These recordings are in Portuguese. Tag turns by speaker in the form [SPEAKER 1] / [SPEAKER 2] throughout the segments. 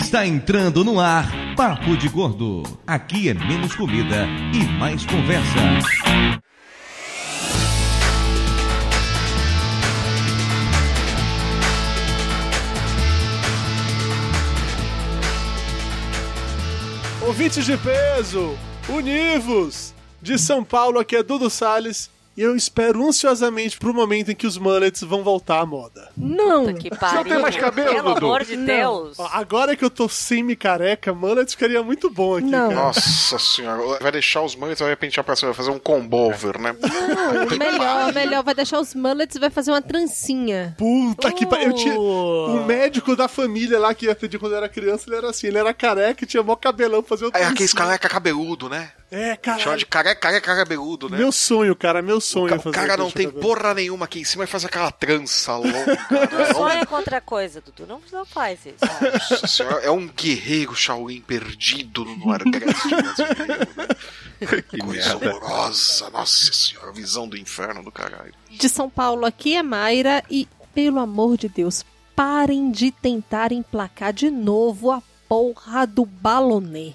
[SPEAKER 1] Está entrando no ar Papo de Gordo. Aqui é menos comida e mais conversa.
[SPEAKER 2] Ouvintes de peso, univos! De São Paulo, aqui é Dudu Salles e eu espero ansiosamente pro momento em que os mullets vão voltar à moda.
[SPEAKER 3] Hum. Não!
[SPEAKER 4] Que pariu.
[SPEAKER 3] tem mais cabelo,
[SPEAKER 4] Pelo
[SPEAKER 3] Dudu?
[SPEAKER 4] amor de
[SPEAKER 3] Não.
[SPEAKER 4] Deus.
[SPEAKER 2] Ó, agora que eu tô semi-careca, mullets ficaria muito bom aqui,
[SPEAKER 3] Não.
[SPEAKER 2] cara.
[SPEAKER 5] Nossa senhora, vai deixar os manos vai pentear pra cima, vai fazer um combover, né?
[SPEAKER 3] Não, melhor, melhor. Vai deixar os mullets e vai fazer uma trancinha.
[SPEAKER 2] Puta que pariu. Eu tinha.
[SPEAKER 4] Uh.
[SPEAKER 2] O médico da família lá que atendia quando eu era criança, ele era assim, ele era careca e tinha mó cabelão pra fazer o
[SPEAKER 5] É aqueles
[SPEAKER 2] trancinho.
[SPEAKER 5] careca cabeludo, né?
[SPEAKER 2] É,
[SPEAKER 5] Chama
[SPEAKER 2] cara.
[SPEAKER 5] de careca, careca cabeludo, né?
[SPEAKER 2] Meu sonho, cara, meu sonho é
[SPEAKER 5] o
[SPEAKER 2] fazer
[SPEAKER 5] cara não
[SPEAKER 2] aquele
[SPEAKER 5] tem
[SPEAKER 2] cabelo.
[SPEAKER 5] porra nenhuma aqui em cima e faz aquela trança longa.
[SPEAKER 4] Tu
[SPEAKER 5] né?
[SPEAKER 4] sonha com outra coisa, Dudu. Não, não faz isso. sabe?
[SPEAKER 5] Nossa senhora, é um guerreiro Shaolin perdido no Nordeste brasileiro, né? Que coisa horrorosa, nossa senhora, visão do inferno do caralho.
[SPEAKER 3] De São Paulo, aqui é Mayra e, pelo amor de Deus, parem de tentar emplacar de novo a porra do balonê.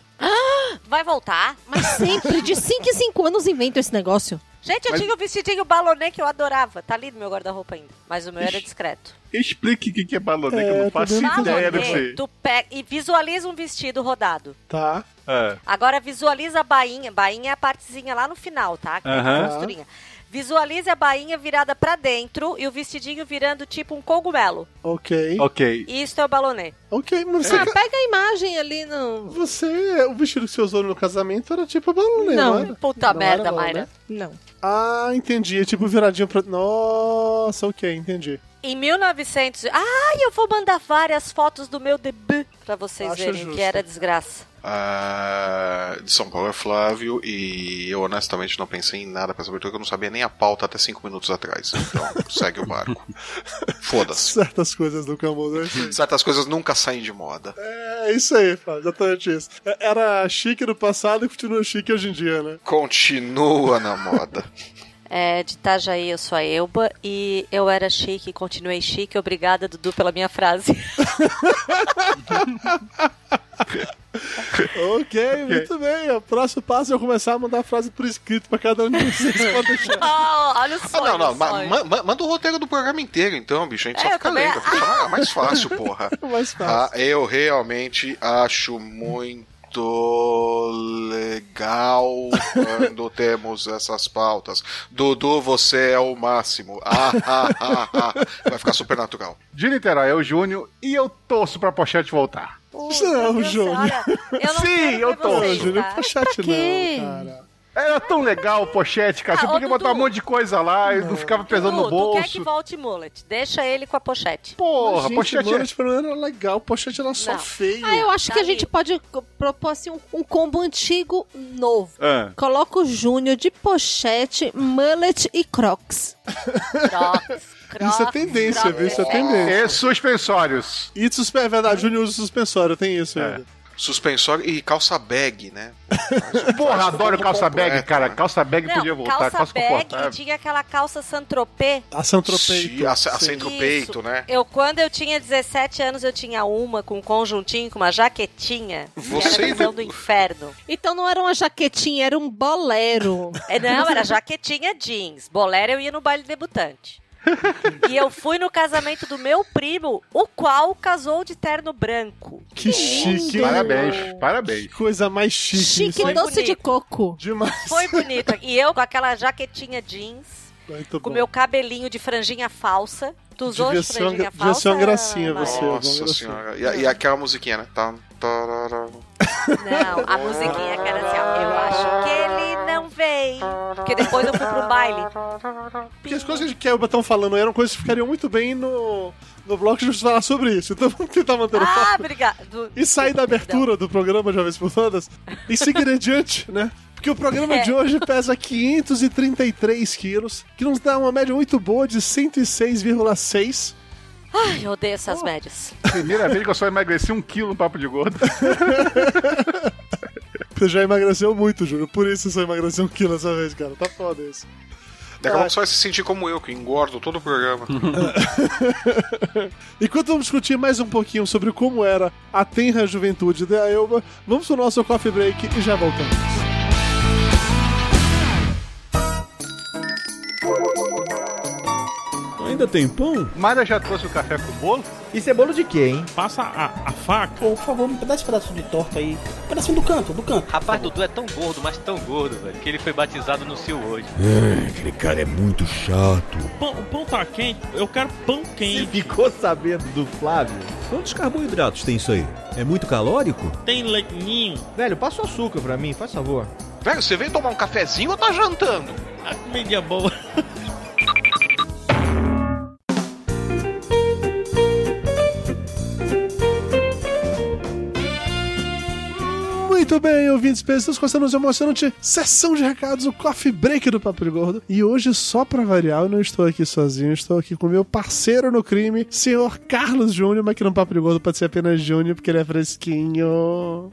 [SPEAKER 4] Vai voltar?
[SPEAKER 3] Mas sempre, de 5 em 5 anos, inventam esse negócio.
[SPEAKER 4] Gente, eu
[SPEAKER 5] Mas-
[SPEAKER 4] tinha um vestidinho balonê que eu adorava. Tá ali no meu guarda-roupa ainda. Mas o meu era discreto.
[SPEAKER 6] Explique o que que é balonê, que eu
[SPEAKER 2] É,
[SPEAKER 6] não faço
[SPEAKER 2] também não
[SPEAKER 6] ideia do
[SPEAKER 4] Balonê,
[SPEAKER 6] que.
[SPEAKER 4] tu pega e visualiza um vestido rodado.
[SPEAKER 2] Tá.
[SPEAKER 6] É.
[SPEAKER 4] Agora visualiza a bainha. Bainha é a partezinha lá no final, tá? Que tem
[SPEAKER 6] Aham.
[SPEAKER 4] a costurinha. Visualize a bainha virada pra dentro e o vestidinho virando tipo um cogumelo.
[SPEAKER 2] Ok.
[SPEAKER 6] Ok.
[SPEAKER 4] Isso é o balonê.
[SPEAKER 2] Ok, mas você,
[SPEAKER 3] Ah, pega a imagem ali no...
[SPEAKER 2] você. O vestido que você usou no casamento era tipo balonê,
[SPEAKER 3] Não.
[SPEAKER 2] era?
[SPEAKER 4] Puta
[SPEAKER 2] Não
[SPEAKER 4] merda,
[SPEAKER 2] era balonê.
[SPEAKER 4] Mayra.
[SPEAKER 3] Não.
[SPEAKER 2] Ah, entendi. É tipo viradinho pra. Nossa, ok, entendi.
[SPEAKER 4] Em 1900... Ai, eu vou mandar várias fotos do meu debut pra vocês
[SPEAKER 2] Acho
[SPEAKER 4] verem
[SPEAKER 2] justo.
[SPEAKER 4] que era desgraça.
[SPEAKER 5] Ah, de São Paulo é Flávio e eu honestamente não pensei em nada pra essa abertura, que eu não sabia nem a pauta até cinco minutos atrás. Então, segue o barco. Foda-se.
[SPEAKER 2] Certas coisas nunca mudam. é isso aí.
[SPEAKER 5] Certas coisas nunca saem de moda.
[SPEAKER 2] É isso aí, Fábio, exatamente isso. É- Era chique no passado e continua chique hoje em dia, né?
[SPEAKER 5] Continua na moda.
[SPEAKER 4] É, de Itajaí, eu sou a Elba e eu era chique, continuei chique. Obrigada, Dudu, pela minha frase.
[SPEAKER 2] Ok, muito bem. O próximo passo é eu começar a mandar frase por escrito pra cada um de vocês pra deixar.
[SPEAKER 4] Ah, olha o
[SPEAKER 5] Ah,
[SPEAKER 4] sonho,
[SPEAKER 5] não, não.
[SPEAKER 4] o
[SPEAKER 5] ma-
[SPEAKER 4] sonho.
[SPEAKER 5] ma- ma- manda o roteiro do programa inteiro, então, bicho. A gente
[SPEAKER 4] É,
[SPEAKER 5] só
[SPEAKER 4] eu
[SPEAKER 5] fica
[SPEAKER 4] também-
[SPEAKER 5] lendo. Ah, é mais fácil, porra.
[SPEAKER 2] Mais fácil.
[SPEAKER 5] Ah, eu realmente acho muito legal quando temos essas pautas. Dudu, você é o máximo. Ah, ah, ah, ah. Vai ficar super natural.
[SPEAKER 6] De Niterói é o Júnior e eu torço pra pochete voltar.
[SPEAKER 4] Puta,
[SPEAKER 2] Não,
[SPEAKER 4] meu Deus,
[SPEAKER 2] Júnior.
[SPEAKER 4] olha, eu não
[SPEAKER 6] Sim,
[SPEAKER 4] quero
[SPEAKER 6] eu
[SPEAKER 4] ver
[SPEAKER 6] tô.
[SPEAKER 4] vocês,
[SPEAKER 2] Júlio,
[SPEAKER 4] tá?
[SPEAKER 2] pra chat
[SPEAKER 3] quê?
[SPEAKER 2] não, cara.
[SPEAKER 6] Era tão legal o pochete, cara. Você
[SPEAKER 4] Ah, ô,
[SPEAKER 6] podia botar um
[SPEAKER 4] Dudu.
[SPEAKER 6] monte de coisa lá e não ficava pesando
[SPEAKER 4] Dudu,
[SPEAKER 6] no
[SPEAKER 4] Tu quer é que
[SPEAKER 6] bolso.
[SPEAKER 4] volte mullet? Deixa ele com a pochete.
[SPEAKER 6] Porra,
[SPEAKER 2] Gente,
[SPEAKER 6] pochete
[SPEAKER 2] mano,
[SPEAKER 6] é...
[SPEAKER 2] tipo, não era legal. Pochete era só
[SPEAKER 4] Não.
[SPEAKER 2] feio.
[SPEAKER 3] Ah, eu acho
[SPEAKER 4] Tá
[SPEAKER 3] que a
[SPEAKER 4] ali.
[SPEAKER 3] gente pode co- propor assim, um, um combo antigo novo.
[SPEAKER 6] Ah.
[SPEAKER 3] Coloca o Júnior de pochete, mullet e crocs.
[SPEAKER 4] Crocs, crocs,
[SPEAKER 2] Isso é tendência,
[SPEAKER 4] crocs.
[SPEAKER 2] viu? Isso é tendência.
[SPEAKER 6] E suspensórios.
[SPEAKER 2] E suspe... é verdade, Júnior usa suspensório, tem isso
[SPEAKER 6] É.
[SPEAKER 2] ainda.
[SPEAKER 5] Suspensório e calça bag, né?
[SPEAKER 6] Porra, adoro calça bag,
[SPEAKER 5] completo,
[SPEAKER 6] cara.
[SPEAKER 5] né?
[SPEAKER 6] Calça bag podia
[SPEAKER 4] Não,
[SPEAKER 6] voltar,
[SPEAKER 4] calça
[SPEAKER 6] calça
[SPEAKER 4] bag e
[SPEAKER 6] confortável.
[SPEAKER 4] tinha aquela calça santropê.
[SPEAKER 2] A
[SPEAKER 5] Sim,
[SPEAKER 2] Santropeito.
[SPEAKER 5] ac- Acento o peito,
[SPEAKER 4] Isso.
[SPEAKER 5] né?
[SPEAKER 4] Eu, quando eu tinha 17 anos, eu tinha uma com um conjuntinho, com uma jaquetinha. que Era
[SPEAKER 5] Você-
[SPEAKER 4] a visão do inferno.
[SPEAKER 3] Então não era uma jaquetinha, era um bolero.
[SPEAKER 4] É, Não, era jaquetinha jeans. Bolero eu ia no baile debutante. e eu fui no casamento do meu primo, o qual casou de terno branco.
[SPEAKER 2] Que chique.
[SPEAKER 6] Parabéns, parabéns.
[SPEAKER 2] Que Coisa mais chique.
[SPEAKER 3] Chique
[SPEAKER 2] isso, hein?
[SPEAKER 3] doce de
[SPEAKER 4] bonito.
[SPEAKER 3] coco.
[SPEAKER 2] Demais.
[SPEAKER 4] Foi bonito. E eu com aquela jaquetinha jeans,
[SPEAKER 2] Muito
[SPEAKER 4] com
[SPEAKER 2] bom.
[SPEAKER 4] meu cabelinho de franjinha falsa. Tu usou
[SPEAKER 2] Devia
[SPEAKER 4] de
[SPEAKER 2] ser uma-
[SPEAKER 4] franjinha
[SPEAKER 2] devia
[SPEAKER 4] falsa?
[SPEAKER 2] ser uma gracinha
[SPEAKER 4] Maia?
[SPEAKER 2] você. vamos ver
[SPEAKER 5] Nossa
[SPEAKER 2] assim.
[SPEAKER 5] senhora. E, a- e aquela musiquinha, né? Tá, tarará.
[SPEAKER 4] Não, a musiquinha que era assim, ó. Eu acho que ele não vem. Porque depois eu fui pro baile.
[SPEAKER 2] Porque as coisas que a Elba estão falando eram coisas que ficariam muito bem no, no bloco de falar sobre isso. Então vamos tentar manter o
[SPEAKER 4] Ah,
[SPEAKER 2] foco.
[SPEAKER 4] obrigado.
[SPEAKER 2] E sair da abertura do programa de uma vez por todas e seguir adiante, né? Porque o programa
[SPEAKER 4] É.
[SPEAKER 2] de hoje pesa 533 quilos, que nos dá uma média muito boa de 106,6.
[SPEAKER 4] Ai, eu odeio essas médias.
[SPEAKER 6] Primeira vez que eu só emagreci um quilo no papo de gordo.
[SPEAKER 2] Você já emagreceu muito, Júlio. Por isso você emagreceu um quilo essa vez, cara. Tá foda isso.
[SPEAKER 5] Daqui a pouco você vai se sentir como eu, que engordo todo o programa.
[SPEAKER 2] Enquanto vamos discutir mais um pouquinho sobre como era a tenra juventude da Elba, vamos pro nosso coffee break e já voltamos.
[SPEAKER 7] Ainda tem pão?
[SPEAKER 6] Mara já trouxe o café com o bolo?
[SPEAKER 8] Isso é bolo de quê, hein?
[SPEAKER 7] Passa a, a faca.
[SPEAKER 9] Pô, por favor, me dá esse pedaço de torta aí. Um pedacinho do canto, do canto.
[SPEAKER 10] Rapaz, Dudu é tão gordo, mas tão gordo, velho, que ele foi batizado no Sil hoje.
[SPEAKER 11] Aquele cara é muito chato.
[SPEAKER 7] Pão, o pão tá quente? Eu quero pão
[SPEAKER 8] Você
[SPEAKER 7] quente.
[SPEAKER 8] ficou sabendo do Flávio?
[SPEAKER 11] Quantos carboidratos tem isso aí? É muito calórico?
[SPEAKER 7] Tem leite ninho.
[SPEAKER 8] Velho, passa o açúcar pra mim, faz favor.
[SPEAKER 10] Velho, você veio tomar um cafezinho ou tá jantando?
[SPEAKER 7] A comida é boa.
[SPEAKER 2] Muito bem, ouvintes, estamos começando nos emocionante sessão de recados, o coffee break do Papo de Gordo. E hoje, só pra variar, eu não estou aqui sozinho, estou aqui com meu parceiro no crime, senhor Carlos Júnior, mas que no Papo de Gordo pode ser apenas Júnior, porque ele é fresquinho.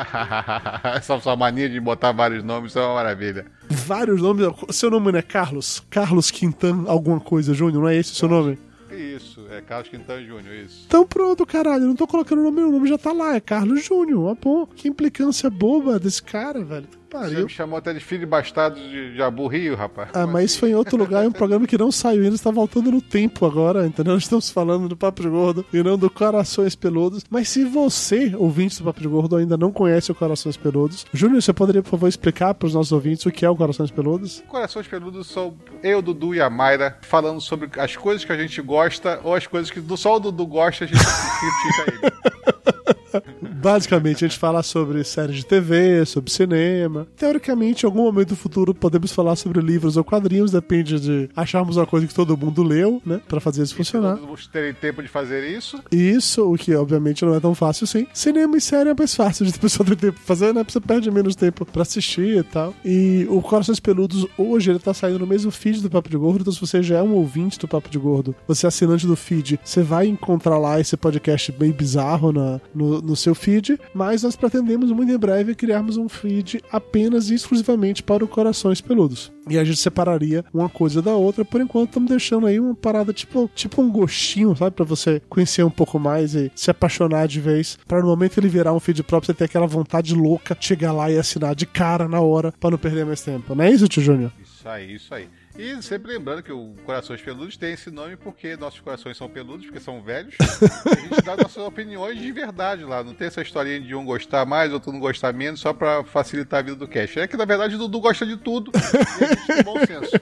[SPEAKER 6] Essa sua mania de botar vários nomes é uma maravilha.
[SPEAKER 2] Vários nomes, seu nome não é Carlos? Carlos Quintan alguma coisa, Júnior, não é esse o seu nome?
[SPEAKER 6] Isso, é Carlos Quintana Júnior, isso.
[SPEAKER 2] Então pronto, caralho, eu não tô colocando o nome, meu nome já tá lá, é Carlos Júnior, ó, pô, que implicância boba desse cara, velho, que
[SPEAKER 6] Você
[SPEAKER 2] pariu.
[SPEAKER 6] me chamou até de filho bastardo de Jabu Rio, rapaz.
[SPEAKER 2] Ah, mas isso foi em outro lugar, é um programa que não saiu ainda, está voltando no tempo agora, entendeu? Nós estamos falando do Papo de Gordo e não do Corações Peludos. Mas se você, ouvinte do Papo de Gordo, ainda não conhece o Corações Peludos, Júnior, você poderia, por favor, explicar para os nossos ouvintes o que é o Corações Peludos?
[SPEAKER 6] Corações Peludos sou eu, Dudu e a Mayra falando sobre as coisas que a gente gosta ou as coisas que do- só o Dudu gosta a gente critica ele.
[SPEAKER 2] Basicamente, a gente fala sobre séries de TV, sobre cinema. Teoricamente, em algum momento do futuro, podemos falar sobre livros ou quadrinhos, depende de acharmos uma coisa que todo mundo leu, né? Para fazer isso funcionar.
[SPEAKER 6] Todos terem tempo de fazer isso.
[SPEAKER 2] Isso, o que obviamente não é tão fácil assim. Cinema e série é mais fácil de pessoa ter tempo pra fazer, né? Você perde menos tempo pra assistir e tal. E o Corações Peludos hoje ele tá saindo no mesmo feed do Papo de Gordo, então se você já é um ouvinte do Papo de Gordo, você é assinante do feed, você vai encontrar lá esse podcast bem bizarro na, no, no seu feed, mas nós pretendemos muito em breve criarmos um feed apenas e exclusivamente para o Corações Peludos. E a gente separaria uma coisa da outra. Por enquanto, estamos deixando aí uma parada tipo, tipo um gostinho, sabe? Pra você conhecer um pouco mais e se apaixonar de vez. Pra no momento ele virar um feed próprio, você ter aquela vontade louca de chegar lá e assinar de cara na hora pra não perder mais tempo. Não é isso, tio Júnior?
[SPEAKER 6] Isso aí, isso aí. E sempre lembrando que o Corações Peludos tem esse nome porque nossos corações são peludos, porque são velhos. E a gente dá nossas opiniões de verdade lá. Não tem essa historinha de um gostar mais, outro não gostar menos, só pra facilitar a vida do cast. É que na verdade o Dudu gosta de tudo. E a gente tem bom senso.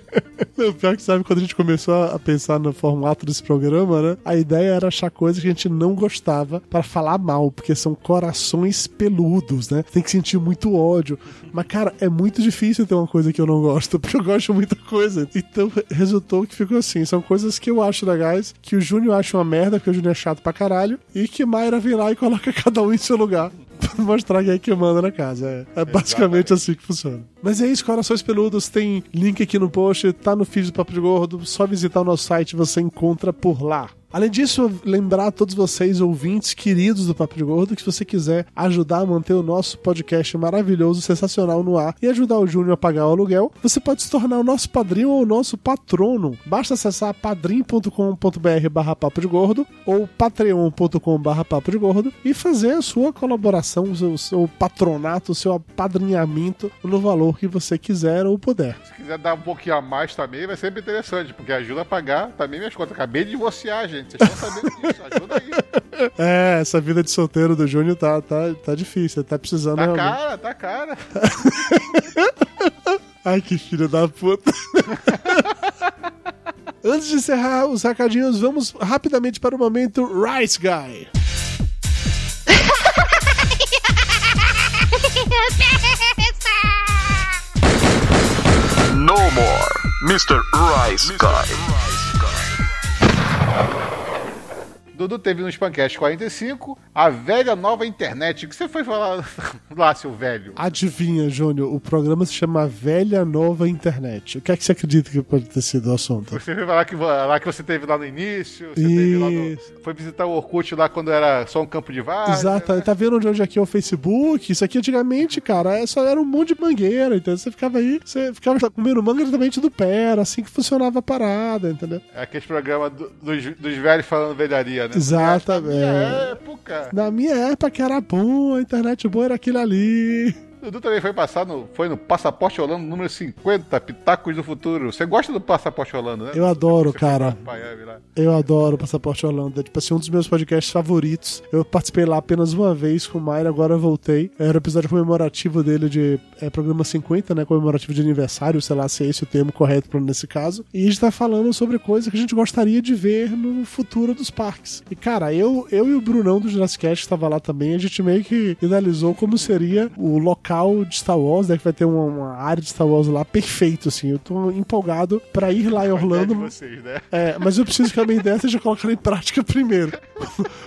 [SPEAKER 2] Não, pior que sabe, quando a gente começou a pensar no formato desse programa, né? A ideia era achar coisas que a gente não gostava pra falar mal, porque são corações peludos, né? Tem que sentir muito ódio. Mas, cara, é muito difícil ter uma coisa que eu não gosto, porque eu gosto de muita coisa. Então, resultou que ficou assim. São coisas que eu acho legais, que o Júnior acha uma merda, porque o Júnior é chato pra caralho, e que Mayra vem lá e coloca cada um em seu lugar. Pra mostrar quem é que manda na casa. É, é basicamente assim que funciona. Mas é isso, corações peludos. Tem link aqui no post, tá no feed do Papo de Gordo. Só visitar o nosso site, você encontra por lá. Além disso, lembrar a todos vocês, ouvintes queridos do Papo de Gordo, que se você quiser ajudar a manter o nosso podcast maravilhoso, sensacional no ar e ajudar o Júnior a pagar o aluguel, você pode se tornar o nosso padrinho ou o nosso patrono. Basta acessar padrim.com.br barra papo de gordo ou patreon.com barra papo de gordo e fazer a sua colaboração, o seu, o seu patronato, o seu apadrinhamento no valor que você quiser ou puder.
[SPEAKER 6] Se quiser dar um pouquinho a mais também, vai ser sempre interessante, porque ajuda a pagar também minhas contas. Acabei de divorciar, gente. Vocês estão sabendo disso. Ajuda aí. Tá
[SPEAKER 2] É, essa vida de solteiro do Júnior tá, tá, tá difícil, tá precisando
[SPEAKER 6] Tá
[SPEAKER 2] realmente.
[SPEAKER 6] cara, tá cara.
[SPEAKER 2] Ai, que filho da puta. Antes de encerrar os recadinhos, vamos rapidamente para o momento Rice Guy.
[SPEAKER 5] No more, Mr. Rice Guy.
[SPEAKER 6] Dudu teve no Spancast 45, a velha nova internet. O que você foi falar lá, seu velho?
[SPEAKER 2] Adivinha, Júnior, o programa se chama Velha Nova Internet. O que é que você acredita que pode ter sido o assunto?
[SPEAKER 6] Você foi falar que, vo- lá que você teve lá no início, você teve lá no, foi visitar o Orkut lá quando era só um campo de várzea.
[SPEAKER 2] Exato, tá vendo onde hoje aqui é o Facebook? Isso aqui antigamente, cara, é só era um monte de mangueira, entendeu? Você ficava aí, você ficava comendo manga diretamente do pé, era assim que funcionava a parada, entendeu?
[SPEAKER 6] Aqueles programas do- dos, dos velhos falando velharia, né?
[SPEAKER 2] Exatamente.
[SPEAKER 6] Época.
[SPEAKER 2] Na minha época era bom, a internet boa era aquilo ali.
[SPEAKER 6] Dudu também foi passar no, foi no Passaporte Holanda número 50, Pitacos do Futuro. Você gosta do Passaporte Holanda, né?
[SPEAKER 2] Eu adoro, cara.
[SPEAKER 6] Miami né? lá.
[SPEAKER 2] Eu adoro o Passaporte Holanda. Tipo assim, um dos meus podcasts favoritos. Eu participei lá apenas uma vez com o Mayra, agora eu voltei. Era o episódio comemorativo dele de é, programa 50, né? Comemorativo de aniversário, sei lá se é esse o termo correto pra, nesse caso. E a gente tá falando sobre coisa que a gente gostaria de ver no futuro dos parques. E cara, eu, eu e o Brunão do Jurassic Cast tava lá também. A gente meio que idealizou como seria o local de Star Wars, né? Que vai ter uma, uma área de Star Wars lá perfeito, assim. Eu tô empolgado pra ir lá em Orlando.
[SPEAKER 6] Vocês, né?
[SPEAKER 2] É, mas eu preciso que a minha ideia seja colocada em prática primeiro.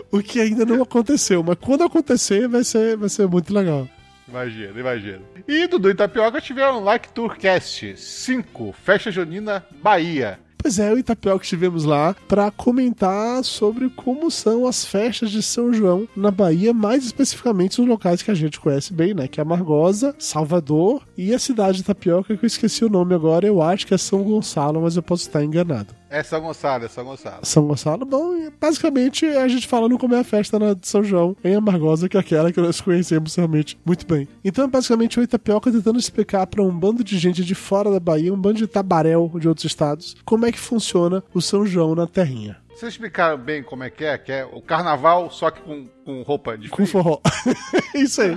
[SPEAKER 2] O que ainda não aconteceu, mas quando acontecer vai ser, vai ser muito legal.
[SPEAKER 6] Imagina, imagina. E Dudu e Tapioca tiveram um Like Tourcast 5, Festa Junina, Bahia.
[SPEAKER 2] Pois é, eu e Itapioca estivemos lá para comentar sobre como são as festas de São João na Bahia, mais especificamente nos locais que a gente conhece bem, né? Que é Margosa, Salvador e a cidade de Tapioca, que eu esqueci o nome agora, eu acho que é São Gonçalo, mas eu posso estar enganado.
[SPEAKER 6] É São Gonçalo, é São Gonçalo.
[SPEAKER 2] São Gonçalo, bom, e basicamente é a gente falando como é a festa na de São João em Amargosa, que é aquela que nós conhecemos realmente muito bem. Então é basicamente o Itapioca tentando explicar para um bando de gente de fora da Bahia, um bando de tabaréu de outros estados, como é que funciona o São João na terrinha.
[SPEAKER 6] Vocês explicaram bem como é que é, que é o carnaval, só que com, com roupa de
[SPEAKER 2] Com forró. isso aí.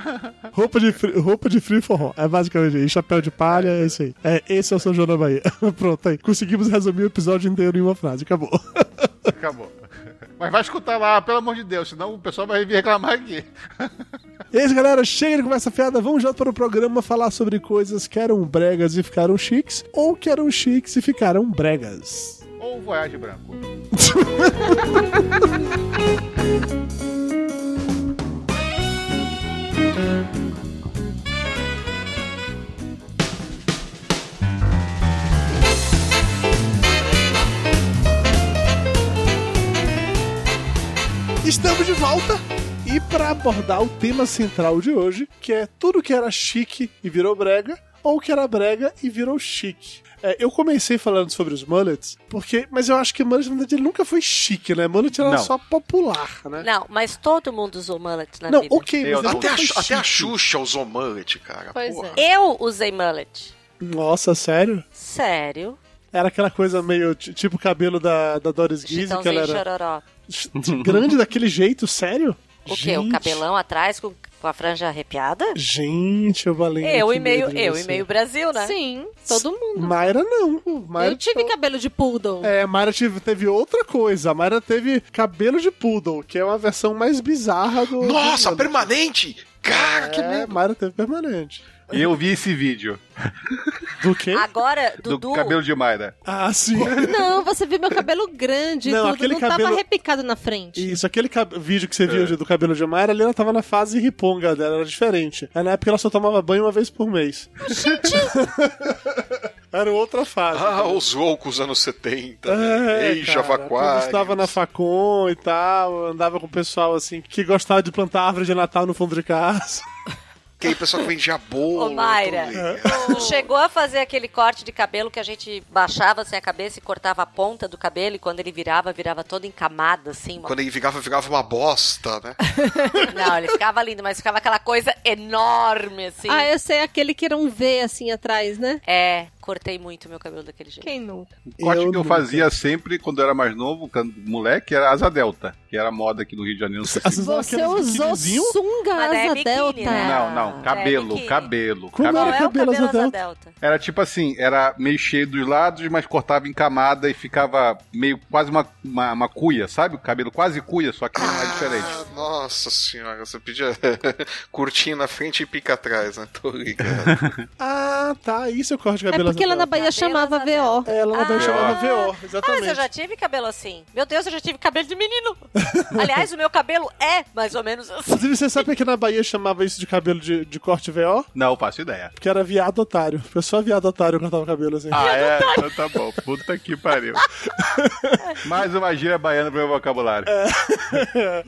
[SPEAKER 2] Roupa de, frio, roupa de frio e forró. É basicamente isso. Chapéu de palha, é isso aí. É, esse é o São João na Bahia. Pronto, aí. Conseguimos resumir o episódio inteiro em uma frase. Acabou.
[SPEAKER 6] Acabou. Mas vai escutar lá, pelo amor de Deus, senão o pessoal vai vir reclamar aqui.
[SPEAKER 2] E é isso, galera. Chega de conversa fiada. Vamos já para o programa falar sobre coisas que eram bregas e ficaram chiques, ou que eram chiques e ficaram bregas.
[SPEAKER 6] Ou Voyage Branco.
[SPEAKER 2] Estamos de volta e para abordar o tema central de hoje, que é tudo que era chique e virou brega, ou que era brega e virou chique. É, eu comecei falando sobre os mullets, porque, mas eu acho que mullet na verdade ele nunca foi chique, né? Mullet era
[SPEAKER 6] Não.
[SPEAKER 2] só popular, né?
[SPEAKER 4] Não, mas todo mundo usou mullet na
[SPEAKER 2] Não,
[SPEAKER 4] vida.
[SPEAKER 2] ok, mas ele
[SPEAKER 5] Até
[SPEAKER 2] nunca
[SPEAKER 5] a,
[SPEAKER 2] foi
[SPEAKER 5] Xu- até a
[SPEAKER 2] chique.
[SPEAKER 5] Xuxa usou mullet, cara. porra.
[SPEAKER 4] Eu usei mullet.
[SPEAKER 2] Nossa, sério?
[SPEAKER 4] Sério.
[SPEAKER 2] Era aquela coisa meio t- tipo o cabelo da, da Doris Guise, que ela
[SPEAKER 4] Chitãozinho
[SPEAKER 2] era.
[SPEAKER 4] chororó.
[SPEAKER 2] grande daquele jeito, sério?
[SPEAKER 4] O quê? O cabelão atrás com, com a franja arrepiada?
[SPEAKER 2] Gente, eu valendo.
[SPEAKER 4] Eu
[SPEAKER 2] que
[SPEAKER 4] e meio,
[SPEAKER 2] medo de
[SPEAKER 4] eu
[SPEAKER 2] você.
[SPEAKER 4] e meio Brasil, né?
[SPEAKER 3] Sim, todo mundo.
[SPEAKER 2] Mayra não. pô. Mayra
[SPEAKER 3] Eu tive cabelo de poodle.
[SPEAKER 2] É, a Mayra tive- teve outra coisa. A Mayra teve cabelo de poodle, que é uma versão mais bizarra do.
[SPEAKER 5] Nossa,
[SPEAKER 2] do-
[SPEAKER 5] permanente! Cara, que
[SPEAKER 2] É,
[SPEAKER 5] medo!
[SPEAKER 2] Mayra teve permanente.
[SPEAKER 6] E eu vi esse vídeo
[SPEAKER 2] Do quê?
[SPEAKER 4] Ah. Agora,
[SPEAKER 6] do
[SPEAKER 4] Dudu,
[SPEAKER 6] cabelo de Mayra.
[SPEAKER 2] Ah, sim.
[SPEAKER 3] Não, você viu meu cabelo grande e
[SPEAKER 2] Não,
[SPEAKER 3] tudo.
[SPEAKER 2] aquele
[SPEAKER 3] não
[SPEAKER 2] cabelo-
[SPEAKER 3] tava repicado na frente.
[SPEAKER 2] Isso, aquele cab- vídeo que você viu do cabelo de Mayra, ali ela tava na fase riponga dela, era diferente. Aí na época ela só tomava banho uma vez por mês. era outra fase.
[SPEAKER 5] Ah, os loucos anos 70.
[SPEAKER 2] É,
[SPEAKER 5] Ei,
[SPEAKER 2] cara, tudo
[SPEAKER 5] Javaquá.
[SPEAKER 2] estava na Facom e tal, andava com o pessoal assim que gostava de plantar árvore de Natal no fundo de casa.
[SPEAKER 5] Que aí o pessoal que vendia bolo.
[SPEAKER 4] Ô, Mayra.
[SPEAKER 5] tudo aí.
[SPEAKER 4] tu chegou a fazer aquele corte de cabelo que a gente baixava assim a cabeça e cortava a ponta do cabelo e quando ele virava, virava todo em camada, assim. uma-
[SPEAKER 5] Quando ele ficava, ficava uma bosta, né?
[SPEAKER 4] Não, ele ficava lindo, mas ficava aquela coisa enorme, assim.
[SPEAKER 3] Ah, eu sei aquele que era um V assim atrás, né?
[SPEAKER 4] É, cortei muito meu cabelo daquele jeito.
[SPEAKER 3] Quem nunca?
[SPEAKER 6] O corte que eu
[SPEAKER 2] nunca.
[SPEAKER 6] fazia sempre quando eu era mais novo, quando moleque, era asa delta, que era moda aqui no Rio de Janeiro. não sei se-
[SPEAKER 2] As-
[SPEAKER 3] Você
[SPEAKER 2] aqueles
[SPEAKER 3] usou tá?
[SPEAKER 2] biquinizinho?
[SPEAKER 3] sunga
[SPEAKER 4] Mas é
[SPEAKER 3] asa
[SPEAKER 4] biquíni,
[SPEAKER 3] delta.
[SPEAKER 4] né?
[SPEAKER 6] Não, não,
[SPEAKER 4] É,
[SPEAKER 6] cabelo,
[SPEAKER 4] biquíni.
[SPEAKER 2] Como
[SPEAKER 6] cabelo, cabelo.
[SPEAKER 2] Era
[SPEAKER 4] Qual é o
[SPEAKER 2] cabelo
[SPEAKER 4] cabelo
[SPEAKER 2] asa
[SPEAKER 4] asa delta?
[SPEAKER 6] Era tipo assim, era meio cheio dos lados, mas cortava em camada e ficava meio quase uma, uma, uma cuia, sabe? O cabelo quase cuia, só que é
[SPEAKER 5] Ah,
[SPEAKER 6] diferente.
[SPEAKER 5] Nossa senhora, você pedia curtinho na frente e pica atrás, né? Tô ligado.
[SPEAKER 2] Ah, Ah, tá. Isso é o corte de
[SPEAKER 3] É
[SPEAKER 2] cabelo É,
[SPEAKER 3] porque lá na Bahia chamava VO.
[SPEAKER 2] Ela na Bahia chamava VO,
[SPEAKER 4] Ah, mas eu
[SPEAKER 2] exatamente.
[SPEAKER 4] já tive cabelo assim. Meu Deus, eu já tive cabelo de menino. Aliás, o meu cabelo é mais ou menos assim.
[SPEAKER 2] Inclusive, você sabe por que na Bahia chamava isso de cabelo de, de corte VO?
[SPEAKER 6] Não, faço ideia.
[SPEAKER 2] Porque era viado otário. Porque só viado otário cortava o cabelo assim.
[SPEAKER 6] Ah, é? Então tá bom. Puta que pariu. Mais uma gíria baiana pro meu vocabulário.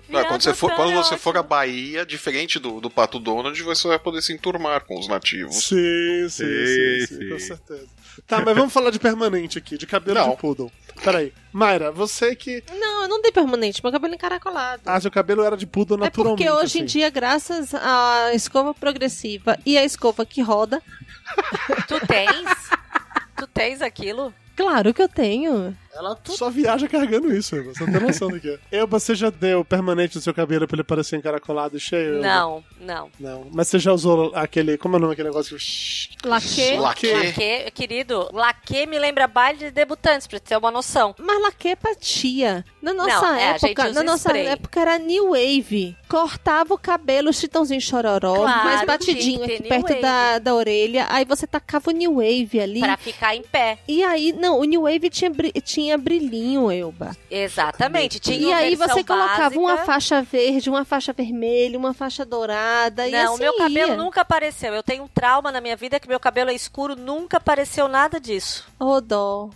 [SPEAKER 5] Não, quando, você for,
[SPEAKER 4] é
[SPEAKER 5] quando você for à Bahia, diferente do, do Pato Donald, você vai poder se enturmar com os nativos.
[SPEAKER 2] Sim, sim, sim, sim, com certeza. Tá, mas vamos falar de permanente aqui, de cabelo
[SPEAKER 5] Não.
[SPEAKER 2] de poodle. Peraí. Mayra, você que.
[SPEAKER 3] Não, eu não dei permanente, meu cabelo é encaracolado.
[SPEAKER 2] Ah, seu cabelo era de poodle
[SPEAKER 3] É
[SPEAKER 2] naturalmente.
[SPEAKER 3] porque hoje em
[SPEAKER 2] assim.
[SPEAKER 3] dia, graças à escova progressiva e à escova que roda,
[SPEAKER 4] Tu tens? Tu tens aquilo?
[SPEAKER 3] claro que eu tenho.
[SPEAKER 2] Ela só viaja carregando isso, Eva. Você não tem noção do que é. Elba, você já deu permanente no seu cabelo pra ele parecer encaracolado e cheio? Elba?
[SPEAKER 4] Não, não.
[SPEAKER 2] Não. Mas você já usou aquele. Como é o nome daquele negócio que.
[SPEAKER 3] Laque.
[SPEAKER 2] Laque.
[SPEAKER 4] Laque, querido, laque me lembra baile de debutantes, pra ter uma noção.
[SPEAKER 3] Mas laque é pra tia. Na nossa
[SPEAKER 4] Não, é, a gente
[SPEAKER 3] época,
[SPEAKER 4] usa
[SPEAKER 3] na nossa
[SPEAKER 4] spray.
[SPEAKER 3] época era new wave. Cortava o cabelo, chitãozinho chororó,
[SPEAKER 4] Claro,
[SPEAKER 3] mais
[SPEAKER 4] tinha
[SPEAKER 3] batidinho
[SPEAKER 4] que ter
[SPEAKER 3] aqui
[SPEAKER 4] new
[SPEAKER 3] perto
[SPEAKER 4] wave.
[SPEAKER 3] da, da orelha. Aí você tacava o new wave ali.
[SPEAKER 4] Pra ficar em pé.
[SPEAKER 3] E aí, não, o new wave tinha, bri- tinha brilhinho, Elba.
[SPEAKER 4] Exatamente. Tinha
[SPEAKER 3] e
[SPEAKER 4] uma
[SPEAKER 3] aí
[SPEAKER 4] versão
[SPEAKER 3] você colocava um
[SPEAKER 4] básica.
[SPEAKER 3] uma faixa verde, uma faixa vermelha, uma faixa dourada e
[SPEAKER 4] Não,
[SPEAKER 3] assim
[SPEAKER 4] meu cabelo
[SPEAKER 3] ia.
[SPEAKER 4] nunca apareceu. Eu tenho um trauma na minha vida que meu cabelo é escuro, nunca apareceu nada disso.
[SPEAKER 3] Ô, dó.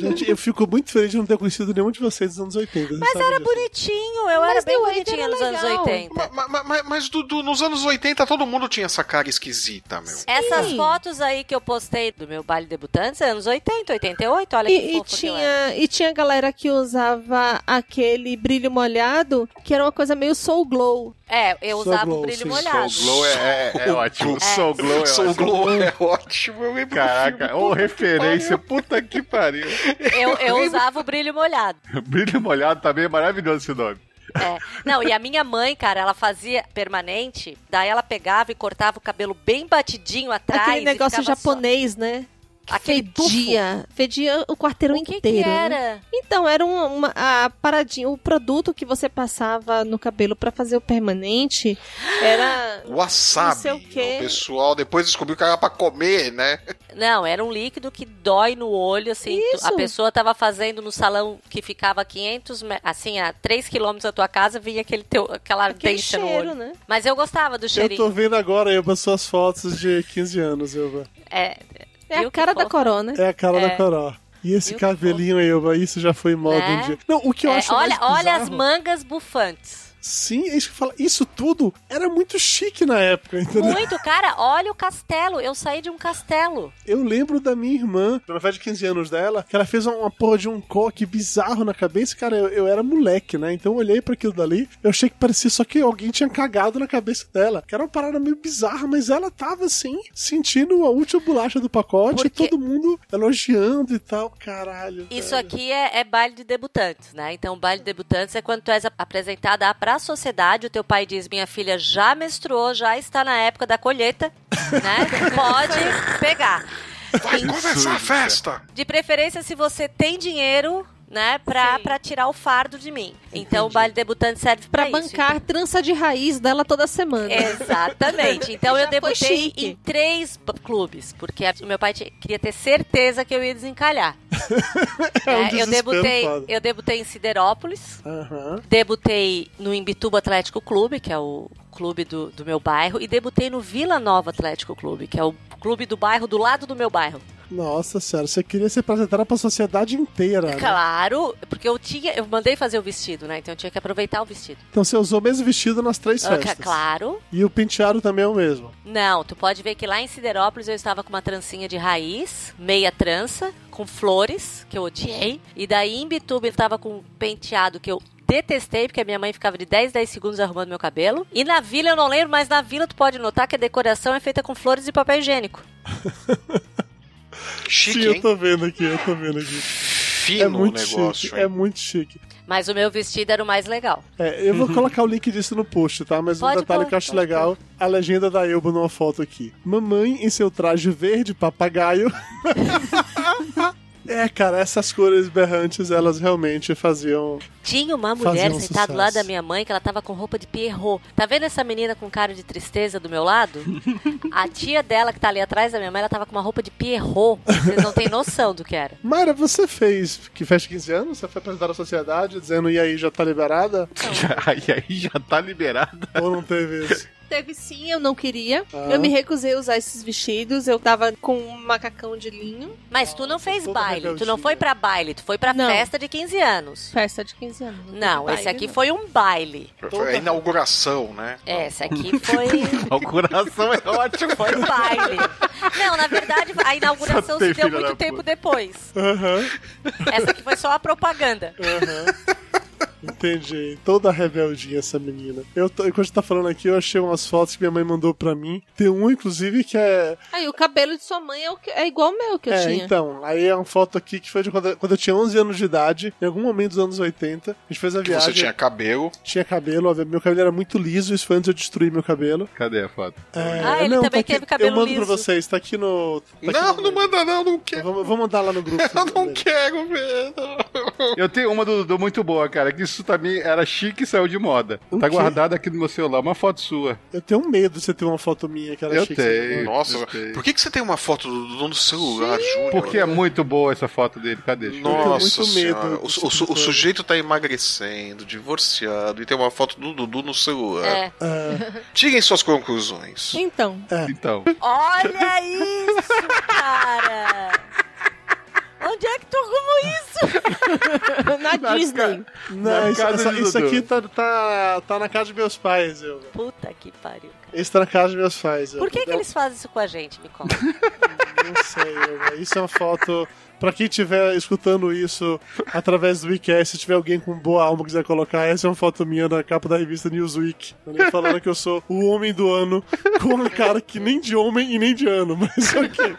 [SPEAKER 2] Gente, eu fico muito feliz de não ter conhecido nenhum de vocês dos anos 80.
[SPEAKER 4] Mas era bonitinho, eu era
[SPEAKER 3] Mas
[SPEAKER 4] bem
[SPEAKER 3] New Wave
[SPEAKER 4] bonitinha
[SPEAKER 3] era
[SPEAKER 4] nos anos
[SPEAKER 3] legal.
[SPEAKER 4] 80.
[SPEAKER 5] Ma- ma- ma- Mas, Dudu, nos anos 80 todo mundo tinha essa cara esquisita, meu.
[SPEAKER 4] Essas fotos aí que eu postei do meu baile debutantes, anos 80, 88, olha que
[SPEAKER 3] E, e
[SPEAKER 4] fofo que eu era.
[SPEAKER 3] tinha, e tinha galera que usava aquele brilho molhado, que era uma coisa meio soul glow.
[SPEAKER 4] É, eu
[SPEAKER 2] Soul
[SPEAKER 4] usava
[SPEAKER 2] glow,
[SPEAKER 4] o brilho
[SPEAKER 2] sim.
[SPEAKER 4] molhado.
[SPEAKER 6] Soul Glow é, é- é ótimo. Soul Glow é ótimo.
[SPEAKER 5] Soul Glow é ótimo, eu lembro.
[SPEAKER 6] Caraca, ô referência, puta que pariu.
[SPEAKER 4] Eu, eu usava o brilho molhado.
[SPEAKER 6] Brilho molhado também é maravilhoso esse nome.
[SPEAKER 4] É. Não, e a minha mãe, cara, ela fazia permanente, daí ela pegava e cortava o cabelo bem batidinho atrás.
[SPEAKER 3] aquele
[SPEAKER 4] e
[SPEAKER 3] negócio
[SPEAKER 4] ficava
[SPEAKER 3] japonês, né?
[SPEAKER 4] só- Aquele bufo.
[SPEAKER 3] fedia. Fedia o quarteirão
[SPEAKER 4] O que que
[SPEAKER 3] inteiro. né?
[SPEAKER 4] era?
[SPEAKER 3] Então, era uma, uma- a paradinha, o produto que você passava no cabelo pra fazer o permanente era.
[SPEAKER 5] Wasabi.
[SPEAKER 3] Não sei o quê.
[SPEAKER 5] pessoal depois descobriu que era pra comer, né?
[SPEAKER 4] Não, era um líquido que dói no olho, assim. tu-
[SPEAKER 3] Isso.
[SPEAKER 4] A pessoa tava fazendo no salão que ficava a 500, me- assim, a 3 quilômetros da tua casa, vinha aquele teu, aquela
[SPEAKER 3] Aquele
[SPEAKER 4] ardência no Ah, olho.
[SPEAKER 3] cheiro, né?
[SPEAKER 4] Mas eu gostava do
[SPEAKER 2] Eu
[SPEAKER 4] cheirinho.
[SPEAKER 2] tô vendo agora, Elba, suas fotos de 15 anos, Elba.
[SPEAKER 4] É,
[SPEAKER 3] É
[SPEAKER 4] Viu
[SPEAKER 3] a
[SPEAKER 4] que
[SPEAKER 3] cara da
[SPEAKER 4] fofo?
[SPEAKER 3] corona.
[SPEAKER 2] É a cara da
[SPEAKER 4] É.
[SPEAKER 2] Carol. E esse
[SPEAKER 4] Viu que
[SPEAKER 2] cabelinho, Elba, isso já foi moda
[SPEAKER 4] Né?
[SPEAKER 2] um dia. Não, o que eu
[SPEAKER 4] é,
[SPEAKER 2] acho
[SPEAKER 4] olha,
[SPEAKER 2] mais
[SPEAKER 4] olha
[SPEAKER 2] bizarro-
[SPEAKER 4] as mangas bufantes.
[SPEAKER 2] Sim, é isso que eu falo. Isso tudo era muito chique na época, entendeu?
[SPEAKER 4] Muito, cara, olha o castelo. Eu saí de um castelo.
[SPEAKER 2] Eu lembro da minha irmã, na festa de 15 anos dela, que ela fez uma, uma porra de um coque bizarro na cabeça. Cara, eu, eu era moleque, né? Então eu olhei pra aquilo dali, eu achei que parecia só que alguém tinha cagado na cabeça dela. Que era uma parada meio bizarra, mas ela tava assim, sentindo a última bolacha do pacote
[SPEAKER 4] Porque-
[SPEAKER 2] e todo mundo elogiando e tal. Caralho.
[SPEAKER 4] Isso
[SPEAKER 2] velho.
[SPEAKER 4] aqui é, é baile de debutantes, né? Então, baile de debutantes é quando tu és a- apresentada pra sociedade. O teu pai diz: Minha filha já menstruou, já está na época da colheita, né? Pode pegar.
[SPEAKER 5] Vai começar a festa!
[SPEAKER 4] De preferência se você tem dinheiro, né, pra, pra tirar o fardo de mim. Então o baile debutante serve pra,
[SPEAKER 3] Pra
[SPEAKER 4] É
[SPEAKER 2] É
[SPEAKER 4] isso. então. É.
[SPEAKER 3] bancar trança de raiz dela toda semana.
[SPEAKER 2] né?
[SPEAKER 4] Exatamente. Então
[SPEAKER 3] Já
[SPEAKER 4] eu
[SPEAKER 3] foi
[SPEAKER 4] debutei
[SPEAKER 3] chique.
[SPEAKER 4] em três b- clubes, porque a- o meu pai tinha- queria ter certeza que eu ia desencalhar.
[SPEAKER 2] É um
[SPEAKER 4] Né, eu
[SPEAKER 2] desespero
[SPEAKER 4] debutei,
[SPEAKER 2] foda.
[SPEAKER 4] eu debutei em Siderópolis,
[SPEAKER 2] Aham.
[SPEAKER 4] debutei no Imbituba Atlético Clube, que é o clube do, do meu bairro, e debutei no Vila Nova Atlético Clube, que é o clube do bairro do lado do meu bairro.
[SPEAKER 2] Nossa senhora, você queria ser apresentada pra sociedade inteira. né?
[SPEAKER 4] Claro, porque eu tinha, eu mandei fazer o vestido, né? Então eu tinha que aproveitar o vestido.
[SPEAKER 2] Então você usou o mesmo vestido nas três
[SPEAKER 4] Ah,
[SPEAKER 2] festas.
[SPEAKER 4] Claro.
[SPEAKER 2] E o penteado também é o mesmo.
[SPEAKER 4] Não, tu pode ver que lá em Siderópolis eu estava com uma trancinha de raiz, meia trança, com flores, que eu odiei. E daí em Bituba eu estava com um penteado que eu detestei, porque a minha mãe ficava de 10 10 segundos arrumando meu cabelo. E na vila eu não lembro, mas na vila tu pode notar que a decoração é feita com flores e papel higiênico.
[SPEAKER 5] Chique,
[SPEAKER 2] Sim, eu
[SPEAKER 5] hein?
[SPEAKER 2] tô vendo aqui, eu tô vendo aqui.
[SPEAKER 5] Fino
[SPEAKER 2] É muito
[SPEAKER 5] o negócio,
[SPEAKER 2] chique,
[SPEAKER 5] hein?
[SPEAKER 2] é muito chique.
[SPEAKER 4] Mas o meu vestido era o mais legal.
[SPEAKER 2] É, eu vou colocar o link disso no post, tá? Mas
[SPEAKER 4] Pode
[SPEAKER 2] um detalhe
[SPEAKER 4] pôr,
[SPEAKER 2] que eu acho
[SPEAKER 4] pode
[SPEAKER 2] legal, a legenda da Elba numa foto aqui. Mamãe em seu traje verde papagaio É, cara, essas cores berrantes, elas realmente faziam.
[SPEAKER 4] Tinha uma
[SPEAKER 2] Faziam
[SPEAKER 4] mulher sentada
[SPEAKER 2] sucesso.
[SPEAKER 4] lá da minha mãe que ela tava com roupa de Pierrot. Tá vendo essa menina com cara de tristeza do meu lado? A tia dela que tá ali atrás da minha mãe, ela tava com uma roupa de Pierrot. Vocês não têm noção do que era.
[SPEAKER 2] Mayra, você fez que festa de 15 anos? Você foi apresentar à sociedade dizendo e aí já tá liberada?
[SPEAKER 6] e aí já tá liberada.
[SPEAKER 2] Ou não teve isso?
[SPEAKER 3] Teve sim, eu não queria.
[SPEAKER 2] Ah.
[SPEAKER 3] Eu me recusei a usar esses vestidos. Eu tava com um macacão de linho.
[SPEAKER 4] Mas tu não fez
[SPEAKER 3] toda
[SPEAKER 4] baile, tu
[SPEAKER 3] rebeldia.
[SPEAKER 4] não foi pra baile, tu foi pra
[SPEAKER 3] Não.
[SPEAKER 4] festa de 15 anos.
[SPEAKER 3] Festa de 15 anos. teve
[SPEAKER 4] Não, esse
[SPEAKER 3] baile,
[SPEAKER 4] aqui
[SPEAKER 3] não.
[SPEAKER 4] foi um baile.
[SPEAKER 5] Foi É a inauguração, né?
[SPEAKER 4] É, esse aqui foi
[SPEAKER 6] Inauguração é ótimo.
[SPEAKER 4] foi um baile. Não, na verdade, a inauguração
[SPEAKER 6] Só
[SPEAKER 4] se
[SPEAKER 6] tem
[SPEAKER 4] deu
[SPEAKER 6] filha
[SPEAKER 4] muito
[SPEAKER 6] da
[SPEAKER 4] tempo
[SPEAKER 6] puta.
[SPEAKER 4] depois. Essa aqui foi só a propaganda.
[SPEAKER 2] Entendi. Toda rebeldinha essa menina. Eu, tô- enquanto você tá falando aqui, eu achei umas fotos que minha mãe mandou pra mim. Tem uma, inclusive, que é.
[SPEAKER 3] Aí o cabelo de sua mãe é, o que- é igual ao meu que eu
[SPEAKER 2] é,
[SPEAKER 3] tinha.
[SPEAKER 2] então. Aí é uma foto aqui que foi de quando, quando eu tinha 11 anos de idade, em algum momento dos anos 80. A gente fez a
[SPEAKER 5] Que você
[SPEAKER 2] viagem.
[SPEAKER 5] tinha cabelo.
[SPEAKER 2] Tinha cabelo, óbvio, meu cabelo era muito liso, isso foi antes de eu destruir meu cabelo.
[SPEAKER 6] Cadê a foto?
[SPEAKER 2] É,
[SPEAKER 4] Ah, ele também
[SPEAKER 2] aqui-
[SPEAKER 4] teve cabelo
[SPEAKER 2] Eu mando pra
[SPEAKER 4] liso.
[SPEAKER 2] vocês, tá aqui no. tá aqui
[SPEAKER 5] Não,
[SPEAKER 2] no-
[SPEAKER 5] não manda não, não quero.
[SPEAKER 2] Eu vou, eu vou mandar lá no grupo.
[SPEAKER 5] Eu não quero ver.
[SPEAKER 6] Eu tenho uma do Dudu muito boa, cara, que isso também era chique e saiu de moda.
[SPEAKER 2] O
[SPEAKER 6] tá
[SPEAKER 2] quê?
[SPEAKER 6] guardado aqui no meu celular, uma foto sua.
[SPEAKER 2] Eu tenho medo de você ter uma foto minha que era
[SPEAKER 6] Eu
[SPEAKER 2] chique.
[SPEAKER 6] tenho.
[SPEAKER 5] Nossa,
[SPEAKER 6] eu tenho.
[SPEAKER 5] por que, que você tem uma foto do Dudu no celular, Júnior?
[SPEAKER 6] Porque é muito boa essa foto dele, cadê? Deixa eu ver.
[SPEAKER 5] Nossa
[SPEAKER 2] Eu tenho muito medo
[SPEAKER 5] senhora, o,
[SPEAKER 2] desse
[SPEAKER 5] o-
[SPEAKER 2] tipo de
[SPEAKER 5] o sujeito tá emagrecendo, divorciado e tem uma foto do Dudu no celular.
[SPEAKER 4] É.
[SPEAKER 5] Tirem suas conclusões.
[SPEAKER 3] Então.
[SPEAKER 6] Então,
[SPEAKER 4] Olha isso, cara! Onde é que tu arrumou isso?
[SPEAKER 3] Na Disney.
[SPEAKER 2] Não, isso,
[SPEAKER 6] casa
[SPEAKER 2] essa-
[SPEAKER 6] de
[SPEAKER 2] isso
[SPEAKER 6] Dudu.
[SPEAKER 2] aqui tá, tá, tá na casa de meus pais, eu.
[SPEAKER 4] Puta que pariu, cara.
[SPEAKER 2] Esse tá na casa de meus pais. eu.
[SPEAKER 4] Por que, que
[SPEAKER 2] Eu-
[SPEAKER 4] eles fazem isso com a gente, me conta?
[SPEAKER 2] Não sei, eu- isso é uma foto. Pra quem estiver escutando isso através do Wikicast, se tiver alguém com boa alma que quiser colocar, essa é uma foto minha na capa da revista Newsweek. Ali Falando que eu sou o homem do ano, com um cara que nem de homem e nem de ano, mas ok.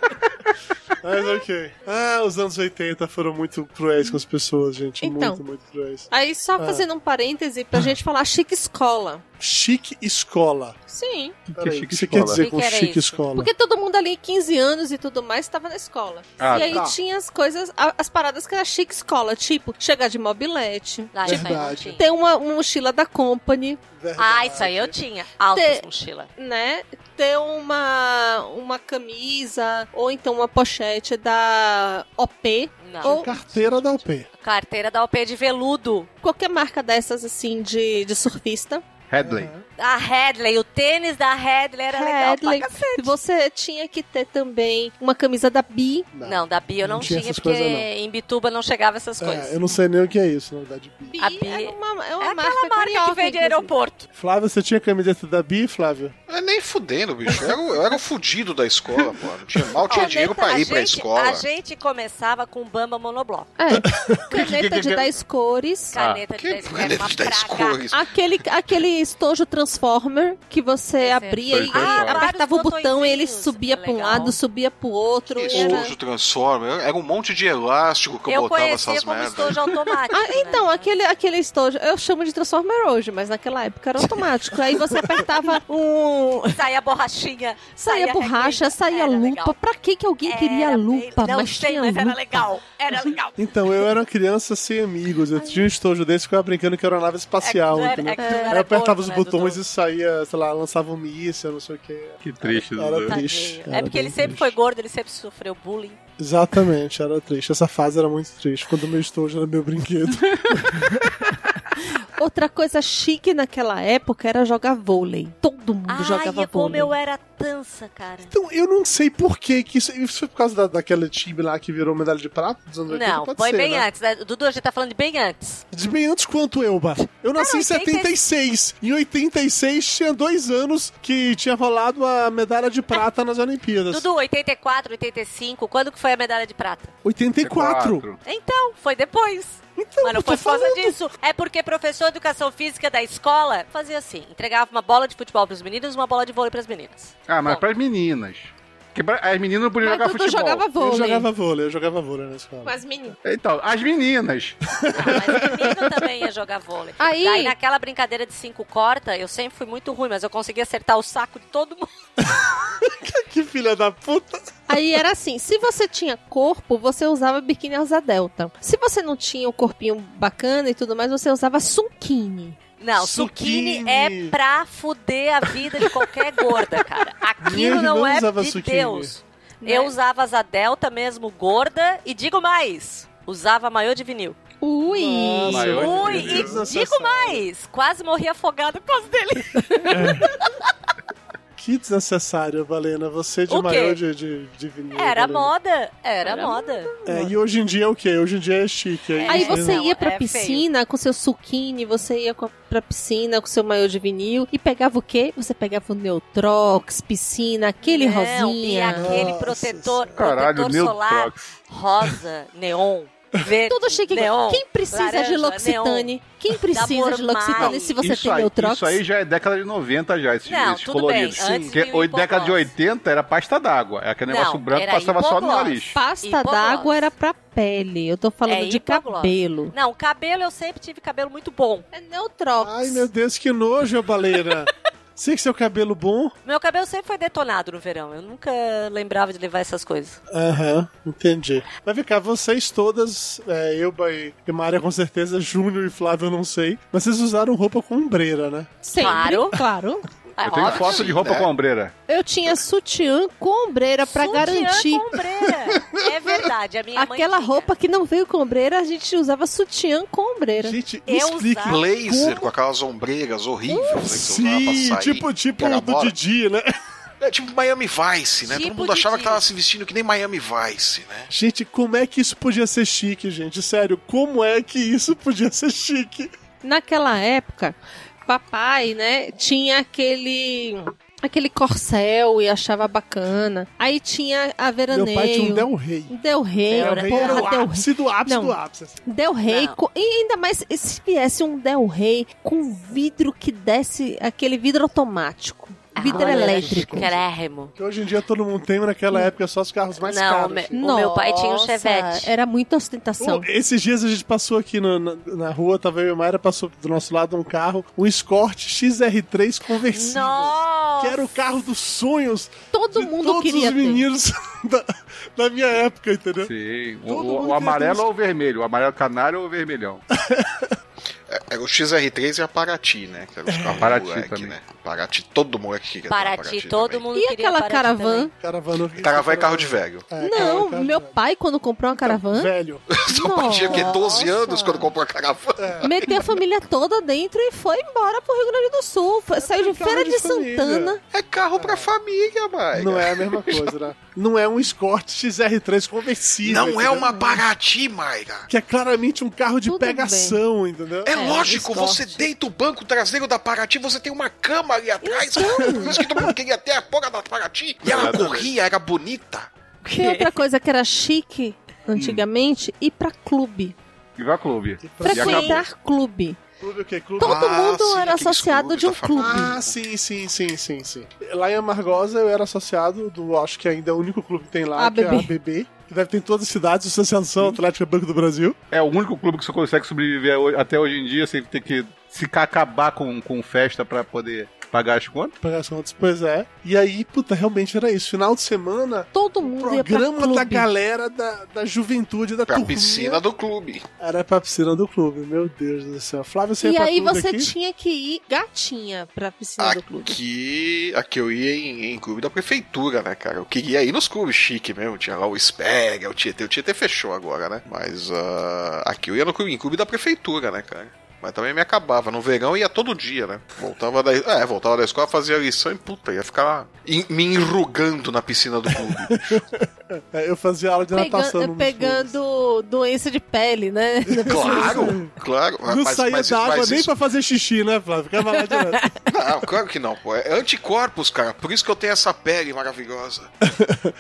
[SPEAKER 2] Mas ok. Ah, os anos 80 foram muito cruéis com as pessoas, gente.
[SPEAKER 3] Então.
[SPEAKER 2] Muito, muito cruéis.
[SPEAKER 3] Aí
[SPEAKER 6] Ah.
[SPEAKER 3] só fazendo um parêntese pra gente falar chique escola.
[SPEAKER 2] Chique escola.
[SPEAKER 3] Sim.
[SPEAKER 2] Peraí, o
[SPEAKER 6] chique
[SPEAKER 2] que você quer
[SPEAKER 6] escola?
[SPEAKER 2] dizer
[SPEAKER 4] Que
[SPEAKER 2] com
[SPEAKER 4] que era
[SPEAKER 2] chique
[SPEAKER 4] isso?
[SPEAKER 2] escola?
[SPEAKER 3] Porque todo mundo ali, 15 anos e tudo mais, estava na escola.
[SPEAKER 6] Ah,
[SPEAKER 3] e aí
[SPEAKER 6] tá.
[SPEAKER 3] tinha as coisas, a- as paradas que era chique escola, tipo, chegar de mobilete,
[SPEAKER 4] Ah, isso aí eu não
[SPEAKER 2] Verdade.
[SPEAKER 4] tinha.
[SPEAKER 3] ter uma, uma mochila da Company,
[SPEAKER 4] Ah, isso aí eu tinha. Altas
[SPEAKER 3] Te-
[SPEAKER 4] mochila.
[SPEAKER 3] né? Ter uma, uma camisa, ou então uma pochete da OP,
[SPEAKER 4] Não.
[SPEAKER 3] ou
[SPEAKER 2] Carteira da OP.
[SPEAKER 4] Carteira da OP de veludo.
[SPEAKER 3] qualquer marca dessas, assim, de, de surfista.
[SPEAKER 6] Headley.
[SPEAKER 4] A Headley, o tênis da Headley era legal
[SPEAKER 3] Headley.
[SPEAKER 4] pra cacete.
[SPEAKER 3] Você tinha que ter também uma camisa da Bi,
[SPEAKER 4] Não, da Bia eu não,
[SPEAKER 2] Não tinha
[SPEAKER 4] tinha,
[SPEAKER 2] essas
[SPEAKER 4] porque
[SPEAKER 2] coisas, não.
[SPEAKER 4] em Bituba não chegava essas coisas.
[SPEAKER 2] É, eu não sei nem o que é isso, na verdade.
[SPEAKER 3] Bi
[SPEAKER 4] A Bi
[SPEAKER 3] era uma, é uma
[SPEAKER 4] É aquela
[SPEAKER 3] marca,
[SPEAKER 4] marca que
[SPEAKER 3] carioca,
[SPEAKER 4] vem de
[SPEAKER 3] inclusive.
[SPEAKER 4] aeroporto.
[SPEAKER 2] Flávio, você tinha camiseta da Bi, Flávio?
[SPEAKER 5] É nem fudendo, bicho. Eu era, o- eu era o fudido da escola, pô. Não tinha, mal tinha
[SPEAKER 4] Caneta,
[SPEAKER 5] dinheiro pra
[SPEAKER 4] a
[SPEAKER 5] ir pra
[SPEAKER 4] gente-
[SPEAKER 5] escola.
[SPEAKER 4] A gente é começava com Bamba Monobloco.
[SPEAKER 3] É. Caneta de 10 cores.
[SPEAKER 4] Caneta de
[SPEAKER 5] Ah, Que
[SPEAKER 4] 10 era
[SPEAKER 5] caneta
[SPEAKER 4] uma
[SPEAKER 5] de 10
[SPEAKER 4] praga.
[SPEAKER 5] cores.
[SPEAKER 3] Aquele, aquele estojo Transformer que você
[SPEAKER 4] é
[SPEAKER 3] abria e
[SPEAKER 6] Foi, foi, foi.
[SPEAKER 3] ele apertava
[SPEAKER 4] Ah,
[SPEAKER 3] o botão e ele
[SPEAKER 4] vários
[SPEAKER 3] subia pra um
[SPEAKER 4] botõezinhos. É
[SPEAKER 3] lado, subia pro outro. e era-
[SPEAKER 5] Estojo transforma. Era um monte de elástico que eu,
[SPEAKER 4] Eu
[SPEAKER 5] botava
[SPEAKER 4] conhecia
[SPEAKER 5] essas
[SPEAKER 4] como
[SPEAKER 5] merdas.
[SPEAKER 4] estojo automático.
[SPEAKER 3] Ah, então,
[SPEAKER 4] né?
[SPEAKER 3] aquele, aquele estojo, eu chamo de Transformer hoje, mas naquela época era automático. Aí você apertava um.
[SPEAKER 4] Saía borrachinha.
[SPEAKER 3] Saía
[SPEAKER 4] Saía
[SPEAKER 3] borracha,
[SPEAKER 4] requinte.
[SPEAKER 3] saía
[SPEAKER 4] Era
[SPEAKER 3] lupa.
[SPEAKER 4] legal.
[SPEAKER 3] Pra que que alguém queria
[SPEAKER 4] Era
[SPEAKER 3] lupa?
[SPEAKER 4] bem- Não
[SPEAKER 3] mas
[SPEAKER 4] sei,
[SPEAKER 3] tinha
[SPEAKER 4] mas era
[SPEAKER 3] lupa.
[SPEAKER 4] legal. Era legal.
[SPEAKER 2] Então, eu era uma criança sem amigos. Eu tinha um estojo desse e ficava brincando que era uma nave espacial.
[SPEAKER 4] É que tu
[SPEAKER 2] entendeu?
[SPEAKER 4] era- é que tu
[SPEAKER 2] Aí
[SPEAKER 4] era
[SPEAKER 2] eu apertava
[SPEAKER 4] gordo,
[SPEAKER 2] os
[SPEAKER 4] né,
[SPEAKER 2] botões
[SPEAKER 4] Dudu?
[SPEAKER 2] e saía, sei lá, lançava um míssil, não sei o que.
[SPEAKER 6] Que triste,
[SPEAKER 2] Era
[SPEAKER 6] Dudu.
[SPEAKER 2] triste.
[SPEAKER 4] Tadinho.
[SPEAKER 2] cara,
[SPEAKER 4] É porque ele
[SPEAKER 2] bem
[SPEAKER 4] sempre
[SPEAKER 2] triste.
[SPEAKER 4] foi gordo, ele sempre sofreu bullying.
[SPEAKER 2] Exatamente, era triste. Essa fase era muito triste, quando o meu estojo era meu brinquedo.
[SPEAKER 3] Outra coisa chique naquela época era jogar vôlei. Todo mundo jogava
[SPEAKER 4] Ai, como
[SPEAKER 3] vôlei.
[SPEAKER 4] eu era tança, cara.
[SPEAKER 2] Então, eu não sei por que que isso... Isso foi por causa da, daquela time lá que virou medalha de prata dos anos 80?
[SPEAKER 4] Não,
[SPEAKER 2] Pode
[SPEAKER 4] foi
[SPEAKER 2] ser,
[SPEAKER 4] bem
[SPEAKER 2] né?
[SPEAKER 4] antes. né? Dudu, a gente tá falando de bem antes.
[SPEAKER 2] De bem antes quanto eu, Bar. Eu nasci em
[SPEAKER 4] 80
[SPEAKER 2] 76. Em 86 tinha dois anos que tinha rolado a medalha de prata nas Olimpíadas.
[SPEAKER 4] Dudu, 84, 85, quando que foi a medalha de prata?
[SPEAKER 6] É
[SPEAKER 2] 84.
[SPEAKER 4] Então, foi depois.
[SPEAKER 2] Então,
[SPEAKER 4] Mas não
[SPEAKER 2] eu tô
[SPEAKER 4] foi por causa
[SPEAKER 2] falando.
[SPEAKER 4] disso. É porque professor de educação física da escola fazia assim: entregava uma bola de futebol pros meninos e uma bola de vôlei pras meninas.
[SPEAKER 6] Ah, mas
[SPEAKER 4] Bom.
[SPEAKER 6] pras meninas. Que pra- as meninas não podiam
[SPEAKER 3] Mas
[SPEAKER 6] jogar
[SPEAKER 3] Dudu
[SPEAKER 6] futebol.
[SPEAKER 3] jogava vôlei.
[SPEAKER 2] Eu jogava vôlei, eu jogava vôlei na escola.
[SPEAKER 3] Mas menino.
[SPEAKER 6] Então, as meninas.
[SPEAKER 4] Ah, mas o menino também ia jogar vôlei.
[SPEAKER 3] Aí-
[SPEAKER 4] Daí, naquela brincadeira de cinco corta, eu sempre fui muito ruim, mas eu consegui acertar o saco de todo mundo.
[SPEAKER 2] que filha da puta.
[SPEAKER 3] Aí era assim, se você tinha corpo, você usava biquíni asa delta. Se você não tinha o corpinho bacana e tudo mais, você usava sunquini.
[SPEAKER 4] Não,
[SPEAKER 3] Suquine.
[SPEAKER 4] suquine. é pra fuder a vida de qualquer gorda, cara. Aquilo
[SPEAKER 3] Minha
[SPEAKER 4] não
[SPEAKER 3] irmã
[SPEAKER 4] é
[SPEAKER 3] usava
[SPEAKER 4] de
[SPEAKER 3] suquine.
[SPEAKER 4] Deus. Eu usava asa delta mesmo, gorda, e digo mais, usava maiô de vinil.
[SPEAKER 3] Ui!
[SPEAKER 4] Nossa,
[SPEAKER 3] Maiô
[SPEAKER 4] Ui,
[SPEAKER 3] de vinil.
[SPEAKER 4] e digo mais, quase morri afogado por causa dele.
[SPEAKER 2] Que desnecessária, Valena, você de
[SPEAKER 4] O quê?
[SPEAKER 2] maior de, de, de vinil.
[SPEAKER 4] Era
[SPEAKER 2] Valena.
[SPEAKER 4] moda, era, moda.
[SPEAKER 2] É, e hoje em dia é o quê? Hoje em dia é chique. É
[SPEAKER 3] Aí
[SPEAKER 2] isso,
[SPEAKER 3] você
[SPEAKER 2] né?
[SPEAKER 3] ia pra piscina com seu suquine, você ia com a- pra piscina com seu maiô de vinil e pegava o quê? Você pegava o Neutrox, piscina, aquele
[SPEAKER 4] Não, E
[SPEAKER 3] rosinha.
[SPEAKER 4] aquele protetor,
[SPEAKER 6] Caralho,
[SPEAKER 4] protetor
[SPEAKER 6] Neil
[SPEAKER 4] solar rosa, neon, verde,
[SPEAKER 3] Tudo chique.
[SPEAKER 4] neon,
[SPEAKER 3] Quem precisa de
[SPEAKER 4] laranja,
[SPEAKER 3] L'Occitane?
[SPEAKER 4] neon. Tá
[SPEAKER 3] Quem precisa de
[SPEAKER 4] Dabormai.
[SPEAKER 3] L'Occitane se você
[SPEAKER 6] isso
[SPEAKER 3] tem
[SPEAKER 6] aí,
[SPEAKER 3] Neutrox?
[SPEAKER 6] Isso aí já é década de 90 já, esses,
[SPEAKER 4] Não,
[SPEAKER 6] esses
[SPEAKER 4] tudo
[SPEAKER 6] coloridos.
[SPEAKER 4] bem, antes
[SPEAKER 6] Porque
[SPEAKER 4] veio o
[SPEAKER 6] oito- década de
[SPEAKER 4] hipogloss.
[SPEAKER 6] 80 era pasta d'água. Era aquele negócio
[SPEAKER 4] Não,
[SPEAKER 6] branco
[SPEAKER 4] era
[SPEAKER 6] passava só no
[SPEAKER 4] hipogloss.
[SPEAKER 6] nariz.
[SPEAKER 3] Pasta
[SPEAKER 4] Hipogloss.
[SPEAKER 3] d'água era pra pele. Eu tô falando
[SPEAKER 4] É
[SPEAKER 3] de
[SPEAKER 4] hipogloss.
[SPEAKER 3] cabelo.
[SPEAKER 4] Não, cabelo eu sempre tive cabelo muito bom.
[SPEAKER 3] É Neutrox.
[SPEAKER 2] Ai, meu Deus, que nojo, Valena. Sei que seu cabelo bom.
[SPEAKER 4] Meu cabelo sempre foi detonado no verão. Eu nunca lembrava de levar essas coisas.
[SPEAKER 2] Aham, entendi. Mas vem cá, vocês todas, é, eu Bahia e Maria com certeza, Júnior e Flávio eu não sei, mas vocês usaram roupa com ombreira, né?
[SPEAKER 3] Sempre,
[SPEAKER 4] Claro.
[SPEAKER 3] claro.
[SPEAKER 4] Ah,
[SPEAKER 6] Eu tenho foto de roupa com ombreira.
[SPEAKER 3] Eu tinha sutiã com ombreira pra
[SPEAKER 4] Sutiã
[SPEAKER 3] garantir.
[SPEAKER 4] com ombreira. É verdade, a minha
[SPEAKER 3] Aquela
[SPEAKER 4] mãe.
[SPEAKER 3] roupa que não veio com ombreira, a gente usava sutiã com ombreira.
[SPEAKER 2] Gente,
[SPEAKER 4] me Eu explica. usava-
[SPEAKER 5] Blazer com aquelas ombreiras horríveis né, que você usava pra
[SPEAKER 2] Sim,
[SPEAKER 5] sair.
[SPEAKER 2] tipo, tipo
[SPEAKER 5] Era
[SPEAKER 2] o do
[SPEAKER 5] bora.
[SPEAKER 2] Didi, né?
[SPEAKER 5] É tipo Miami Vice, né? Todo
[SPEAKER 4] Tipo
[SPEAKER 5] mundo achava
[SPEAKER 4] Didi.
[SPEAKER 5] que tava se vestindo que nem Miami Vice, né?
[SPEAKER 2] Gente, como é que isso podia ser chique, gente? Sério, como é que isso podia ser chique?
[SPEAKER 3] Naquela época, papai, né, tinha aquele aquele corcel e achava bacana. Aí tinha a veraneio.
[SPEAKER 2] Meu pai tinha um Del Rey. Del
[SPEAKER 3] Del Rey,
[SPEAKER 2] Rey era um o
[SPEAKER 3] porra, Del
[SPEAKER 2] ápice do ápice
[SPEAKER 3] Não.
[SPEAKER 2] do ápice. assim.
[SPEAKER 3] Del Rey,
[SPEAKER 4] Não.
[SPEAKER 3] co- e ainda mais se viesse um Del Rey com vidro que desse aquele vidro automático,
[SPEAKER 4] Ah,
[SPEAKER 3] vidro elétrico.
[SPEAKER 4] Crérrimo.
[SPEAKER 2] Que hoje em dia todo mundo tem, mas naquela época só os carros mais
[SPEAKER 4] Não,
[SPEAKER 2] caros.
[SPEAKER 4] me-
[SPEAKER 2] assim.
[SPEAKER 4] O meu pai tinha um
[SPEAKER 3] Nossa,
[SPEAKER 4] Chevette.
[SPEAKER 3] Era muita ostentação.
[SPEAKER 2] Pô, esses dias a gente passou aqui na, na, na rua, tava eu e a Mayra, passou do nosso lado um carro, um Escort XR3 conversível.
[SPEAKER 4] Nossa!
[SPEAKER 2] Que era o carro dos sonhos
[SPEAKER 3] Todo
[SPEAKER 2] de
[SPEAKER 3] mundo
[SPEAKER 2] todos
[SPEAKER 3] queria
[SPEAKER 2] os
[SPEAKER 3] ter.
[SPEAKER 2] meninos da, da minha época, entendeu?
[SPEAKER 6] Sim. O,
[SPEAKER 2] Todo
[SPEAKER 6] o-
[SPEAKER 2] mundo
[SPEAKER 6] o
[SPEAKER 2] tem
[SPEAKER 6] amarelo
[SPEAKER 2] isso.
[SPEAKER 6] ou o vermelho? O amarelo canário ou o vermelhão?
[SPEAKER 5] É, Era o XR3 e a Paraty, né? Que era
[SPEAKER 2] É.
[SPEAKER 5] os carros do
[SPEAKER 6] Paraty
[SPEAKER 5] moleque,
[SPEAKER 6] também.
[SPEAKER 5] né? Paraty, todo moleque queria ter uma
[SPEAKER 4] Paraty, todo
[SPEAKER 5] também.
[SPEAKER 4] mundo um
[SPEAKER 3] E
[SPEAKER 4] queria
[SPEAKER 3] aquela
[SPEAKER 4] Paraty
[SPEAKER 3] caravan?
[SPEAKER 4] também. Ah,
[SPEAKER 2] Caravana.
[SPEAKER 5] Caravana é carro de velho.
[SPEAKER 2] É,
[SPEAKER 3] Não,
[SPEAKER 2] caravana-
[SPEAKER 3] meu pai, quando comprou uma caravana,
[SPEAKER 2] Velho.
[SPEAKER 5] Só podia ter 12 anos quando comprou a caravana.
[SPEAKER 3] Meteu a família toda dentro e foi embora pro Rio Grande do Sul. Foi- saiu de
[SPEAKER 2] carro
[SPEAKER 3] Feira
[SPEAKER 2] de
[SPEAKER 3] de,
[SPEAKER 2] família.
[SPEAKER 3] Santana.
[SPEAKER 5] É carro pra família, mãe.
[SPEAKER 2] Não é a mesma coisa, né? Não é um Escort XR3 conversível.
[SPEAKER 5] Não é
[SPEAKER 2] entendeu?
[SPEAKER 5] uma Paraty, Mayra.
[SPEAKER 2] Que é claramente um carro de
[SPEAKER 3] Tudo
[SPEAKER 2] pegação, entendeu?
[SPEAKER 5] É,
[SPEAKER 3] É,
[SPEAKER 5] lógico,
[SPEAKER 3] um
[SPEAKER 5] você
[SPEAKER 3] Escort.
[SPEAKER 5] deita o banco traseiro da Paraty, você tem uma cama ali atrás. Por isso que todo mundo queria ter a porra da Paraty. E ela
[SPEAKER 6] Exatamente.
[SPEAKER 5] corria, era bonita.
[SPEAKER 3] Tem outra coisa que era chique
[SPEAKER 2] Hum.
[SPEAKER 3] antigamente, ir pra clube.
[SPEAKER 6] E vai clube. E acabou.
[SPEAKER 3] Frequentar clube.
[SPEAKER 2] Clube o quê? Clube
[SPEAKER 3] Todo
[SPEAKER 5] Ah,
[SPEAKER 3] mundo
[SPEAKER 5] sim,
[SPEAKER 3] era
[SPEAKER 5] aqueles
[SPEAKER 3] associado
[SPEAKER 5] clubes
[SPEAKER 3] de um
[SPEAKER 5] da família.
[SPEAKER 3] clube.
[SPEAKER 2] Ah, sim, sim, sim, sim, sim. Lá em Amargosa eu era associado do, acho que ainda é o único clube que tem lá, que é a
[SPEAKER 3] ABB.
[SPEAKER 2] ABB, que deve ter em todas as cidades, Associação Atlética Banco do Brasil.
[SPEAKER 6] É o único clube que você consegue sobreviver ho- até hoje em dia sem ter que se ca- acabar com, com festa pra poder pagar as contas.
[SPEAKER 2] Pagar as contas, pois é. E aí, puta, realmente era isso. Final de semana,
[SPEAKER 3] Todo
[SPEAKER 2] o
[SPEAKER 3] mundo ia pra
[SPEAKER 2] programa da
[SPEAKER 3] clube.
[SPEAKER 2] galera da, da juventude, da
[SPEAKER 5] Pra
[SPEAKER 2] turminha,
[SPEAKER 5] piscina do clube.
[SPEAKER 2] Era pra piscina do clube, meu Deus do céu. Flávio, você ia
[SPEAKER 3] E
[SPEAKER 2] pra
[SPEAKER 3] aí
[SPEAKER 2] clube
[SPEAKER 3] você
[SPEAKER 2] aqui?
[SPEAKER 3] tinha que ir gatinha pra piscina do clube.
[SPEAKER 5] Aqui, aqui eu ia em, em clube da prefeitura, né, cara? Eu queria ir nos clubes chique mesmo. Tinha lá o Speg, o Tietê. O Tietê fechou agora, né? Mas ah, aqui eu ia no clube, em clube da prefeitura, né, cara? Mas também me acabava. No verão eu ia todo dia, né? Voltava da, é, voltava da escola, fazia lição e puta, ia ficar lá em- me enrugando na piscina do clube.
[SPEAKER 2] É, Eu fazia aula de natação. nos
[SPEAKER 3] é, Pegando,
[SPEAKER 2] clubes.
[SPEAKER 3] eh, pegando doença de pele, né?
[SPEAKER 5] claro, claro.
[SPEAKER 2] né? Não saía da água nem
[SPEAKER 5] isso-
[SPEAKER 2] pra fazer xixi, né, Flávio? Ficava lá direto.
[SPEAKER 5] Não, claro que não, pô. É anticorpos, cara. Por isso que eu tenho essa pele maravilhosa.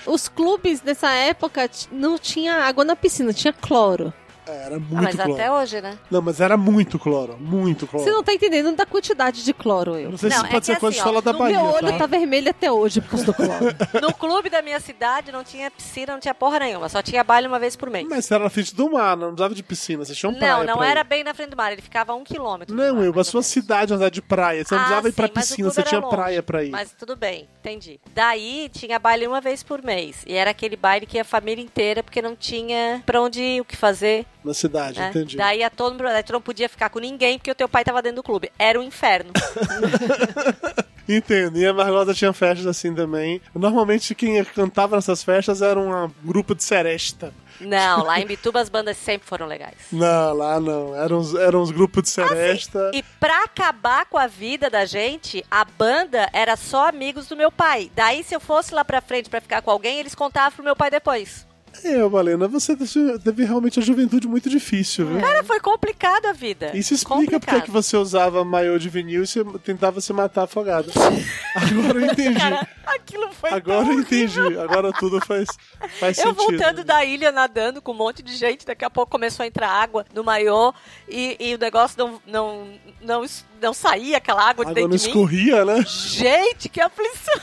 [SPEAKER 3] Os clubes dessa época t- não tinha água na piscina, tinha cloro.
[SPEAKER 2] Era muito
[SPEAKER 4] Ah, mas
[SPEAKER 2] cloro.
[SPEAKER 4] até hoje, né?
[SPEAKER 2] Não, mas era muito cloro, muito cloro.
[SPEAKER 3] Você não tá entendendo da quantidade de cloro, eu.
[SPEAKER 2] Não sei
[SPEAKER 4] Não,
[SPEAKER 2] se
[SPEAKER 4] é
[SPEAKER 2] pode
[SPEAKER 4] que
[SPEAKER 2] ser coisa
[SPEAKER 4] assim,
[SPEAKER 2] só
[SPEAKER 4] ó,
[SPEAKER 2] lá da
[SPEAKER 4] no
[SPEAKER 2] Bahia.
[SPEAKER 3] Meu olho tá
[SPEAKER 2] tá?
[SPEAKER 3] vermelho até hoje por causa do cloro.
[SPEAKER 4] No clube da minha cidade não tinha piscina, não tinha porra nenhuma, só tinha baile uma vez por mês.
[SPEAKER 2] Mas era na frente do mar, não precisava de piscina, você tinha um
[SPEAKER 4] não,
[SPEAKER 2] praia
[SPEAKER 4] não
[SPEAKER 2] pra ir.
[SPEAKER 4] era bem na frente do mar, ele ficava a um quilômetro. do
[SPEAKER 2] Não,
[SPEAKER 4] mar,
[SPEAKER 2] eu, a
[SPEAKER 4] mais ou
[SPEAKER 2] sua
[SPEAKER 4] menos.
[SPEAKER 2] cidade é uma cidade de praia. Você não
[SPEAKER 4] Ah,
[SPEAKER 2] precisava ir pra
[SPEAKER 4] sim, mas o
[SPEAKER 2] piscina,
[SPEAKER 4] clube
[SPEAKER 2] você
[SPEAKER 4] era
[SPEAKER 2] tinha
[SPEAKER 4] longe.
[SPEAKER 2] praia pra ir.
[SPEAKER 4] Mas tudo bem, entendi. Daí tinha baile uma vez por mês. E era aquele baile que ia a família inteira, porque não tinha pra onde ir, o que fazer.
[SPEAKER 2] Na cidade,
[SPEAKER 4] Né?
[SPEAKER 2] entendi.
[SPEAKER 4] Daí a todo mundo. Daí tu não podia ficar com ninguém, porque o teu pai tava dentro do clube. Era um inferno.
[SPEAKER 2] Entendo. E a Margosa tinha festas assim também. Normalmente quem cantava nessas festas era um grupo de seresta.
[SPEAKER 4] não, lá em Bituba as bandas sempre foram legais.
[SPEAKER 2] Não, lá não. Eram uns, eram uns grupos de
[SPEAKER 4] Ah,
[SPEAKER 2] seresta.
[SPEAKER 4] E pra acabar com a vida da gente, a banda era só amigos do meu pai. Daí, se eu fosse lá pra frente pra ficar com alguém, eles contavam pro meu pai depois.
[SPEAKER 2] Eu, É, Valena, você teve teve realmente a juventude muito difícil, viu?
[SPEAKER 4] Cara, É, foi complicado a vida.
[SPEAKER 2] Isso explica porque é que você usava maiô de vinil e você tentava se matar afogado. Agora eu entendi.
[SPEAKER 4] Aquilo foi
[SPEAKER 2] Agora
[SPEAKER 4] tão
[SPEAKER 2] eu entendi. Agora tudo faz, faz
[SPEAKER 4] Eu
[SPEAKER 2] sentido. né?
[SPEAKER 4] voltando da ilha nadando com um monte de gente, daqui a pouco começou a entrar água no maiô e, e o negócio não, não, não, não saía aquela água de
[SPEAKER 2] Agora
[SPEAKER 4] dentro
[SPEAKER 2] não
[SPEAKER 4] de mim.
[SPEAKER 2] escorria, né?
[SPEAKER 4] Gente, que aflição!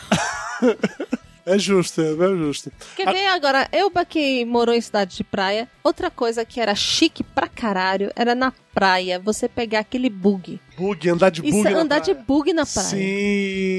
[SPEAKER 2] É justo, é é justo.
[SPEAKER 3] Quer ver agora? Eu que morou em cidade de praia. Outra coisa que era chique pra caralho era na praia você pegar aquele bug.
[SPEAKER 2] Bug, andar de bug.
[SPEAKER 3] Isso é
[SPEAKER 2] na
[SPEAKER 3] andar de
[SPEAKER 2] praia.
[SPEAKER 3] bug na praia.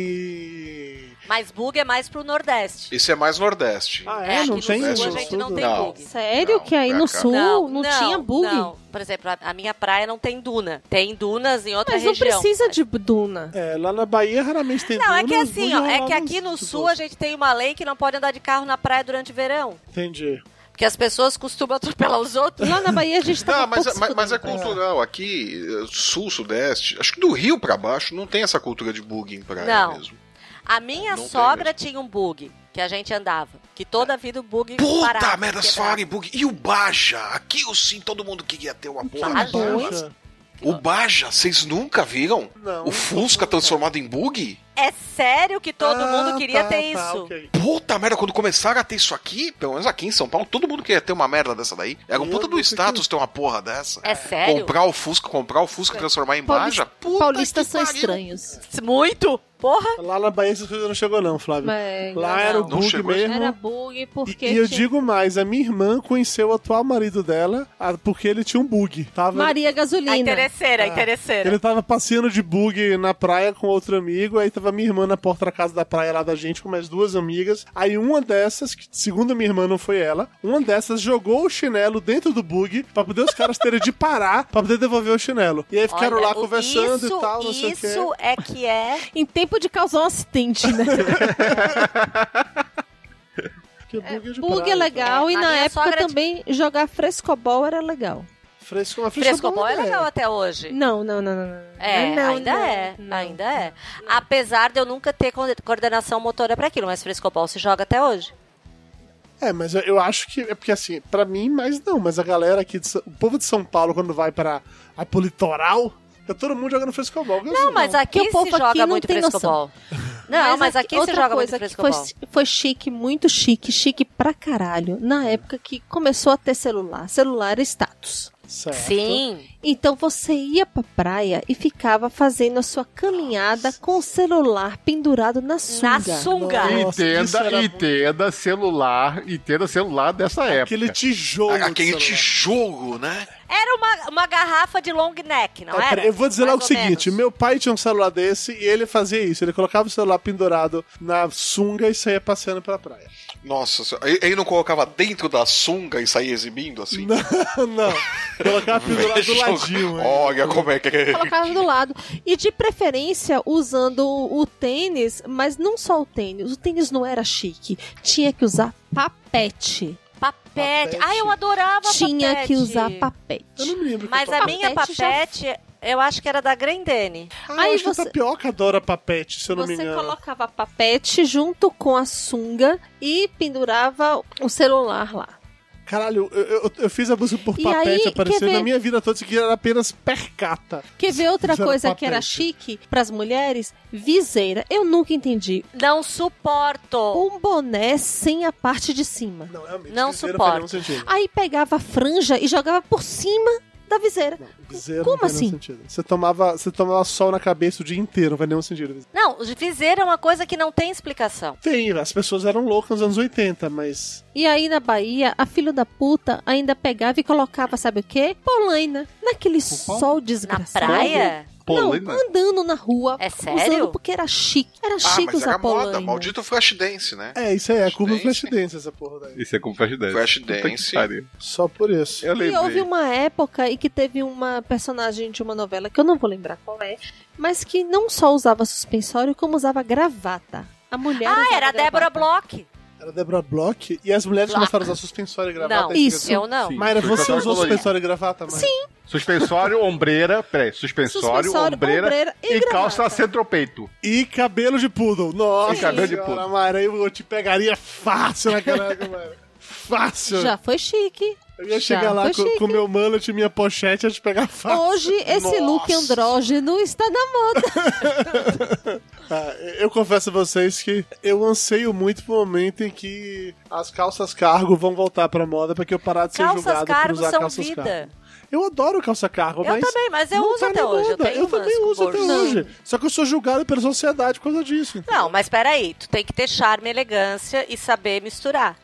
[SPEAKER 2] Sim.
[SPEAKER 4] Mas bug é mais pro Nordeste.
[SPEAKER 5] Isso é mais Nordeste.
[SPEAKER 2] Ah,
[SPEAKER 4] É,
[SPEAKER 2] é?
[SPEAKER 4] aqui
[SPEAKER 2] Não
[SPEAKER 4] no
[SPEAKER 2] tem
[SPEAKER 4] sul
[SPEAKER 2] isso?
[SPEAKER 4] a gente não
[SPEAKER 2] tudo?
[SPEAKER 4] tem
[SPEAKER 5] Não.
[SPEAKER 4] bug.
[SPEAKER 3] Sério
[SPEAKER 5] Não,
[SPEAKER 3] que aí
[SPEAKER 5] pra
[SPEAKER 3] no
[SPEAKER 5] cá.
[SPEAKER 3] sul não, tinha bug?
[SPEAKER 4] não. Por exemplo, a, a minha praia não tem duna. Tem dunas em outra
[SPEAKER 3] Mas não
[SPEAKER 4] região.
[SPEAKER 3] precisa de duna.
[SPEAKER 2] É, lá na Bahia raramente tem
[SPEAKER 4] Não, é que
[SPEAKER 2] dunas,
[SPEAKER 4] assim,
[SPEAKER 2] bug
[SPEAKER 4] ó, é
[SPEAKER 2] rolava
[SPEAKER 4] que aqui no
[SPEAKER 2] uns-
[SPEAKER 4] sul a gente tem uma lei que não pode andar de carro na praia durante o verão.
[SPEAKER 2] Entendi.
[SPEAKER 4] Porque as pessoas costumam atropelar os outros.
[SPEAKER 3] Lá na Bahia a gente tava
[SPEAKER 5] Não, mas,
[SPEAKER 3] pouco se né?
[SPEAKER 5] mas, mas é
[SPEAKER 3] fudendo.
[SPEAKER 5] cultural. Aqui, eh, sul, sudeste, acho que do Rio pra baixo não tem essa cultura de bug em praia
[SPEAKER 4] Não.
[SPEAKER 5] mesmo.
[SPEAKER 4] A minha
[SPEAKER 5] Não tem
[SPEAKER 4] sogra tinha um bug que a gente andava. Que toda a vida o bug
[SPEAKER 5] Puta
[SPEAKER 4] parava.
[SPEAKER 5] merda,
[SPEAKER 4] quebrava.
[SPEAKER 5] Safari Bug. E o Baja? Aqui eu sim, todo mundo queria ter uma porra.
[SPEAKER 4] Baja?
[SPEAKER 5] dessa.
[SPEAKER 2] Poxa.
[SPEAKER 5] O Baja, vocês nunca viram?
[SPEAKER 2] Não.
[SPEAKER 5] O Fusca transformado em bug?
[SPEAKER 4] É sério que todo
[SPEAKER 2] Ah,
[SPEAKER 4] mundo queria
[SPEAKER 2] tá,
[SPEAKER 4] ter
[SPEAKER 2] tá,
[SPEAKER 4] isso.
[SPEAKER 2] ok.
[SPEAKER 5] Puta merda, quando começaram a ter isso aqui, pelo menos aqui em São Paulo, todo mundo queria ter uma merda dessa daí. Era um
[SPEAKER 2] Eu
[SPEAKER 5] puta do
[SPEAKER 2] nunca
[SPEAKER 5] status ter uma porra dessa.
[SPEAKER 4] É sério?
[SPEAKER 5] Comprar o Fusca, comprar o Fusca e transformar em Baja? Puta
[SPEAKER 3] Paulistas
[SPEAKER 5] que
[SPEAKER 3] são
[SPEAKER 5] pariu.
[SPEAKER 3] estranhos.
[SPEAKER 4] Muito? Porra!
[SPEAKER 2] Lá na Bahia essas coisas não chegou não, Flávio.
[SPEAKER 3] Mas,
[SPEAKER 2] lá
[SPEAKER 3] não,
[SPEAKER 2] era o
[SPEAKER 3] não.
[SPEAKER 5] Não
[SPEAKER 2] bug
[SPEAKER 5] chegou.
[SPEAKER 2] mesmo.
[SPEAKER 3] Era bug porque.
[SPEAKER 2] e, e eu
[SPEAKER 3] tinha-
[SPEAKER 2] digo mais, a minha irmã conheceu o atual marido dela ah, porque ele tinha um bug.
[SPEAKER 5] né?
[SPEAKER 2] Tava,
[SPEAKER 3] Maria
[SPEAKER 4] A
[SPEAKER 3] Gasolina.
[SPEAKER 2] É.
[SPEAKER 4] interesseira, a interesseira.
[SPEAKER 2] Ele tava passeando de bug na praia com outro amigo, aí tava minha irmã na porta da casa da praia lá da gente com mais duas amigas. Aí uma dessas, que segundo minha irmã não foi ela, uma dessas jogou o chinelo dentro do bug pra poder os caras terem de parar pra poder devolver o chinelo. E aí ficaram
[SPEAKER 4] Olha,
[SPEAKER 2] lá conversando
[SPEAKER 4] isso,
[SPEAKER 2] e tal, não sei o quê.
[SPEAKER 4] Isso é que é.
[SPEAKER 3] Em tempo de causar um acidente, né?
[SPEAKER 2] Porque bug
[SPEAKER 5] um
[SPEAKER 2] é de
[SPEAKER 3] bug
[SPEAKER 2] praia.
[SPEAKER 3] é legal
[SPEAKER 4] É,
[SPEAKER 3] e
[SPEAKER 4] a
[SPEAKER 3] na
[SPEAKER 4] minha
[SPEAKER 3] época
[SPEAKER 4] sogra tinha-
[SPEAKER 3] também jogar frescobol era legal.
[SPEAKER 2] Fresco, mas
[SPEAKER 4] Frescobol é
[SPEAKER 2] é
[SPEAKER 4] legal até hoje.
[SPEAKER 3] Não, não, não, não. não.
[SPEAKER 4] É,
[SPEAKER 3] Ah, não,
[SPEAKER 4] ainda
[SPEAKER 3] não,
[SPEAKER 4] é,
[SPEAKER 3] não.
[SPEAKER 4] ainda é. Apesar de eu nunca ter co- coordenação motora pra aquilo, mas frescobol se joga até hoje.
[SPEAKER 2] É, mas eu, eu acho que é porque assim, pra mim, mas não, mas a galera aqui, de Sa- o povo de São Paulo quando vai para a pro litoral, tá todo mundo jogando frescobol.
[SPEAKER 4] Não, mas aqui
[SPEAKER 3] Porque o povo
[SPEAKER 4] se joga
[SPEAKER 3] aqui não
[SPEAKER 4] muito
[SPEAKER 3] tem noção.
[SPEAKER 4] frescobol. Não, mas aqui, se
[SPEAKER 3] outra
[SPEAKER 4] joga muito
[SPEAKER 3] coisa que
[SPEAKER 4] frescobol.
[SPEAKER 3] foi, foi chique, muito chique, chique pra caralho. Na época que começou a ter celular, celular era status.
[SPEAKER 2] Certo.
[SPEAKER 4] Sim.
[SPEAKER 3] Então você ia pra praia e ficava fazendo a sua caminhada com o celular pendurado na sunga.
[SPEAKER 4] Na sunga.
[SPEAKER 2] Nossa, isso era
[SPEAKER 6] Entenda,
[SPEAKER 2] muito-
[SPEAKER 6] entenda celular, entenda celular dessa
[SPEAKER 2] Aquele
[SPEAKER 6] época.
[SPEAKER 2] tijolo. de
[SPEAKER 5] Aquele
[SPEAKER 2] celular.
[SPEAKER 5] tijolo, né?
[SPEAKER 4] Era uma, uma garrafa de long neck, não
[SPEAKER 2] É,
[SPEAKER 4] era?
[SPEAKER 2] pera, Eu vou dizer
[SPEAKER 4] Mais
[SPEAKER 2] logo o
[SPEAKER 4] ou
[SPEAKER 2] seguinte:
[SPEAKER 4] menos.
[SPEAKER 2] meu pai tinha um celular desse e ele fazia isso. Ele colocava o celular pendurado na sunga e saía passeando pela praia.
[SPEAKER 5] Nossa senhora. Ele- Ele não colocava dentro da sunga e saía exibindo assim?
[SPEAKER 2] Não, não. Colocava pendurado do ladinho. hein?
[SPEAKER 5] Olha como é que é.
[SPEAKER 3] colocava do lado. E de preferência usando o tênis, mas não só o tênis. O tênis não era chique. Tinha que usar papete.
[SPEAKER 4] Papete.
[SPEAKER 2] Papete.
[SPEAKER 4] Ah, eu adorava
[SPEAKER 3] Tinha
[SPEAKER 4] papete.
[SPEAKER 3] que usar papete.
[SPEAKER 2] Eu não me lembro.
[SPEAKER 4] Mas
[SPEAKER 2] que eu
[SPEAKER 4] a
[SPEAKER 2] tava-
[SPEAKER 4] minha
[SPEAKER 3] Papete já-
[SPEAKER 4] papete, eu acho que era da Grendene.
[SPEAKER 2] Ah,
[SPEAKER 3] Aí
[SPEAKER 2] eu acho que
[SPEAKER 3] você-
[SPEAKER 2] a tapioca adora papete, se eu não me
[SPEAKER 3] Você
[SPEAKER 2] engano.
[SPEAKER 3] colocava papete junto com a sunga e pendurava o celular lá.
[SPEAKER 2] Caralho, eu, eu- eu fiz a música por
[SPEAKER 3] E
[SPEAKER 2] papete
[SPEAKER 3] aí,
[SPEAKER 2] aparecer
[SPEAKER 3] quer ver?
[SPEAKER 2] na minha vida toda, isso aqui era apenas percata.
[SPEAKER 3] Quer ver outra
[SPEAKER 2] Zero
[SPEAKER 3] coisa que era
[SPEAKER 2] papete.
[SPEAKER 3] chique pras mulheres? Viseira. Eu nunca entendi.
[SPEAKER 4] Não suporto.
[SPEAKER 3] Um boné sem a parte de cima.
[SPEAKER 2] Não, realmente,
[SPEAKER 4] Não
[SPEAKER 2] viseira
[SPEAKER 4] suporto.
[SPEAKER 2] faz nenhum sentido.
[SPEAKER 3] Aí pegava a franja e jogava por cima da viseira.
[SPEAKER 2] Viseira
[SPEAKER 3] Como
[SPEAKER 2] não faz nenhum
[SPEAKER 3] assim?
[SPEAKER 2] sentido. Você tomava, você tomava sol na cabeça o dia inteiro, não faz nenhum sentido.
[SPEAKER 4] Não, viseira é uma coisa que não tem explicação.
[SPEAKER 2] Tem, as pessoas eram loucas nos anos 80, mas.
[SPEAKER 3] E aí na Bahia, a filha da puta ainda pegava e colocava, sabe o quê? Polaina. Naquele sol
[SPEAKER 4] Na
[SPEAKER 3] desgraçado.
[SPEAKER 4] praia?
[SPEAKER 6] Polaina?
[SPEAKER 3] Não, andando na rua.
[SPEAKER 4] É sério?
[SPEAKER 3] Tá Usando porque era chique. Era
[SPEAKER 5] Ah,
[SPEAKER 3] chique
[SPEAKER 5] mas
[SPEAKER 3] usar
[SPEAKER 5] era moda,
[SPEAKER 3] polaina.
[SPEAKER 5] maldito Flashdance, né?
[SPEAKER 2] É, isso aí, é a curva do
[SPEAKER 5] Flashdance.
[SPEAKER 2] Flashdance, essa porra daí.
[SPEAKER 6] Isso é como Flashdance.
[SPEAKER 5] Flashdance.
[SPEAKER 6] Puta que pariu.
[SPEAKER 2] Só por isso.
[SPEAKER 6] Eu
[SPEAKER 3] E houve um-
[SPEAKER 6] lembrei.
[SPEAKER 3] uma época em que teve uma personagem de uma novela, que eu não vou lembrar qual é, mas que não só usava suspensório, como usava gravata. A mulher
[SPEAKER 4] Ah,
[SPEAKER 3] usava
[SPEAKER 4] era a Débora
[SPEAKER 3] gravata.
[SPEAKER 4] Bloch.
[SPEAKER 2] Era Débora Bloch e as mulheres
[SPEAKER 4] Lá.
[SPEAKER 2] começaram a usar suspensório e gravata.
[SPEAKER 4] Não,
[SPEAKER 2] aí fica
[SPEAKER 3] Isso.
[SPEAKER 4] eu não.
[SPEAKER 6] Sim.
[SPEAKER 2] Mayra, você
[SPEAKER 6] Suspensório
[SPEAKER 2] usou
[SPEAKER 6] colorido.
[SPEAKER 2] suspensório e gravata, Mayra? Sim.
[SPEAKER 6] Suspensório, ombreira. Peraí, suspensório,
[SPEAKER 3] Suspensório,
[SPEAKER 6] ombreira,
[SPEAKER 3] ombreira e
[SPEAKER 6] e, calça
[SPEAKER 3] gravata.
[SPEAKER 6] centropeito.
[SPEAKER 2] E cabelo de poodle. Nossa,
[SPEAKER 6] E cabelo de
[SPEAKER 2] senhora,
[SPEAKER 6] poodle.
[SPEAKER 2] Mayra, eu te pegaria fácil na caraca, Mayra. Fácil.
[SPEAKER 3] Já foi chique.
[SPEAKER 2] eu ia
[SPEAKER 3] já
[SPEAKER 2] chegar lá
[SPEAKER 3] foi
[SPEAKER 2] com-
[SPEAKER 3] chique.
[SPEAKER 2] com meu mullet e minha pochete, ia te pegar fácil.
[SPEAKER 3] Hoje, esse look andrógeno está na moda.
[SPEAKER 2] Ah, eu confesso a vocês que eu anseio muito pro momento em que as calças cargo vão voltar pra moda pra que eu parar de ser
[SPEAKER 4] Calças
[SPEAKER 2] julgado por
[SPEAKER 4] cargos
[SPEAKER 2] usar
[SPEAKER 4] são
[SPEAKER 2] calças
[SPEAKER 4] vida.
[SPEAKER 2] cargo. Eu adoro calça cargo,
[SPEAKER 4] Eu
[SPEAKER 2] mas...
[SPEAKER 4] também, mas eu
[SPEAKER 2] não
[SPEAKER 4] uso
[SPEAKER 2] tá
[SPEAKER 4] até
[SPEAKER 2] na
[SPEAKER 4] hoje. Eu,
[SPEAKER 2] moda.
[SPEAKER 4] tenho umas
[SPEAKER 2] também uso até
[SPEAKER 4] gorjas.
[SPEAKER 2] hoje. Só que eu sou julgado pela sociedade por causa disso.
[SPEAKER 4] Não, mas peraí, tu tem que ter charme, elegância e saber misturar.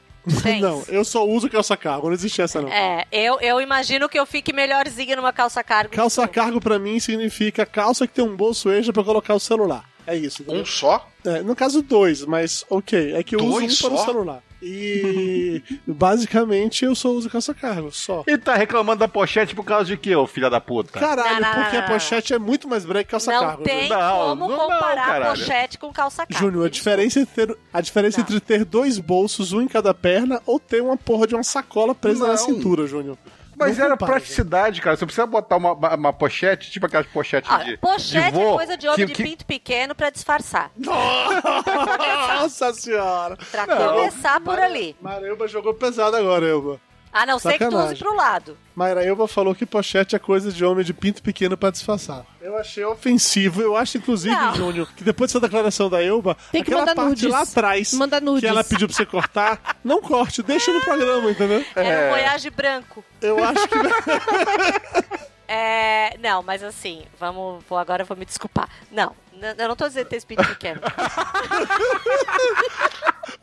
[SPEAKER 4] Tens?
[SPEAKER 2] Não, eu só uso calça cargo, não existe essa não.
[SPEAKER 4] É, eu, eu imagino que eu fique melhorzinha numa calça cargo.
[SPEAKER 2] Calça cargo pra mim significa calça que tem um bolso extra pra colocar o celular. É isso. entendeu?
[SPEAKER 5] Um só?
[SPEAKER 2] É, no caso, dois, mas ok. É que eu
[SPEAKER 5] Dois
[SPEAKER 2] uso um para o
[SPEAKER 5] só?
[SPEAKER 2] celular. E basicamente eu só uso calça-cargo, só.
[SPEAKER 6] E tá reclamando da pochete por causa de quê, ô filha da puta?
[SPEAKER 2] Caralho,
[SPEAKER 4] Não, não,
[SPEAKER 2] porque
[SPEAKER 4] não,
[SPEAKER 2] a
[SPEAKER 4] não.
[SPEAKER 2] pochete é muito mais branca que
[SPEAKER 4] Não
[SPEAKER 2] calça-cargo.
[SPEAKER 4] tem
[SPEAKER 6] Não,
[SPEAKER 4] como
[SPEAKER 6] não,
[SPEAKER 4] comparar
[SPEAKER 6] caralho.
[SPEAKER 4] pochete com calça cargo.
[SPEAKER 2] Júnior, a diferença, é ter, a diferença
[SPEAKER 4] Não.
[SPEAKER 2] entre ter dois bolsos, um em cada perna, ou ter uma porra de uma sacola presa na
[SPEAKER 6] Não.
[SPEAKER 2] cintura, Júnior.
[SPEAKER 6] Mas
[SPEAKER 2] Não
[SPEAKER 6] era
[SPEAKER 2] compara, gente.
[SPEAKER 6] praticidade, cara. Você precisa botar uma, uma- uma pochete, tipo aquelas pochetes
[SPEAKER 4] Ah,
[SPEAKER 6] de.
[SPEAKER 4] pochete
[SPEAKER 6] de vô,
[SPEAKER 4] é coisa de homem
[SPEAKER 6] que-
[SPEAKER 4] de
[SPEAKER 6] que-
[SPEAKER 4] pinto pequeno pra disfarçar.
[SPEAKER 2] Nossa senhora!
[SPEAKER 4] Pra
[SPEAKER 6] Não,
[SPEAKER 4] começar por ali.
[SPEAKER 2] Mareuba jogou pesado agora, Elba.
[SPEAKER 4] A não ser que tu
[SPEAKER 2] sacanagem.
[SPEAKER 4] use pro lado.
[SPEAKER 2] Mayra Elba falou que pochete é coisa de homem de pinto pequeno pra disfarçar. Eu achei ofensivo. Eu acho, inclusive,
[SPEAKER 4] Não.
[SPEAKER 2] Júnior, que depois dessa declaração da Elba,
[SPEAKER 3] Tem que
[SPEAKER 2] aquela
[SPEAKER 3] mandar
[SPEAKER 2] parte
[SPEAKER 3] nudes.
[SPEAKER 2] lá atrás
[SPEAKER 3] Manda nudes.
[SPEAKER 2] que ela pediu pra você cortar, não corte, deixa no programa, entendeu?
[SPEAKER 4] Era um voyage branco.
[SPEAKER 2] É. Eu acho que...
[SPEAKER 4] É. Não, mas assim, vamos. Vou, agora eu vou me desculpar. Não, n- eu não tô dizendo ter esse pinto pequeno.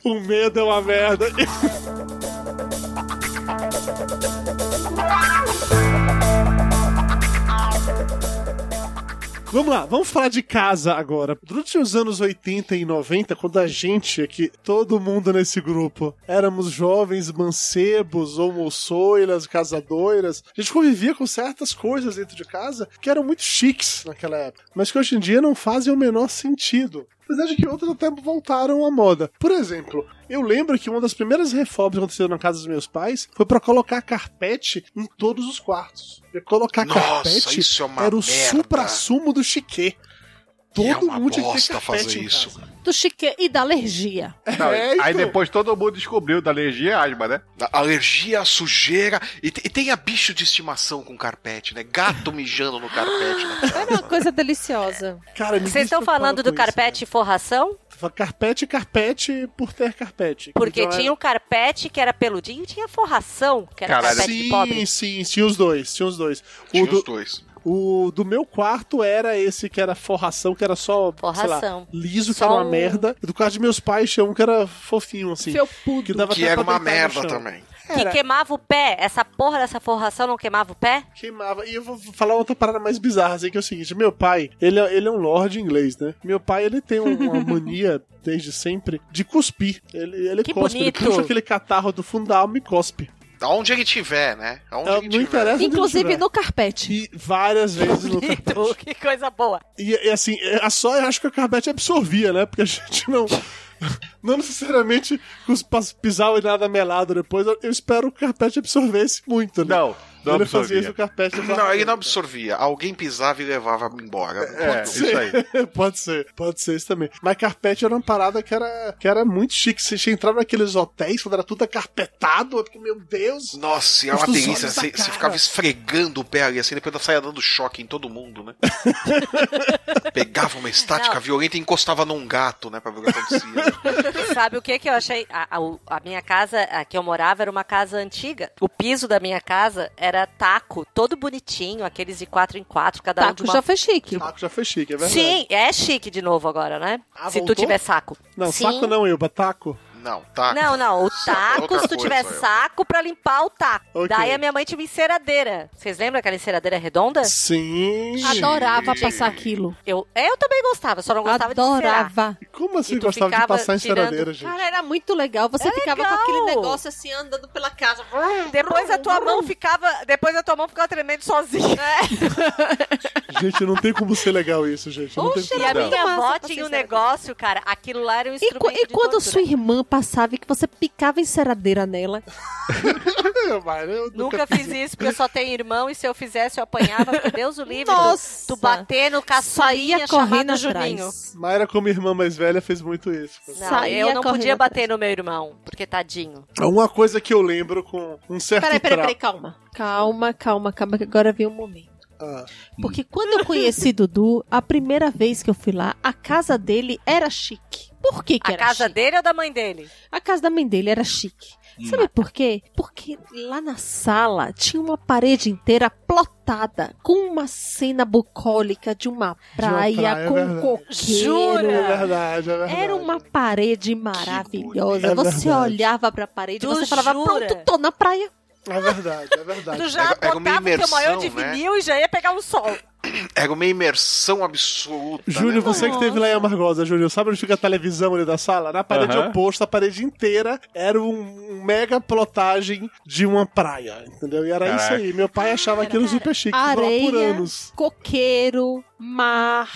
[SPEAKER 2] O medo é uma merda. Vamos lá, vamos falar de casa agora. Durante os anos 80 e 90, quando a gente aqui, todo mundo nesse grupo, éramos jovens mancebos, homoçoiras, casadoiras, a gente convivia com certas coisas dentro de casa que eram muito chiques naquela época, mas que hoje em dia não fazem o menor sentido. Apesar de que outras até voltaram à moda. Por exemplo, eu lembro que uma das primeiras reformas que aconteceu na casa dos meus pais foi pra colocar carpete em todos os quartos. E colocar
[SPEAKER 5] Nossa,
[SPEAKER 2] carpete
[SPEAKER 5] isso é uma
[SPEAKER 2] era o
[SPEAKER 5] merda.
[SPEAKER 2] supra-sumo do chiquet. Todo
[SPEAKER 5] E é uma
[SPEAKER 2] mundo tinha que ter
[SPEAKER 5] bosta
[SPEAKER 2] carpete
[SPEAKER 5] fazer
[SPEAKER 2] em
[SPEAKER 5] isso.
[SPEAKER 2] casa.
[SPEAKER 3] Do chique e da alergia.
[SPEAKER 6] Não,
[SPEAKER 2] É,
[SPEAKER 6] Aí
[SPEAKER 2] então.
[SPEAKER 6] depois todo mundo descobriu da alergia e asma, né?
[SPEAKER 5] A- Alergia, à sujeira. E, te- e tem a bicho de estimação com carpete, né? Gato mijando no carpete. né, cara?
[SPEAKER 3] Era uma coisa deliciosa.
[SPEAKER 2] Cara, ninguém se
[SPEAKER 4] Vocês estão
[SPEAKER 2] preocupava
[SPEAKER 4] falando
[SPEAKER 2] com
[SPEAKER 4] do
[SPEAKER 2] isso,
[SPEAKER 4] carpete e forração?
[SPEAKER 2] né? Fala Carpete, carpete por ter carpete.
[SPEAKER 4] Porque
[SPEAKER 2] Então,
[SPEAKER 4] tinha um o carpete que era peludinho e tinha forração, que era
[SPEAKER 6] Caralho.
[SPEAKER 4] carpete de pobre.
[SPEAKER 2] Sim, sim, tinha os dois, tinha os dois.
[SPEAKER 5] Tinha
[SPEAKER 2] o, do,
[SPEAKER 5] os dois.
[SPEAKER 2] o do meu quarto era esse que era forração, que era só, sei lá,
[SPEAKER 4] Forração.
[SPEAKER 2] liso, que
[SPEAKER 4] Só
[SPEAKER 2] era uma
[SPEAKER 4] um-
[SPEAKER 2] merda. E do quarto de meus pais tinha um que era fofinho, assim.
[SPEAKER 3] Felpudo.
[SPEAKER 2] Que dava
[SPEAKER 5] Que
[SPEAKER 2] até
[SPEAKER 5] era
[SPEAKER 2] pra
[SPEAKER 5] uma
[SPEAKER 2] deitar no
[SPEAKER 5] merda
[SPEAKER 2] chão.
[SPEAKER 5] também.
[SPEAKER 4] Que queimava o pé. Essa porra dessa forração não queimava o pé?
[SPEAKER 2] Queimava. E eu vou falar outra parada mais bizarra, assim, que é o seguinte: meu pai, ele é, ele é um lord inglês, né? Meu pai, ele tem um- uma mania, desde sempre, de cuspir. Ele, ele
[SPEAKER 4] Que
[SPEAKER 2] cospe, ele
[SPEAKER 4] bonito.
[SPEAKER 2] puxa aquele catarro do fundo da alma e cospe.
[SPEAKER 5] Aonde ele tiver, né? Aonde
[SPEAKER 2] É,
[SPEAKER 5] ele
[SPEAKER 2] não
[SPEAKER 5] tiver.
[SPEAKER 2] interessa. onde ele
[SPEAKER 3] Inclusive
[SPEAKER 2] tiver.
[SPEAKER 3] no carpete.
[SPEAKER 2] E várias vezes no carpete.
[SPEAKER 4] Bonito, que coisa boa.
[SPEAKER 2] E, e assim, é, a só eu acho que o Carbete absorvia, né? Porque a gente não. Não necessariamente os pas- pisava em nada melado depois. Eu eu espero que o Carpete absorvesse muito, né?
[SPEAKER 6] Não.
[SPEAKER 2] Ele fazia isso com a peste da
[SPEAKER 5] Não, ele não absorvia. Alguém pisava e levava embora.
[SPEAKER 6] É,
[SPEAKER 2] Pode ser. pode ser, pode ser isso também. Mas carpete era uma parada que era, que era muito chique. Você entrava naqueles hotéis, quando era tudo acarpetado, eu fico, meu Deus.
[SPEAKER 5] Nossa, e era uma
[SPEAKER 2] Os dos
[SPEAKER 5] delícia.
[SPEAKER 2] olhos da
[SPEAKER 5] Você você
[SPEAKER 2] cara.
[SPEAKER 5] ficava esfregando o pé ali assim, depois ela saia dando choque em todo mundo, né? Pegava uma estática
[SPEAKER 4] Não.
[SPEAKER 5] violenta e encostava num gato, né? Pra ver o que acontecia. né?
[SPEAKER 4] Sabe o que que eu achei? A, a- o- a minha casa, a que eu morava, era uma casa antiga. O piso da minha casa era taco, todo bonitinho, aqueles de quatro em quatro, cada um de
[SPEAKER 3] Taco
[SPEAKER 4] uma
[SPEAKER 3] já foi chique.
[SPEAKER 2] Taco já foi chique, é verdade.
[SPEAKER 4] Sim, é chique de novo agora, né?
[SPEAKER 2] Ah,
[SPEAKER 4] Se tu
[SPEAKER 2] voltou?
[SPEAKER 4] tiver saco.
[SPEAKER 2] Não,
[SPEAKER 4] Sim.
[SPEAKER 2] saco não, Ilba, taco.
[SPEAKER 5] Não, tá. taco.
[SPEAKER 4] Não, não, o
[SPEAKER 5] é
[SPEAKER 4] taco,
[SPEAKER 5] outra
[SPEAKER 4] se tu
[SPEAKER 5] coisa,
[SPEAKER 4] tiver
[SPEAKER 5] eu.
[SPEAKER 4] saco pra limpar o taco.
[SPEAKER 2] Ok.
[SPEAKER 4] Daí a minha mãe tinha uma enceradeira. Vocês lembram aquela enceradeira redonda?
[SPEAKER 2] Sim.
[SPEAKER 4] Ah,
[SPEAKER 3] Adorava passar aquilo.
[SPEAKER 4] Eu, é, eu também gostava, só não gostava de encerar.
[SPEAKER 3] Adorava.
[SPEAKER 2] Como assim
[SPEAKER 4] E tu
[SPEAKER 2] gostava de
[SPEAKER 4] ficava
[SPEAKER 2] passar em
[SPEAKER 4] tirando-
[SPEAKER 2] enceradeira, gente?
[SPEAKER 3] Cara, era muito É legal. Você ficava
[SPEAKER 4] legal.
[SPEAKER 3] com aquele negócio assim andando pela casa.
[SPEAKER 4] Depois a tua mão ficava, depois a tua mão ficava tremendo sozinha.
[SPEAKER 2] Gente, não tem como ser legal isso, gente. Não tem
[SPEAKER 4] Poxa, e
[SPEAKER 2] como.
[SPEAKER 4] a
[SPEAKER 3] Não.
[SPEAKER 4] minha avó
[SPEAKER 3] Massa pra
[SPEAKER 4] tinha um
[SPEAKER 3] ser
[SPEAKER 4] negócio, cara. Aquilo lá era um
[SPEAKER 3] E,
[SPEAKER 4] instrumento
[SPEAKER 3] qu- e
[SPEAKER 4] de
[SPEAKER 3] quando
[SPEAKER 4] tortura.
[SPEAKER 3] sua irmã passava e que você picava enceradeira nela?
[SPEAKER 2] Mas eu nunca...
[SPEAKER 4] Nunca fiz isso, porque eu só tenho irmão, e se eu fizesse, eu apanhava, porque Deus o livre.
[SPEAKER 3] Nossa.
[SPEAKER 4] Tu bater no caçulinha
[SPEAKER 3] Saía correndo
[SPEAKER 4] chamado
[SPEAKER 3] atrás.
[SPEAKER 4] Juninho.
[SPEAKER 2] Mayra, como irmã mais velha, fez muito isso.
[SPEAKER 4] Não,
[SPEAKER 3] Saía
[SPEAKER 4] eu não
[SPEAKER 3] correndo
[SPEAKER 4] podia
[SPEAKER 3] atrás.
[SPEAKER 4] bater no meu irmão, porque tadinho.
[SPEAKER 2] Uma coisa que eu lembro com um certo
[SPEAKER 3] Peraí,
[SPEAKER 2] trauma.
[SPEAKER 3] peraí, peraí, calma. Calma, calma, calma, que agora vem um momento.
[SPEAKER 2] Ah.
[SPEAKER 3] Porque quando eu conheci Dudu, a primeira vez que eu fui lá, a casa dele era chique. Por que, que
[SPEAKER 4] A
[SPEAKER 3] era
[SPEAKER 4] casa
[SPEAKER 3] chique?
[SPEAKER 4] dele ou da mãe dele?
[SPEAKER 3] A casa da mãe dele era chique.
[SPEAKER 2] Hum.
[SPEAKER 3] Sabe por quê? Porque lá na sala tinha uma parede inteira plotada com uma cena bucólica de uma
[SPEAKER 2] uma
[SPEAKER 3] praia,
[SPEAKER 2] praia, é
[SPEAKER 3] com um
[SPEAKER 2] verdade.
[SPEAKER 3] coqueiro.
[SPEAKER 2] É verdade, é verdade.
[SPEAKER 4] um
[SPEAKER 3] Era uma parede
[SPEAKER 2] É
[SPEAKER 3] maravilhosa. você
[SPEAKER 2] verdade.
[SPEAKER 3] olhava pra parede e
[SPEAKER 4] Tu
[SPEAKER 3] você falava,
[SPEAKER 4] jura?
[SPEAKER 3] pronto, tô na praia.
[SPEAKER 2] É verdade, é verdade.
[SPEAKER 4] Tu já
[SPEAKER 5] Era- era uma
[SPEAKER 4] botava o teu maior de
[SPEAKER 5] imersão, né?
[SPEAKER 4] vinil e já ia pegar um sol.
[SPEAKER 5] Era uma imersão absoluta.
[SPEAKER 3] Tá
[SPEAKER 2] Júlio,
[SPEAKER 5] né?
[SPEAKER 2] você que teve lá em Amargosa, Júlio, sabe onde fica a televisão ali da sala? Na parede
[SPEAKER 10] Aham.
[SPEAKER 2] oposta, a parede inteira era um um mega plotagem de uma praia, entendeu? E era isso
[SPEAKER 6] Caraca.
[SPEAKER 2] aí. Meu pai achava aquilo super chique, ficou lá por
[SPEAKER 3] Areia,
[SPEAKER 2] anos.
[SPEAKER 3] coqueiro, mar.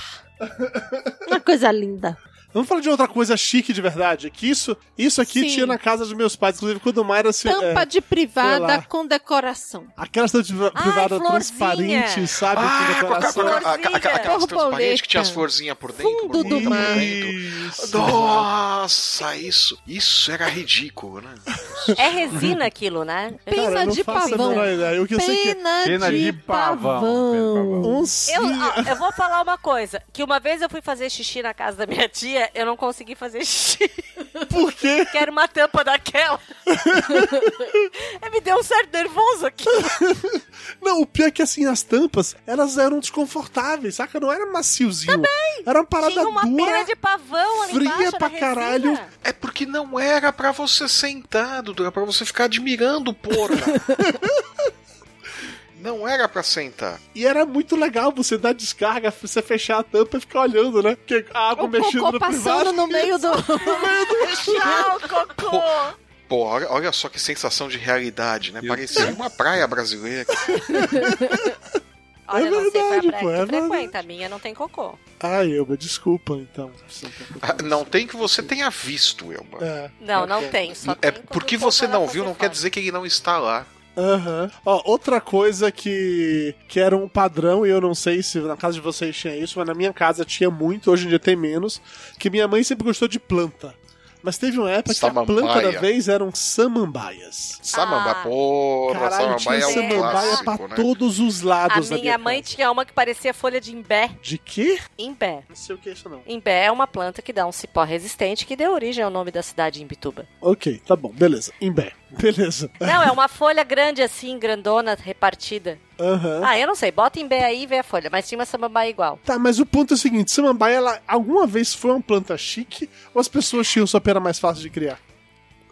[SPEAKER 3] Uma coisa linda.
[SPEAKER 2] Vamos falar de outra coisa chique de verdade, é que isso, isso aqui
[SPEAKER 3] Sim.
[SPEAKER 2] tinha na casa dos meus pais, inclusive quando o Mayra se...
[SPEAKER 3] Tampa
[SPEAKER 2] É,
[SPEAKER 3] de
[SPEAKER 2] sei
[SPEAKER 3] privada
[SPEAKER 2] lá.
[SPEAKER 3] com decoração.
[SPEAKER 2] aquelas tampas priva-
[SPEAKER 4] Ai,
[SPEAKER 2] privadas
[SPEAKER 4] florzinha.
[SPEAKER 2] transparentes, sabe?
[SPEAKER 5] Ah,
[SPEAKER 2] que
[SPEAKER 5] com a- com
[SPEAKER 2] decoração.
[SPEAKER 5] a- a- a-
[SPEAKER 4] Florzinha.
[SPEAKER 5] aquelas transparentes
[SPEAKER 3] Borboleta.
[SPEAKER 5] que tinha as florzinhas por dentro.
[SPEAKER 3] Fundo do
[SPEAKER 5] borboleta por
[SPEAKER 3] mar.
[SPEAKER 5] dentro.
[SPEAKER 2] Isso.
[SPEAKER 5] Nossa, isso. Isso era ridículo, né?
[SPEAKER 4] É resina aquilo, né?
[SPEAKER 2] Cara, eu
[SPEAKER 3] Pena
[SPEAKER 2] não
[SPEAKER 3] de
[SPEAKER 2] faço a
[SPEAKER 3] pavão.
[SPEAKER 2] menor ideia. Eu que eu sei é que
[SPEAKER 3] Pena,
[SPEAKER 6] Pena
[SPEAKER 3] de,
[SPEAKER 6] de pavão. Pena de pavão.
[SPEAKER 2] Um
[SPEAKER 4] Eu,
[SPEAKER 2] cio-
[SPEAKER 4] ó, eu vou falar uma coisa, que uma vez eu fui fazer xixi na casa da minha tia, eu não consegui fazer xixi.
[SPEAKER 2] Por quê?
[SPEAKER 4] Que era uma tampa daquela. É, me deu um certo nervoso aqui.
[SPEAKER 2] Não, o pior é que assim, as tampas, elas eram desconfortáveis, saca? Não era maciozinho. Também! Era uma parada
[SPEAKER 4] Tinha uma
[SPEAKER 2] dura,
[SPEAKER 4] pena de pavão ali
[SPEAKER 2] fria
[SPEAKER 4] embaixo,
[SPEAKER 2] pra
[SPEAKER 4] era resina.
[SPEAKER 2] caralho.
[SPEAKER 5] É porque não era pra você sentar, Dudu, era pra você ficar admirando, porra. não era pra sentar.
[SPEAKER 2] e era muito legal você dar descarga, você fechar a tampa e ficar olhando, né? Porque a água
[SPEAKER 3] o
[SPEAKER 2] mexendo
[SPEAKER 3] cocô
[SPEAKER 2] no
[SPEAKER 3] passando
[SPEAKER 2] privado.
[SPEAKER 3] no meio do...
[SPEAKER 4] Tchau, cocô.
[SPEAKER 5] Pô, olha, olha só que sensação de realidade, né? Parecia uma praia brasileira.
[SPEAKER 4] Olha, eu não sei qual é a
[SPEAKER 2] verdade,
[SPEAKER 4] praia
[SPEAKER 2] pô,
[SPEAKER 4] que
[SPEAKER 2] é
[SPEAKER 4] tu
[SPEAKER 2] verdade.
[SPEAKER 4] frequenta, a minha não tem cocô.
[SPEAKER 2] Ai, Elba, desculpa então.
[SPEAKER 5] Ah, Não tem que você tenha visto, Elba.
[SPEAKER 2] É.
[SPEAKER 4] Não, não tem, só
[SPEAKER 5] É
[SPEAKER 4] tem quando
[SPEAKER 5] porque
[SPEAKER 4] o cocô
[SPEAKER 5] você
[SPEAKER 4] vai
[SPEAKER 5] não
[SPEAKER 4] fazer
[SPEAKER 5] viu, não
[SPEAKER 4] falta.
[SPEAKER 5] quer dizer que ele não está lá.
[SPEAKER 2] Aham. Ó, outra coisa que, que era um padrão, e eu não sei se na casa de vocês tinha isso, mas na minha casa tinha muito, hoje em dia tem menos, que minha mãe sempre gostou de planta. Mas teve uma época que a planta da
[SPEAKER 5] Samambaia.
[SPEAKER 2] vez eram samambaias.
[SPEAKER 5] Samambaia,
[SPEAKER 4] Ah.
[SPEAKER 5] porra,
[SPEAKER 2] Caralho,
[SPEAKER 5] samambaia
[SPEAKER 2] tinha
[SPEAKER 5] é um
[SPEAKER 2] samambaia
[SPEAKER 5] clássico,
[SPEAKER 2] pra
[SPEAKER 5] né?
[SPEAKER 2] todos os lados
[SPEAKER 4] A
[SPEAKER 2] da
[SPEAKER 4] minha mãe
[SPEAKER 2] casa.
[SPEAKER 4] tinha uma que parecia folha de imbé.
[SPEAKER 2] De quê?
[SPEAKER 4] Imbé.
[SPEAKER 2] Não sei o que é isso não.
[SPEAKER 4] Imbé é uma planta que dá um cipó resistente que deu origem ao nome da cidade em Imbituba.
[SPEAKER 2] Ok, tá bom, beleza. Imbé. Beleza.
[SPEAKER 4] Não, é uma folha grande assim, grandona, repartida.
[SPEAKER 2] Aham.
[SPEAKER 4] Ah, eu não sei, bota em B aí e vê a folha, mas tinha uma samambaia igual.
[SPEAKER 2] Tá, mas o ponto é o seguinte, samambaia, ela alguma vez foi uma planta chique ou as pessoas tinham só porque era mais fácil de criar?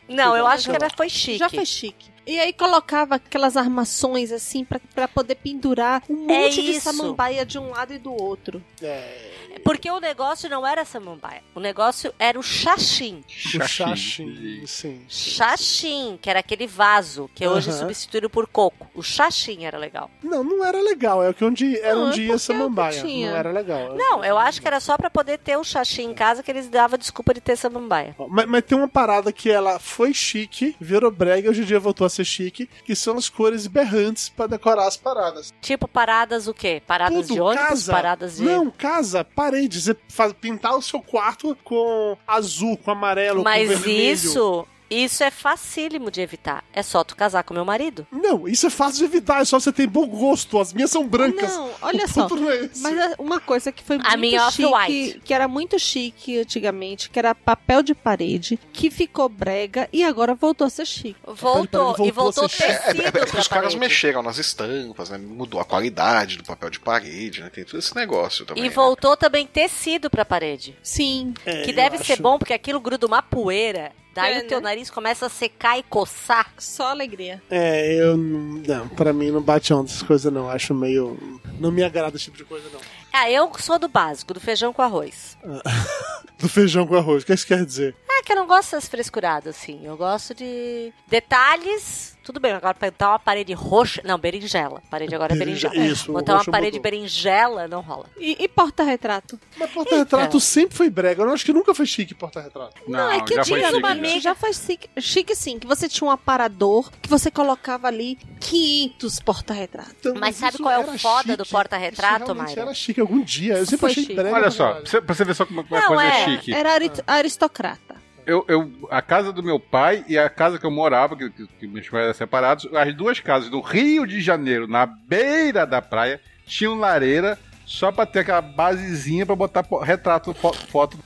[SPEAKER 4] Não,
[SPEAKER 2] Então,
[SPEAKER 4] eu acho que ela foi chique.
[SPEAKER 3] Já foi chique. E aí colocava aquelas armações assim pra, pra poder pendurar um
[SPEAKER 4] É
[SPEAKER 3] monte de
[SPEAKER 4] isso.
[SPEAKER 3] samambaia de um lado e do outro.
[SPEAKER 2] É,
[SPEAKER 4] Porque o negócio não era samambaia, o negócio era o xaxim.
[SPEAKER 2] o xaxim, sim.
[SPEAKER 4] Xaxim, que era aquele vaso que hoje é
[SPEAKER 2] Aham.
[SPEAKER 4] substituído por coco. O xaxim era legal.
[SPEAKER 2] Não, não era legal. É que onde era
[SPEAKER 3] Não, é
[SPEAKER 2] um dia
[SPEAKER 3] porque
[SPEAKER 2] samambaia.
[SPEAKER 3] não tinha.
[SPEAKER 2] Não era legal.
[SPEAKER 4] Não, eu acho que era só pra poder ter o xaxim em casa que eles davam desculpa de ter samambaia.
[SPEAKER 2] Mas, mas tem uma parada que ela foi chique, virou brega e hoje em dia voltou a ser chique, que são as cores berrantes pra decorar as paradas.
[SPEAKER 4] Tipo, paradas o quê? Paradas
[SPEAKER 2] Tudo,
[SPEAKER 4] de ônibus?
[SPEAKER 2] casa.
[SPEAKER 4] Paradas de.
[SPEAKER 2] Não, casa, parede. Você faz- pintar o seu quarto com azul, com amarelo, com
[SPEAKER 4] Mas
[SPEAKER 2] vermelho.
[SPEAKER 4] isso, isso é facílimo de evitar. É só tu casar com meu marido.
[SPEAKER 2] Não, isso é fácil de evitar, é só você ter bom gosto. As minhas são brancas.
[SPEAKER 3] Não, olha
[SPEAKER 2] o
[SPEAKER 3] só.
[SPEAKER 2] ponto não é esse.
[SPEAKER 3] Mas a- uma coisa que foi
[SPEAKER 4] A
[SPEAKER 3] muito
[SPEAKER 4] minha
[SPEAKER 3] chique,
[SPEAKER 4] off-white.
[SPEAKER 3] que era muito chique antigamente, que era papel de parede, que ficou brega e agora voltou a ser chique.
[SPEAKER 4] Voltou,
[SPEAKER 2] parede
[SPEAKER 4] e
[SPEAKER 2] voltou
[SPEAKER 4] voltou
[SPEAKER 2] a ser
[SPEAKER 4] tecido
[SPEAKER 5] É, é, é porque
[SPEAKER 4] pra
[SPEAKER 5] os caras
[SPEAKER 4] parede.
[SPEAKER 5] mexeram nas estampas, né? Mudou a qualidade do papel de parede, né? Tem todo esse negócio também.
[SPEAKER 4] E
[SPEAKER 5] né?
[SPEAKER 4] voltou também tecido pra parede.
[SPEAKER 3] Sim.
[SPEAKER 2] É,
[SPEAKER 4] que
[SPEAKER 2] eu
[SPEAKER 4] deve ser
[SPEAKER 2] acho.
[SPEAKER 4] bom, porque aquilo gruda uma poeira. Daí
[SPEAKER 3] É,
[SPEAKER 4] o teu
[SPEAKER 3] né?
[SPEAKER 4] nariz começa a secar e coçar.
[SPEAKER 3] Só alegria.
[SPEAKER 2] É, eu. não- Não, pra mim não bate onda essas coisas, não. Acho meio. Não me agrada esse tipo de coisa, não.
[SPEAKER 4] Ah, eu sou do básico, do feijão com arroz.
[SPEAKER 2] Do feijão com arroz, o que é isso quer dizer?
[SPEAKER 4] Ah, que eu não gosto dessas frescuradas, assim. Eu gosto de detalhes. Tudo bem, agora pintar uma parede roxa. Não, berinjela. Parede agora é
[SPEAKER 2] Berinje-
[SPEAKER 4] berinjela.
[SPEAKER 2] isso, o
[SPEAKER 4] Botar uma
[SPEAKER 2] roxo
[SPEAKER 4] parede
[SPEAKER 2] mudou.
[SPEAKER 4] berinjela não rola.
[SPEAKER 3] E, e porta-retrato?
[SPEAKER 2] Mas porta-retrato sempre foi brega. Eu acho que nunca foi chique porta-retrato.
[SPEAKER 3] Não,
[SPEAKER 6] Ah,
[SPEAKER 3] é que eu
[SPEAKER 10] já foi
[SPEAKER 3] tinha
[SPEAKER 10] chique,
[SPEAKER 3] uma
[SPEAKER 6] assim.
[SPEAKER 10] já.
[SPEAKER 3] amiga, já faz chique, chique sim, que você tinha um aparador que você colocava ali 500 porta-retratos.
[SPEAKER 2] Então,
[SPEAKER 4] Mas sabe
[SPEAKER 2] isso
[SPEAKER 4] qual é o
[SPEAKER 2] era
[SPEAKER 4] foda
[SPEAKER 2] chique.
[SPEAKER 4] do porta-retrato,
[SPEAKER 2] Isso realmente
[SPEAKER 4] Mayra?
[SPEAKER 2] era chique algum dia. Eu sempre
[SPEAKER 3] Foi
[SPEAKER 2] achei
[SPEAKER 3] chique.
[SPEAKER 2] brega.
[SPEAKER 6] Olha
[SPEAKER 2] pra
[SPEAKER 6] só,
[SPEAKER 2] caralho.
[SPEAKER 6] pra você, pra você ver só como como é
[SPEAKER 4] Não,
[SPEAKER 6] coisa
[SPEAKER 4] é-
[SPEAKER 6] chique.
[SPEAKER 3] Era arit- aristocrata.
[SPEAKER 6] Eu, eu- a casa do meu pai e a casa que eu morava, que, que, que meus pais eram separados, as duas casas do Rio de Janeiro, na beira da praia, tinham lareira só pra ter aquela basezinha pra botar po- retrato, fo- foto.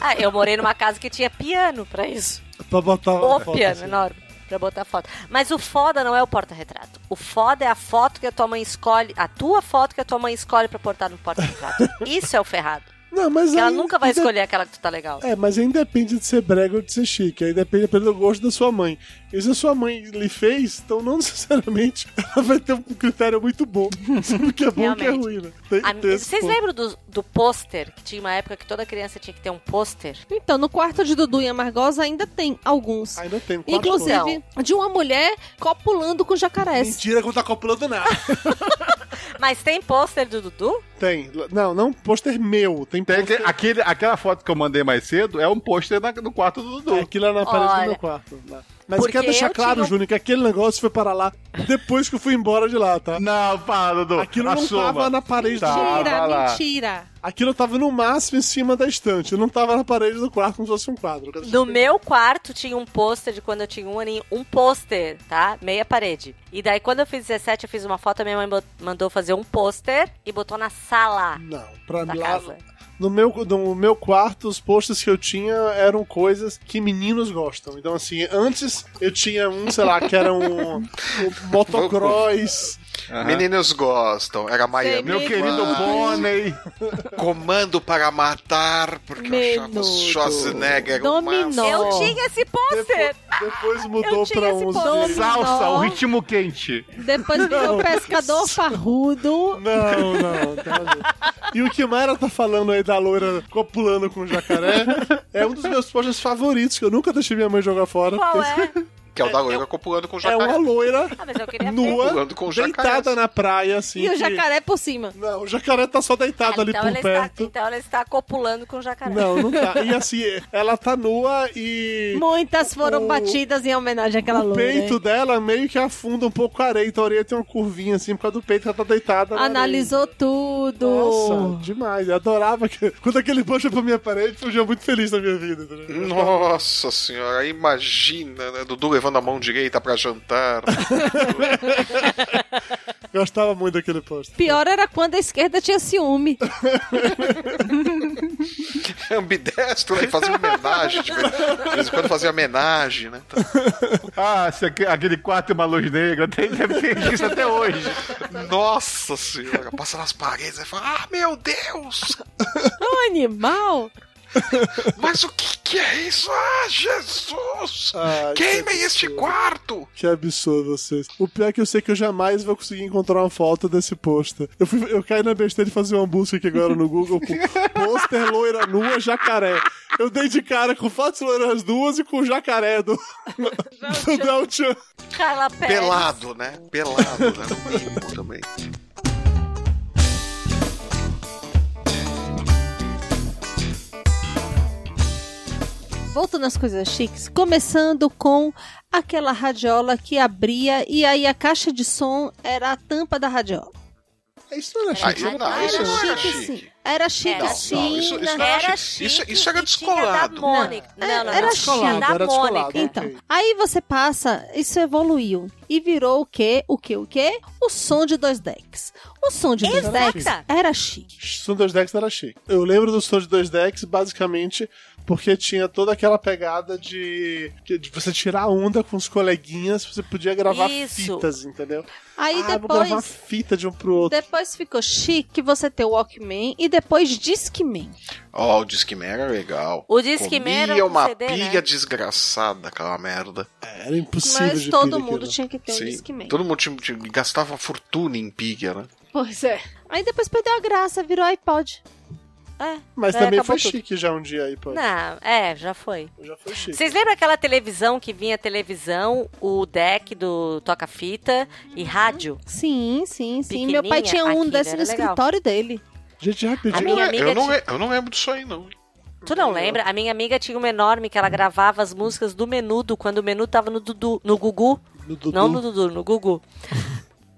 [SPEAKER 4] Ah, eu morei numa casa que tinha piano pra isso.
[SPEAKER 2] Pra botar uma
[SPEAKER 4] o
[SPEAKER 2] foto
[SPEAKER 4] piano
[SPEAKER 2] assim.
[SPEAKER 4] enorme pra botar foto. Mas o foda não é o porta-retrato. O foda é a foto que a tua mãe escolhe, a tua foto que a tua mãe escolhe pra portar no porta-retrato. Isso é o ferrado.
[SPEAKER 2] Não, mas
[SPEAKER 4] Porque ela
[SPEAKER 2] aí-
[SPEAKER 4] nunca vai
[SPEAKER 2] ainda-
[SPEAKER 4] escolher aquela que tu tá legal.
[SPEAKER 2] É, mas aí independe de ser brega ou de ser chique. Aí depende apenas do gosto da sua mãe. E se a sua mãe lhe fez, então não necessariamente ela vai ter um critério muito bom. Sabe o que é bom e o que é
[SPEAKER 4] Realmente.
[SPEAKER 2] ruim, né? Tem-
[SPEAKER 4] A-
[SPEAKER 2] tem esse
[SPEAKER 4] vocês
[SPEAKER 2] ponto.
[SPEAKER 4] lembram do, do pôster? Que tinha uma época que toda criança tinha que ter um pôster.
[SPEAKER 3] Então, no quarto de Dudu e Amargosa ainda tem alguns.
[SPEAKER 2] Ainda tem. um quatro pontos.
[SPEAKER 3] Inclusive, de uma mulher copulando com jacarés.
[SPEAKER 2] Mentira que não tá copulando nada.
[SPEAKER 4] Mas tem pôster do Dudu?
[SPEAKER 2] tem. Não, não pôster meu. Tem
[SPEAKER 6] Tem
[SPEAKER 2] pôster...
[SPEAKER 6] aquele- aquele- aquela foto que eu mandei mais cedo é um pôster na- no quarto do
[SPEAKER 2] É,
[SPEAKER 6] Dudu.
[SPEAKER 2] aquilo era na parede do
[SPEAKER 4] Olha.
[SPEAKER 2] meu quarto. lá. Mas eu
[SPEAKER 4] Porque
[SPEAKER 2] quero deixar
[SPEAKER 4] eu
[SPEAKER 2] claro,
[SPEAKER 4] tinha um-
[SPEAKER 2] Júnior, que aquele negócio foi para lá depois que eu fui embora de lá, tá?
[SPEAKER 6] Não, para, Dudu.
[SPEAKER 2] Aquilo
[SPEAKER 6] assuma.
[SPEAKER 2] não tava na parede do
[SPEAKER 6] Tá.
[SPEAKER 3] Mentira,
[SPEAKER 6] vai lá.
[SPEAKER 3] mentira.
[SPEAKER 2] Aquilo tava no máximo em cima da estante. Não tava na parede do quarto como se fosse um quadro.
[SPEAKER 4] No meu quarto tinha um pôster de quando eu tinha um aninho, um pôster, tá? Meia parede. E daí quando eu fiz 17, eu fiz uma foto, a minha mãe bot- mandou fazer um pôster e botou na sala
[SPEAKER 2] Não, pra
[SPEAKER 4] da
[SPEAKER 2] mim lá.
[SPEAKER 4] casa.
[SPEAKER 2] No meu, no meu quarto, os posters que eu tinha eram coisas que meninos gostam. Então, assim, antes eu tinha um, sei lá, que era um, um motocross.
[SPEAKER 6] Aham.
[SPEAKER 5] Meninos gostam. Era Miami. Ah.
[SPEAKER 6] Meu
[SPEAKER 5] Vice,
[SPEAKER 6] querido pônei.
[SPEAKER 5] Comando para matar, porque eu achava
[SPEAKER 3] Menudo.
[SPEAKER 5] o Schwarzenegger o
[SPEAKER 3] Dominó.
[SPEAKER 5] máximo.
[SPEAKER 4] Eu tinha esse pôster!
[SPEAKER 2] Depois mudou
[SPEAKER 4] Eu tinha
[SPEAKER 2] pra
[SPEAKER 4] esse
[SPEAKER 2] uns.
[SPEAKER 4] pôster.
[SPEAKER 2] de-
[SPEAKER 6] Salsa, o
[SPEAKER 3] Não.
[SPEAKER 6] ritmo quente.
[SPEAKER 3] Depois virou
[SPEAKER 2] Não.
[SPEAKER 3] pescador farrudo.
[SPEAKER 2] Não, não, tá maluco. E o que Mara tá falando aí da loira copulando com o jacaré é um dos meus posters favoritos, que eu nunca deixei minha mãe jogar fora.
[SPEAKER 4] Qual
[SPEAKER 2] porque
[SPEAKER 4] é?
[SPEAKER 5] Que é o da loira copulando com o
[SPEAKER 2] é uma
[SPEAKER 5] jacaré.
[SPEAKER 2] loira
[SPEAKER 4] Ah, mas eu queria ver.
[SPEAKER 2] nua,
[SPEAKER 5] Pulando com o jacaré.
[SPEAKER 2] deitada na praia, assim.
[SPEAKER 3] E o
[SPEAKER 2] que-
[SPEAKER 3] jacaré por cima.
[SPEAKER 2] Não, o jacaré tá só
[SPEAKER 4] Ah,
[SPEAKER 2] deitado ali
[SPEAKER 4] então,
[SPEAKER 2] por
[SPEAKER 4] ela está,
[SPEAKER 2] perto.
[SPEAKER 4] então ela está copulando com o jacaré.
[SPEAKER 2] Não, não tá. E assim, ela tá nua e.
[SPEAKER 3] Muitas foram
[SPEAKER 2] O-
[SPEAKER 3] batidas em homenagem àquela
[SPEAKER 2] O
[SPEAKER 3] loira.
[SPEAKER 2] peito
[SPEAKER 4] né?
[SPEAKER 3] hein?
[SPEAKER 2] dela meio que afunda um pouco a areia, então a areia tem uma curvinha assim por causa do peito que ela tá deitada. na
[SPEAKER 3] Analisou tudo.
[SPEAKER 2] areia. Nossa, demais. Eu adorava. que- Quando aquele banjo pra minha parede, foi um dia muito feliz na minha vida. entendeu?
[SPEAKER 5] Nossa senhora, imagina, né? Dudu levando a mão direita pra jantar.
[SPEAKER 2] Gostava muito daquele post.
[SPEAKER 3] Pior era quando a esquerda tinha ciúme.
[SPEAKER 5] Ambidestro, né? Fazia homenagem. De vez de vez em quando fazia homenagem, né?
[SPEAKER 6] Ah, se aque- aquele quarto é uma luz negra, tem, deve ter isso até hoje.
[SPEAKER 5] Nossa senhora, passa nas paredes e fala: Ah, meu Deus!
[SPEAKER 3] Um animal.
[SPEAKER 5] Mas o que, que é isso? Ah, Jesus!
[SPEAKER 2] Ai,
[SPEAKER 5] Queimem este quarto!
[SPEAKER 2] Que absurdo vocês. O pior é que eu sei que eu jamais vou conseguir encontrar uma foto desse pôster. Eu, fui, eu caí na besteira de fazer uma busca aqui agora no Google com pôster loira nua jacaré. Eu dei de cara com fotos loiras nuas e com o jacaré do, do Del Chan.
[SPEAKER 4] Carla Pérez.
[SPEAKER 5] Pelado, né? Pelado, né? No mínimo também.
[SPEAKER 3] voltando às coisas chiques, começando com aquela radiola que abria e aí a caixa de som era a tampa da radiola.
[SPEAKER 2] Isso não era
[SPEAKER 5] chique, isso
[SPEAKER 3] era,
[SPEAKER 5] não era- Ah, isso não era
[SPEAKER 3] chique,
[SPEAKER 5] chique.
[SPEAKER 3] sim. Era chique,
[SPEAKER 5] Não, não,
[SPEAKER 3] sim.
[SPEAKER 5] isso- isso não
[SPEAKER 4] Era
[SPEAKER 5] era chique. Isso-
[SPEAKER 4] chique
[SPEAKER 5] isso era
[SPEAKER 4] e tinha da
[SPEAKER 5] descolado.
[SPEAKER 4] Mônica. Não, não, não.
[SPEAKER 3] era
[SPEAKER 4] Tinha
[SPEAKER 3] chique,
[SPEAKER 4] da
[SPEAKER 2] era descolado.
[SPEAKER 4] Mônica.
[SPEAKER 3] Então,
[SPEAKER 2] Ok.
[SPEAKER 3] aí você passa, isso evoluiu e virou o quê? O quê? O quê? O som de dois decks. O som de dois
[SPEAKER 4] Exata.
[SPEAKER 3] decks era chique.
[SPEAKER 2] Som de dois decks era chique. Eu lembro do som de dois decks basicamente porque tinha toda aquela pegada de, de você tirar onda com os coleguinhas, você podia gravar
[SPEAKER 4] Isso.
[SPEAKER 2] fitas, entendeu?
[SPEAKER 3] Aí
[SPEAKER 2] ah, vou gravar
[SPEAKER 3] depois,
[SPEAKER 2] fita de um pro outro.
[SPEAKER 3] depois ficou chique você ter o Walkman e depois Discman.
[SPEAKER 5] Ó, o Discman era legal.
[SPEAKER 4] O Discman era
[SPEAKER 5] Comia
[SPEAKER 4] um
[SPEAKER 5] uma
[SPEAKER 4] CD, né?
[SPEAKER 5] pilha desgraçada, aquela merda.
[SPEAKER 2] Era impossível
[SPEAKER 3] Mas
[SPEAKER 2] de
[SPEAKER 3] todo
[SPEAKER 2] pilha
[SPEAKER 3] mundo
[SPEAKER 2] aquilo.
[SPEAKER 3] tinha que ter um
[SPEAKER 5] Sim.
[SPEAKER 3] Discman.
[SPEAKER 5] Todo mundo tinha- tinha- gastava fortuna em pilha, né?
[SPEAKER 3] Pois é. Aí depois perdeu a graça, virou iPod.
[SPEAKER 4] É.
[SPEAKER 2] Mas
[SPEAKER 4] É,
[SPEAKER 2] também
[SPEAKER 4] acabou
[SPEAKER 2] foi
[SPEAKER 4] tudo.
[SPEAKER 2] chique já um dia aí, pô.
[SPEAKER 4] Não, é, já foi.
[SPEAKER 2] Já foi chique.
[SPEAKER 4] Vocês lembram aquela televisão que vinha televisão, o deck do toca-fita e rádio?
[SPEAKER 3] Sim, sim, sim.
[SPEAKER 4] Pequenininha,
[SPEAKER 3] Meu pai tinha um
[SPEAKER 4] aquilo
[SPEAKER 3] desse
[SPEAKER 4] era
[SPEAKER 3] no
[SPEAKER 4] legal.
[SPEAKER 3] escritório dele.
[SPEAKER 2] Gente,
[SPEAKER 4] A
[SPEAKER 5] Eu
[SPEAKER 2] rapidinho.
[SPEAKER 4] minha
[SPEAKER 5] não, le- eu,
[SPEAKER 4] amiga
[SPEAKER 5] não
[SPEAKER 4] tinha-
[SPEAKER 5] le- eu não lembro disso aí, não.
[SPEAKER 4] Tu não lembra? A minha amiga tinha uma enorme que ela gravava as músicas do Menudo quando o Menudo tava no Dudu, no Gugu.
[SPEAKER 2] do Dudu. Ah.
[SPEAKER 4] Não no Dudu, no Gugu.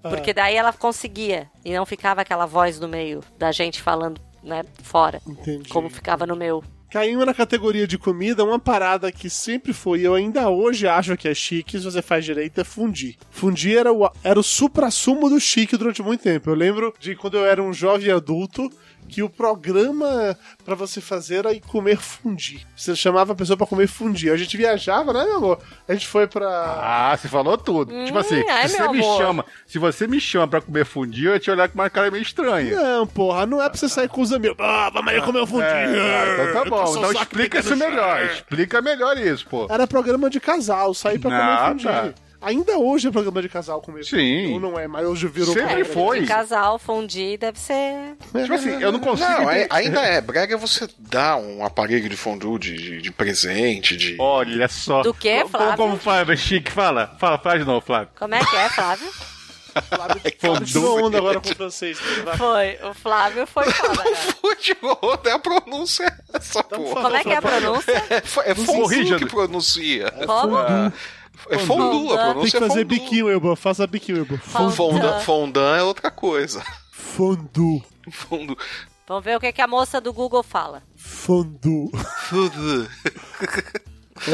[SPEAKER 4] Porque daí ela conseguia e não ficava aquela voz no meio da gente falando, né, fora.
[SPEAKER 2] Entendi.
[SPEAKER 4] Como ficava no meu.
[SPEAKER 2] Caiu na categoria de comida uma parada que sempre foi, e eu ainda hoje acho que é chique, se você faz direito, é fundir. Fundir era o, era o supra-sumo do chique durante muito tempo. Eu lembro de quando eu era um jovem adulto, que o programa pra você fazer era ir comer fundir. Você chamava a pessoa pra comer fundir. A gente viajava, né, meu amor? A gente foi pra...
[SPEAKER 6] Ah, você falou tudo.
[SPEAKER 4] Hum,
[SPEAKER 6] tipo assim,
[SPEAKER 4] ai,
[SPEAKER 6] se você
[SPEAKER 4] meu
[SPEAKER 6] me
[SPEAKER 4] amor.
[SPEAKER 6] chama, se você me chama pra comer fundir, eu ia te olhar com uma cara meio estranha.
[SPEAKER 2] Não, porra, não é pra você sair com os amigos. Ah, vamos ali comer um fundir.
[SPEAKER 6] É, então tá bom, então explica isso melhor. Explica melhor isso, pô.
[SPEAKER 2] Era programa de casal, sair pra
[SPEAKER 6] Nada.
[SPEAKER 2] comer fundir. Ainda hoje é programa de casal comer
[SPEAKER 6] Ah, tá. Sim.
[SPEAKER 2] fundir. Ou não é, mas hoje virou
[SPEAKER 6] Sempre
[SPEAKER 2] programa de
[SPEAKER 6] foi.
[SPEAKER 4] De Um casal, fundir, deve ser.
[SPEAKER 6] Tipo assim, eu não consigo.
[SPEAKER 5] Não, é-
[SPEAKER 6] entender-
[SPEAKER 5] ainda é. Brega é você dar um aparelho de fondue de, de- de presente, de.
[SPEAKER 6] Olha só.
[SPEAKER 4] Do quê,
[SPEAKER 6] Como-
[SPEAKER 4] Flávio?
[SPEAKER 6] Como, Flávio, Chique, fala. Fala, fala de novo, Flávio.
[SPEAKER 4] Como é que é, Flávio?
[SPEAKER 2] Flávio tirou onda agora com o francês. Vai.
[SPEAKER 4] Foi. O Flávio foi foda. né?
[SPEAKER 5] Futebol, até a pronúncia é essa,
[SPEAKER 2] Então,
[SPEAKER 5] porra.
[SPEAKER 2] fala.
[SPEAKER 4] Como é que é a pronúncia?
[SPEAKER 5] É, fo- é fondue
[SPEAKER 6] corrija,
[SPEAKER 5] que
[SPEAKER 6] Lu-
[SPEAKER 5] pronuncia.
[SPEAKER 4] Como?
[SPEAKER 5] É fondue, a
[SPEAKER 4] Fondue.
[SPEAKER 2] Tem
[SPEAKER 5] pronúncia
[SPEAKER 2] que
[SPEAKER 5] é
[SPEAKER 2] fazer
[SPEAKER 5] fondue.
[SPEAKER 2] biquinho, Elba. Faça biquinho, Elba.
[SPEAKER 4] Fondue.
[SPEAKER 5] Fondant, fondant é outra coisa.
[SPEAKER 2] Fondu.
[SPEAKER 5] Fondue.
[SPEAKER 4] Vamos ver o que, que a moça do Google fala.
[SPEAKER 2] Fondu.
[SPEAKER 5] Fondue.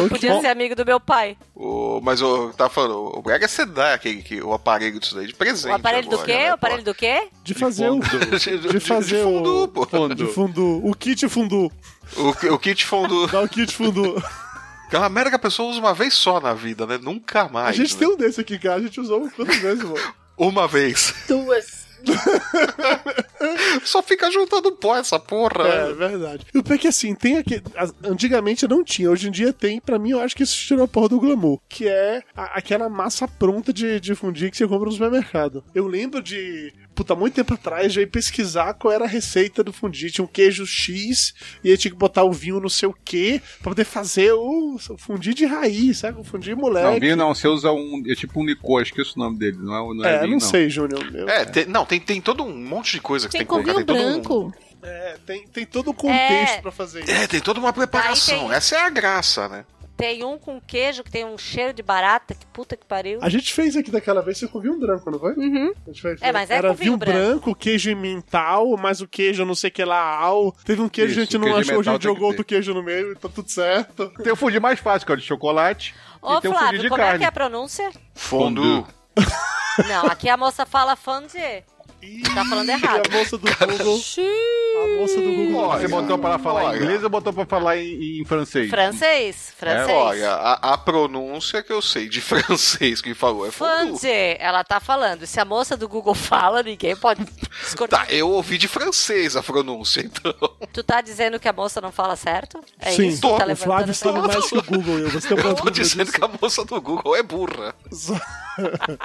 [SPEAKER 4] Podia ser amigo do meu pai.
[SPEAKER 5] O- mas eu tava falando, o Brega é você dá aquele, que, o aparelho disso daí de presente.
[SPEAKER 4] O aparelho do
[SPEAKER 5] agora,
[SPEAKER 4] quê?
[SPEAKER 5] né,
[SPEAKER 4] O aparelho do quê?
[SPEAKER 2] De fazer o...
[SPEAKER 5] pô? de,
[SPEAKER 2] De fazer o...
[SPEAKER 5] fundu, pô.
[SPEAKER 2] De fundu. O kit fundu.
[SPEAKER 5] O, o kit fundu.
[SPEAKER 2] Dá o kit fundu.
[SPEAKER 5] Aquela merda que a pessoa usa uma vez só na vida, né? Nunca
[SPEAKER 2] A
[SPEAKER 5] mais.
[SPEAKER 2] gente
[SPEAKER 5] né?
[SPEAKER 2] tem um desse aqui, cara. A gente usou quantas vezes, mano?
[SPEAKER 5] Uma vez.
[SPEAKER 3] Duas.
[SPEAKER 5] Só fica juntando pó essa porra.
[SPEAKER 2] É,
[SPEAKER 5] né?
[SPEAKER 2] verdade. E o pior é que assim, tem aqui. as- Antigamente não tinha, hoje em dia tem. Pra mim, eu acho que isso tirou a porra do glamour. Que é a- aquela massa pronta de, de fundir que você compra no supermercado. Eu lembro de. Puta, muito tempo atrás, já ir pesquisar qual era a receita do fundir. Tinha um queijo X, e aí tinha que botar o vinho não sei o quê, pra poder fazer o o fundir de raiz, sabe? O fundir moleque.
[SPEAKER 6] Não, vinho não, você usa um. É tipo um licor, esqueci o nome dele. Não é, não é,
[SPEAKER 2] É,
[SPEAKER 6] vinho,
[SPEAKER 2] não sei, Júnior. Eu-
[SPEAKER 5] É, tem- não, tem, tem todo um monte de coisa que
[SPEAKER 3] Tem
[SPEAKER 5] tem que colocar.
[SPEAKER 3] covinho
[SPEAKER 5] Tem todo um-
[SPEAKER 3] branco.
[SPEAKER 2] É, tem, tem todo o contexto
[SPEAKER 4] É.
[SPEAKER 2] pra fazer isso.
[SPEAKER 5] É, tem toda uma preparação.
[SPEAKER 4] tem-
[SPEAKER 5] Essa é a graça, né?
[SPEAKER 4] Tem um com queijo que tem um cheiro de barata, que puta que pariu.
[SPEAKER 2] A gente fez aqui daquela vez, você com vinho branco, não foi?
[SPEAKER 3] Uhum.
[SPEAKER 2] A gente vai-
[SPEAKER 4] É, mas é
[SPEAKER 2] era
[SPEAKER 4] com vinho
[SPEAKER 2] vinho branco, queijo mental, mas o queijo não sei que lá, al. Teve um queijo que a gente
[SPEAKER 6] Isso,
[SPEAKER 2] não
[SPEAKER 6] queijo
[SPEAKER 2] achou, a gente
[SPEAKER 6] emmental tem que
[SPEAKER 2] jogou
[SPEAKER 6] ter.
[SPEAKER 2] outro queijo no meio, tá tudo certo.
[SPEAKER 6] Tem o fundi mais fácil, que é o de chocolate.
[SPEAKER 4] Ô,
[SPEAKER 6] e tem o fundi
[SPEAKER 4] Flávio,
[SPEAKER 6] de
[SPEAKER 4] como é
[SPEAKER 6] carne.
[SPEAKER 4] que é a pronúncia?
[SPEAKER 5] Fondue.
[SPEAKER 4] Não, aqui a moça fala fondue. Tá falando errado.
[SPEAKER 2] E a moça do Google.
[SPEAKER 3] É
[SPEAKER 2] A moça do Google.
[SPEAKER 6] Ó, Você
[SPEAKER 5] Olha,
[SPEAKER 6] botou pra falar
[SPEAKER 5] olha.
[SPEAKER 6] em inglês ou botou pra falar em, em francês?
[SPEAKER 4] Francês, francês.
[SPEAKER 5] É, Olha, a, a pronúncia que eu sei de francês que falou é fondue.
[SPEAKER 4] Fondue, ela tá falando. Se a moça do Google fala, ninguém pode escortar.
[SPEAKER 5] Tá, eu ouvi de francês a pronúncia, então.
[SPEAKER 4] Tu tá dizendo que a moça não fala certo? É
[SPEAKER 2] Sim,
[SPEAKER 4] isso? Tá
[SPEAKER 2] o
[SPEAKER 4] levantando
[SPEAKER 2] Flávio
[SPEAKER 4] essa
[SPEAKER 2] sabe
[SPEAKER 4] bola?
[SPEAKER 2] mais que o Google, eu. Você tem uma
[SPEAKER 5] Eu tô
[SPEAKER 2] dúvida
[SPEAKER 5] dizendo
[SPEAKER 4] É
[SPEAKER 2] disso?
[SPEAKER 5] que a moça do Google é burra.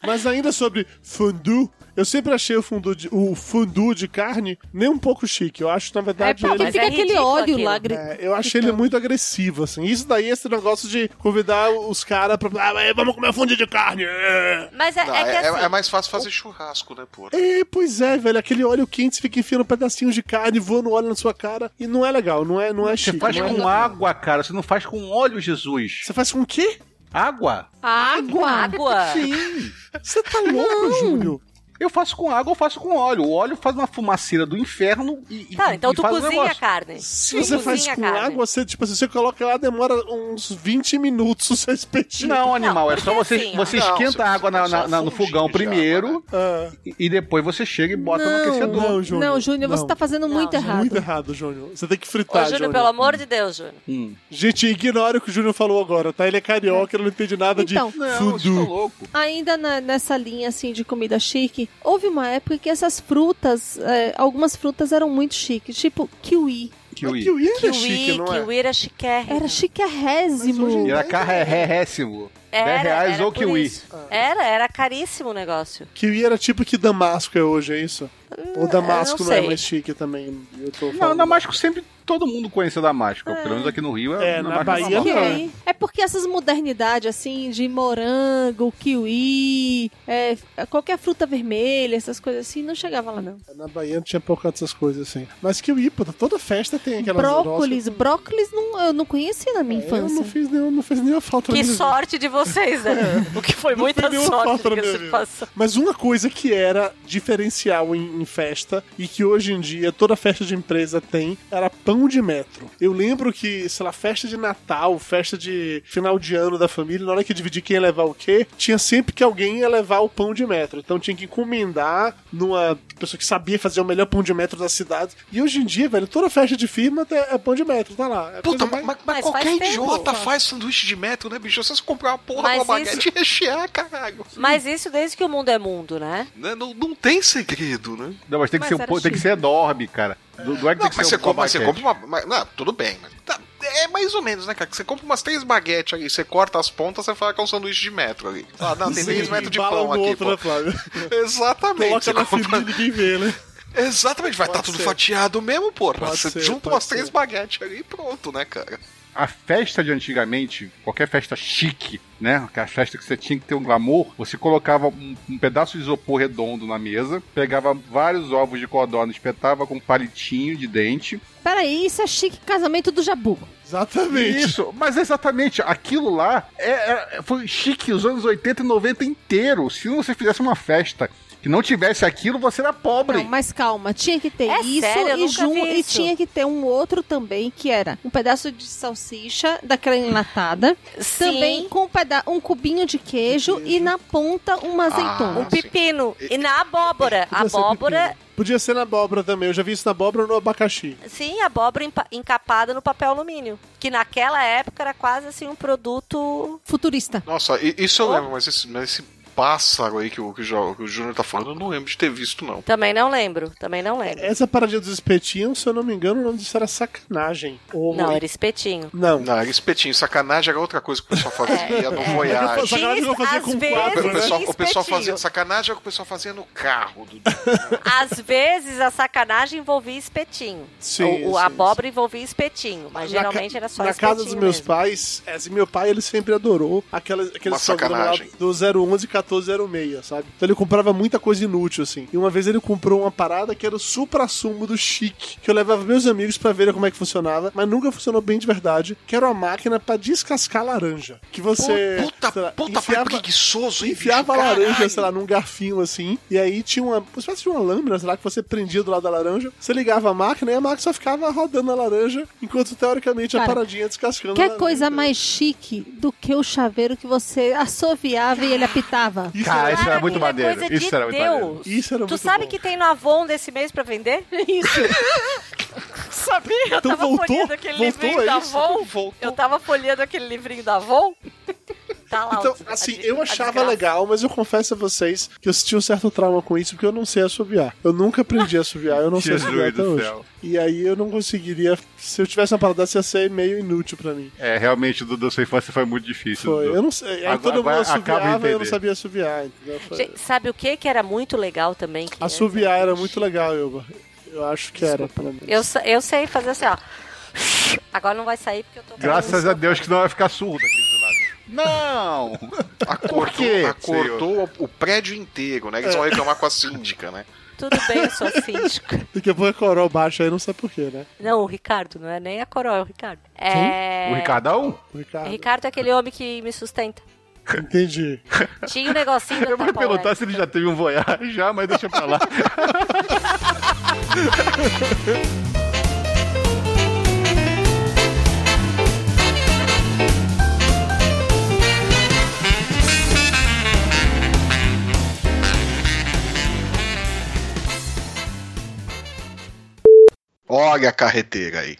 [SPEAKER 2] Mas ainda sobre fondue, eu sempre achei o fondue de, o fondue de carne nem um pouco chique. Eu acho, na verdade,
[SPEAKER 3] porque
[SPEAKER 2] ele...
[SPEAKER 3] fica
[SPEAKER 4] é
[SPEAKER 3] aquele
[SPEAKER 4] ridículo
[SPEAKER 3] óleo
[SPEAKER 4] aquilo.
[SPEAKER 3] lá. gri-
[SPEAKER 2] É, eu achei ele muito agressivo, assim. Isso daí, é esse negócio de convidar os caras pra. Ah, vamos comer fondue de carne! É,
[SPEAKER 4] Mas é,
[SPEAKER 5] Não,
[SPEAKER 4] é que
[SPEAKER 5] é,
[SPEAKER 4] assim,
[SPEAKER 5] é mais fácil fazer churrasco, né, pô?
[SPEAKER 2] É, pois é, velho. Aquele óleo quente você fica enfiando pedacinhos de carne, voando óleo na sua cara. E não é legal, não é, não é
[SPEAKER 6] Você
[SPEAKER 2] chique.
[SPEAKER 6] faz
[SPEAKER 2] não é-
[SPEAKER 6] com água, cara. Você não faz com óleo, Jesus.
[SPEAKER 2] Você faz com o quê?
[SPEAKER 6] Água?
[SPEAKER 3] Água.
[SPEAKER 4] água.
[SPEAKER 6] Sim.
[SPEAKER 2] Você tá louco, Júlio?
[SPEAKER 6] Eu faço com água, eu faço com óleo. O óleo faz uma fumaceira do inferno e. e-
[SPEAKER 4] Tá, então
[SPEAKER 6] e
[SPEAKER 4] tu
[SPEAKER 6] faz um
[SPEAKER 4] cozinha a
[SPEAKER 6] negócio.
[SPEAKER 4] carne.
[SPEAKER 2] Se
[SPEAKER 4] Tu
[SPEAKER 2] você faz
[SPEAKER 4] cozinha a
[SPEAKER 2] com
[SPEAKER 4] carne.
[SPEAKER 2] água, você, tipo assim, você coloca lá, demora uns 20 minutos os seus peixinhos.
[SPEAKER 6] Não, animal, é só
[SPEAKER 4] porque
[SPEAKER 6] você,
[SPEAKER 4] assim, ó.
[SPEAKER 6] você
[SPEAKER 5] Não,
[SPEAKER 6] esquenta
[SPEAKER 5] você-
[SPEAKER 6] a água né? na-
[SPEAKER 5] você
[SPEAKER 6] na- na- no
[SPEAKER 5] funde
[SPEAKER 6] fogão
[SPEAKER 5] já,
[SPEAKER 6] primeiro
[SPEAKER 2] Ah,
[SPEAKER 6] e, e depois você chega e bota no aquecedor.
[SPEAKER 2] não, Júnior.
[SPEAKER 3] Não, Júnior, você
[SPEAKER 2] Não.
[SPEAKER 3] tá fazendo
[SPEAKER 4] Não,
[SPEAKER 3] muito
[SPEAKER 4] Júnior.
[SPEAKER 3] errado.
[SPEAKER 2] Muito errado, Júnior. Você tem que
[SPEAKER 4] Ô,
[SPEAKER 2] fritar,
[SPEAKER 4] Júnior,
[SPEAKER 2] tá, Júnior.
[SPEAKER 4] pelo amor de Deus, Júnior.
[SPEAKER 2] Gente, ignora o que o Júnior falou agora, tá? Ele é carioca, ele não entende nada
[SPEAKER 3] Então.
[SPEAKER 2] de
[SPEAKER 6] Não, você tá
[SPEAKER 2] fudu.
[SPEAKER 6] louco.
[SPEAKER 3] Ainda na- nessa linha assim de comida chique, houve uma época que essas frutas, é, algumas frutas eram muito chiques, tipo kiwi.
[SPEAKER 2] Mas
[SPEAKER 6] é Kiwi.
[SPEAKER 2] Kiwi era
[SPEAKER 4] Kiwi,
[SPEAKER 2] chique, não é?
[SPEAKER 4] kiwi era chiquérrimo.
[SPEAKER 3] Era
[SPEAKER 2] Mas hoje em
[SPEAKER 3] chiquérrésimo.
[SPEAKER 6] E a carne é réssimo. R$ 10 reais ou
[SPEAKER 4] por
[SPEAKER 6] kiwi.
[SPEAKER 4] isso. Era, era caríssimo o negócio.
[SPEAKER 2] Kiwi era tipo que Damasco é hoje, é isso? Ou Damasco não,
[SPEAKER 4] eu não
[SPEAKER 2] é
[SPEAKER 4] sei.
[SPEAKER 2] mais chique também? Eu tô
[SPEAKER 6] Não,
[SPEAKER 2] falando.
[SPEAKER 6] Damasco sempre todo mundo conhece Damasco. Pelo menos aqui no Rio
[SPEAKER 2] É, na
[SPEAKER 6] Damasco
[SPEAKER 2] Bahia,
[SPEAKER 6] normal.
[SPEAKER 2] não.
[SPEAKER 3] Kiwi. É porque essas modernidades assim de morango, kiwi, é, qualquer fruta vermelha, essas coisas assim, não chegava lá não.
[SPEAKER 2] Na Bahia tinha pouca dessas coisas assim. Mas Kiwi, pô, toda festa tem aquelas
[SPEAKER 3] Brócolis, brócolis não, eu não conheci na minha
[SPEAKER 2] nossa, É, Eu não
[SPEAKER 3] infância.
[SPEAKER 2] fiz, nenhum, não fiz nenhuma falta na
[SPEAKER 4] Que
[SPEAKER 2] minha vida.
[SPEAKER 4] sorte de vocês, né? O que foi
[SPEAKER 2] Não
[SPEAKER 4] muita
[SPEAKER 2] foi nenhuma
[SPEAKER 4] sorte
[SPEAKER 2] falta na
[SPEAKER 4] que
[SPEAKER 2] minha
[SPEAKER 4] você
[SPEAKER 2] vida.
[SPEAKER 4] passou.
[SPEAKER 2] Mas uma coisa que era diferencial em, em festa e que hoje em dia toda festa de empresa tem era pão de metro. Eu lembro que, sei lá, festa de Natal, festa de final de ano da família, na hora que dividir quem ia levar o quê, tinha sempre que alguém ia levar o pão de metro. Então tinha que encomendar numa pessoa que sabia fazer o melhor pão de metro da cidade. E hoje em dia, velho, toda festa de firma é é pão de metro, tá lá. É
[SPEAKER 5] Puta,
[SPEAKER 2] coisa
[SPEAKER 5] mas,
[SPEAKER 2] mais-
[SPEAKER 5] mas- mas
[SPEAKER 4] Mas
[SPEAKER 5] qualquer
[SPEAKER 4] faz tempo.
[SPEAKER 5] idiota faz sanduíche de metro, né, bicho? Se você comprar uma porra
[SPEAKER 4] Mas
[SPEAKER 5] de uma baguete
[SPEAKER 4] isso-
[SPEAKER 5] e rechear, caralho.
[SPEAKER 4] Mas isso desde que o mundo é mundo, né?
[SPEAKER 5] Né, Não, não tem segredo, né?
[SPEAKER 6] Não, mas tem que
[SPEAKER 3] Mas
[SPEAKER 6] ser um
[SPEAKER 3] era
[SPEAKER 6] pouco- tem que
[SPEAKER 3] chique.
[SPEAKER 6] ser enorme, cara. Do, do é que
[SPEAKER 5] Não,
[SPEAKER 6] tem que
[SPEAKER 5] mas você
[SPEAKER 6] ser um
[SPEAKER 5] compra, você
[SPEAKER 6] babaquete.
[SPEAKER 5] compra uma. mas- não, tudo bem, mas. tá, é mais ou menos, né, cara? Que Você compra umas três baguetes aí, você corta as pontas, você fala que é um sanduíche de metro ali. Ah, não, tem
[SPEAKER 2] Sim,
[SPEAKER 5] três metros de
[SPEAKER 2] embala
[SPEAKER 5] pão
[SPEAKER 2] um
[SPEAKER 5] aqui,
[SPEAKER 2] outro,
[SPEAKER 5] pô.
[SPEAKER 2] né, Flávio?
[SPEAKER 5] Exatamente.
[SPEAKER 2] Coloca
[SPEAKER 5] você
[SPEAKER 2] na
[SPEAKER 5] compra-
[SPEAKER 2] firma e ninguém vê, né?
[SPEAKER 5] Exatamente, vai
[SPEAKER 2] Pode
[SPEAKER 5] estar tudo
[SPEAKER 2] ser.
[SPEAKER 5] fatiado mesmo, porra.
[SPEAKER 2] Pode
[SPEAKER 5] Você
[SPEAKER 2] ser,
[SPEAKER 5] junta
[SPEAKER 2] pode
[SPEAKER 5] umas
[SPEAKER 2] ser.
[SPEAKER 5] três baguetes ali e pronto, né, cara?
[SPEAKER 6] A festa de antigamente, qualquer festa chique, né? Aquela festa que você tinha que ter um glamour, você colocava um, um pedaço de isopor redondo na mesa, pegava vários ovos de codorna, espetava com um palitinho de dente.
[SPEAKER 3] Peraí, isso é chique casamento do Jabu.
[SPEAKER 2] Exatamente.
[SPEAKER 6] Isso, mas exatamente, aquilo lá é, é- foi chique os anos 80 e 90 inteiro. Se você fizesse uma festa que não tivesse aquilo, você era pobre.
[SPEAKER 3] Não, mas calma, tinha que ter
[SPEAKER 4] É
[SPEAKER 3] isso
[SPEAKER 4] sério, eu
[SPEAKER 3] e
[SPEAKER 4] nunca vi
[SPEAKER 3] e
[SPEAKER 4] isso.
[SPEAKER 3] tinha que ter um outro também que era um pedaço de salsicha daquela enlatada, também
[SPEAKER 4] Sim,
[SPEAKER 3] com um, peda- um cubinho de queijo, e na ponta
[SPEAKER 2] Ah.
[SPEAKER 3] uma
[SPEAKER 5] Ah,
[SPEAKER 3] azeitona.
[SPEAKER 4] um pepino. E na abóbora.
[SPEAKER 2] Podia ser
[SPEAKER 4] Abóbora,
[SPEAKER 2] pepino. Podia ser na abóbora também. Eu já vi isso na abóbora ou no abacaxi.
[SPEAKER 4] sim, abóbora empa- encapada no papel alumínio. Que naquela época era quase assim um produto.
[SPEAKER 3] Futurista.
[SPEAKER 5] Nossa, i- isso eu
[SPEAKER 4] Oh.
[SPEAKER 5] lembro, mas esse, mas esse pássaro aí que o, que o Jo- que o Júnior tá falando, eu não lembro de ter visto, não.
[SPEAKER 4] Também não lembro, também não lembro.
[SPEAKER 2] Essa paradinha dos espetinhos, se eu não me engano, o nome disso era sacanagem. Ou...
[SPEAKER 4] Não, era espetinho.
[SPEAKER 2] Não.
[SPEAKER 5] Não, era espetinho, sacanagem era outra coisa que o pessoal fazia no
[SPEAKER 2] É
[SPEAKER 5] Voyage.
[SPEAKER 2] que sacanagem que eu fazia
[SPEAKER 4] Às
[SPEAKER 2] com
[SPEAKER 4] vezes,
[SPEAKER 5] O
[SPEAKER 2] quadro, né?
[SPEAKER 5] pessoal, o pessoal
[SPEAKER 4] espetinho.
[SPEAKER 5] fazia sacanagem é o que o pessoal fazia no carro. Do...
[SPEAKER 4] Às vezes a sacanagem envolvia espetinho.
[SPEAKER 2] Sim,
[SPEAKER 4] o, o
[SPEAKER 2] sim,
[SPEAKER 4] abóbora envolvia espetinho, mas
[SPEAKER 2] Na ca-
[SPEAKER 4] geralmente era só
[SPEAKER 2] Na
[SPEAKER 4] espetinho.
[SPEAKER 2] casa dos meus
[SPEAKER 4] mesmo.
[SPEAKER 2] pais, é, assim, meu pai ele sempre adorou aquelas,
[SPEAKER 5] Uma
[SPEAKER 2] aqueles programas lá
[SPEAKER 5] sacanagem.
[SPEAKER 2] do 011 e 1406, sabe? Então ele comprava muita coisa inútil, assim. E uma vez ele comprou uma parada que era o supra-sumo do chique, que eu levava meus amigos pra verem como é que funcionava, mas nunca funcionou bem de verdade, que era uma máquina pra descascar laranja. Que você. sei
[SPEAKER 5] Puta,
[SPEAKER 2] lá,
[SPEAKER 5] puta, foi
[SPEAKER 2] enfiava-
[SPEAKER 5] preguiçoso, hein,
[SPEAKER 2] enfiava a
[SPEAKER 5] bicho?
[SPEAKER 2] laranja,
[SPEAKER 5] Caralho.
[SPEAKER 2] sei lá, num garfinho assim, e aí tinha uma uma espécie de uma lâmina, sei lá, que você prendia do lado da laranja, você ligava a máquina e a máquina só ficava rodando a laranja, enquanto teoricamente a
[SPEAKER 3] Cara,
[SPEAKER 2] paradinha ia descascando. a
[SPEAKER 3] Quer
[SPEAKER 2] laranja,
[SPEAKER 3] coisa
[SPEAKER 2] entendeu?
[SPEAKER 3] mais chique do que o chaveiro que você assoviava e ele apitava?
[SPEAKER 2] Isso é
[SPEAKER 6] Cara,
[SPEAKER 2] era,
[SPEAKER 6] isso era muito
[SPEAKER 4] Aquela
[SPEAKER 6] maneiro.
[SPEAKER 4] coisa
[SPEAKER 6] Isso
[SPEAKER 4] de
[SPEAKER 6] era muito
[SPEAKER 4] Deus.
[SPEAKER 6] maneiro.
[SPEAKER 2] isso era
[SPEAKER 4] Tu
[SPEAKER 2] muito
[SPEAKER 4] sabe
[SPEAKER 2] bom.
[SPEAKER 4] que tem no Avon desse mês pra vender?
[SPEAKER 3] Isso.
[SPEAKER 4] Sabia? Eu
[SPEAKER 2] Então
[SPEAKER 4] tava
[SPEAKER 2] voltou?
[SPEAKER 4] folheando aquele
[SPEAKER 2] Voltou
[SPEAKER 4] livrinho da
[SPEAKER 2] isso?
[SPEAKER 4] Avon. Eu tava folheando aquele livrinho da Avon. Tá lá.
[SPEAKER 2] Então,
[SPEAKER 4] o- a
[SPEAKER 2] assim,
[SPEAKER 4] de-
[SPEAKER 2] eu
[SPEAKER 4] a
[SPEAKER 2] achava
[SPEAKER 4] desgraça.
[SPEAKER 2] legal, mas eu confesso a vocês que eu senti um certo trauma com isso, porque eu não sei assobiar. Eu nunca aprendi a assobiar, eu não sei
[SPEAKER 6] Jesus
[SPEAKER 2] assobiar até
[SPEAKER 6] do
[SPEAKER 2] hoje.
[SPEAKER 6] céu.
[SPEAKER 2] E aí eu não conseguiria. Se eu tivesse uma parada dessa, ia ser meio inútil pra mim.
[SPEAKER 6] É, realmente, Dudu, sua infância foi muito difícil.
[SPEAKER 2] Foi.
[SPEAKER 6] Dudu.
[SPEAKER 2] Eu não sei. Aí
[SPEAKER 6] Agora-
[SPEAKER 2] todo mundo
[SPEAKER 6] agora acaba de
[SPEAKER 2] assobiava e eu não
[SPEAKER 6] entender.
[SPEAKER 2] sabia assobiar, entendeu? Foi-
[SPEAKER 4] Gente, sabe o que que era muito legal também? Que
[SPEAKER 2] Assobiar era muito legal, Elba. Eu acho que era, pelo menos.
[SPEAKER 4] Eu, sa- eu sei fazer assim, ó. Agora não vai sair porque eu tô...
[SPEAKER 6] Graças a Deus que não vai ficar surdo aqui do lado. Não! Por quê?
[SPEAKER 5] Acortou, acortou o prédio inteiro, né? Eles
[SPEAKER 2] É.
[SPEAKER 5] vão reclamar com a síndica, né?
[SPEAKER 4] Tudo bem, eu sou síndico.
[SPEAKER 2] Daqui a pouco a Corol baixa aí, não sei porquê, né?
[SPEAKER 4] Não, o Ricardo, não é nem a Coroa, é o Ricardo. É...
[SPEAKER 6] O Ricardão?
[SPEAKER 2] O
[SPEAKER 4] O
[SPEAKER 2] Ricardo.
[SPEAKER 4] Ricardo é aquele homem que me sustenta.
[SPEAKER 2] Entendi.
[SPEAKER 4] Tinha um negocinho da
[SPEAKER 6] Eu vou
[SPEAKER 4] Tupperware.
[SPEAKER 6] perguntar se ele já teve um voyage já, mas deixa pra lá.
[SPEAKER 5] Olha a carreteira aí.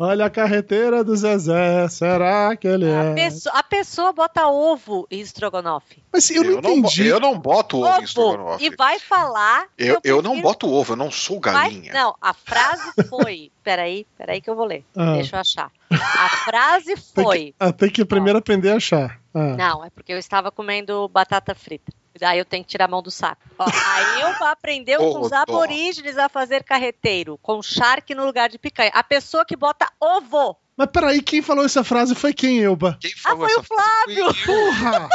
[SPEAKER 2] Olha a carreteira do Zezé, será que ele
[SPEAKER 4] A,
[SPEAKER 2] é?
[SPEAKER 4] pesso- a pessoa bota ovo em estrogonofe.
[SPEAKER 2] Mas eu não
[SPEAKER 5] eu, não, bo-
[SPEAKER 2] entendi.
[SPEAKER 5] eu não boto ovo, em
[SPEAKER 4] Ovo!
[SPEAKER 5] estrogonofe.
[SPEAKER 4] E vai falar... que
[SPEAKER 5] Eu, eu não
[SPEAKER 4] prefiro-
[SPEAKER 5] boto ovo, eu não sou
[SPEAKER 4] Vai-
[SPEAKER 5] galinha.
[SPEAKER 4] Não, a frase foi... Peraí, peraí que eu vou ler.
[SPEAKER 2] Ah.
[SPEAKER 4] Deixa eu achar. A
[SPEAKER 2] Tem
[SPEAKER 4] frase
[SPEAKER 2] que-
[SPEAKER 4] foi...
[SPEAKER 2] Ah, tem que primeiro aprender a achar. Ah.
[SPEAKER 4] Não, é porque eu estava comendo batata frita. Daí eu tenho que tirar a mão do saco. Ó, aí eu aprendeu com os
[SPEAKER 5] Ô, dó.
[SPEAKER 4] aborígenes a fazer carreteiro, com charque no lugar de picanha. A pessoa que bota ovo.
[SPEAKER 2] Mas peraí, quem falou essa frase foi quem, Elba?
[SPEAKER 5] Quem falou
[SPEAKER 4] Ah, foi
[SPEAKER 5] essa
[SPEAKER 4] o
[SPEAKER 5] frase foi eu.
[SPEAKER 2] Porra!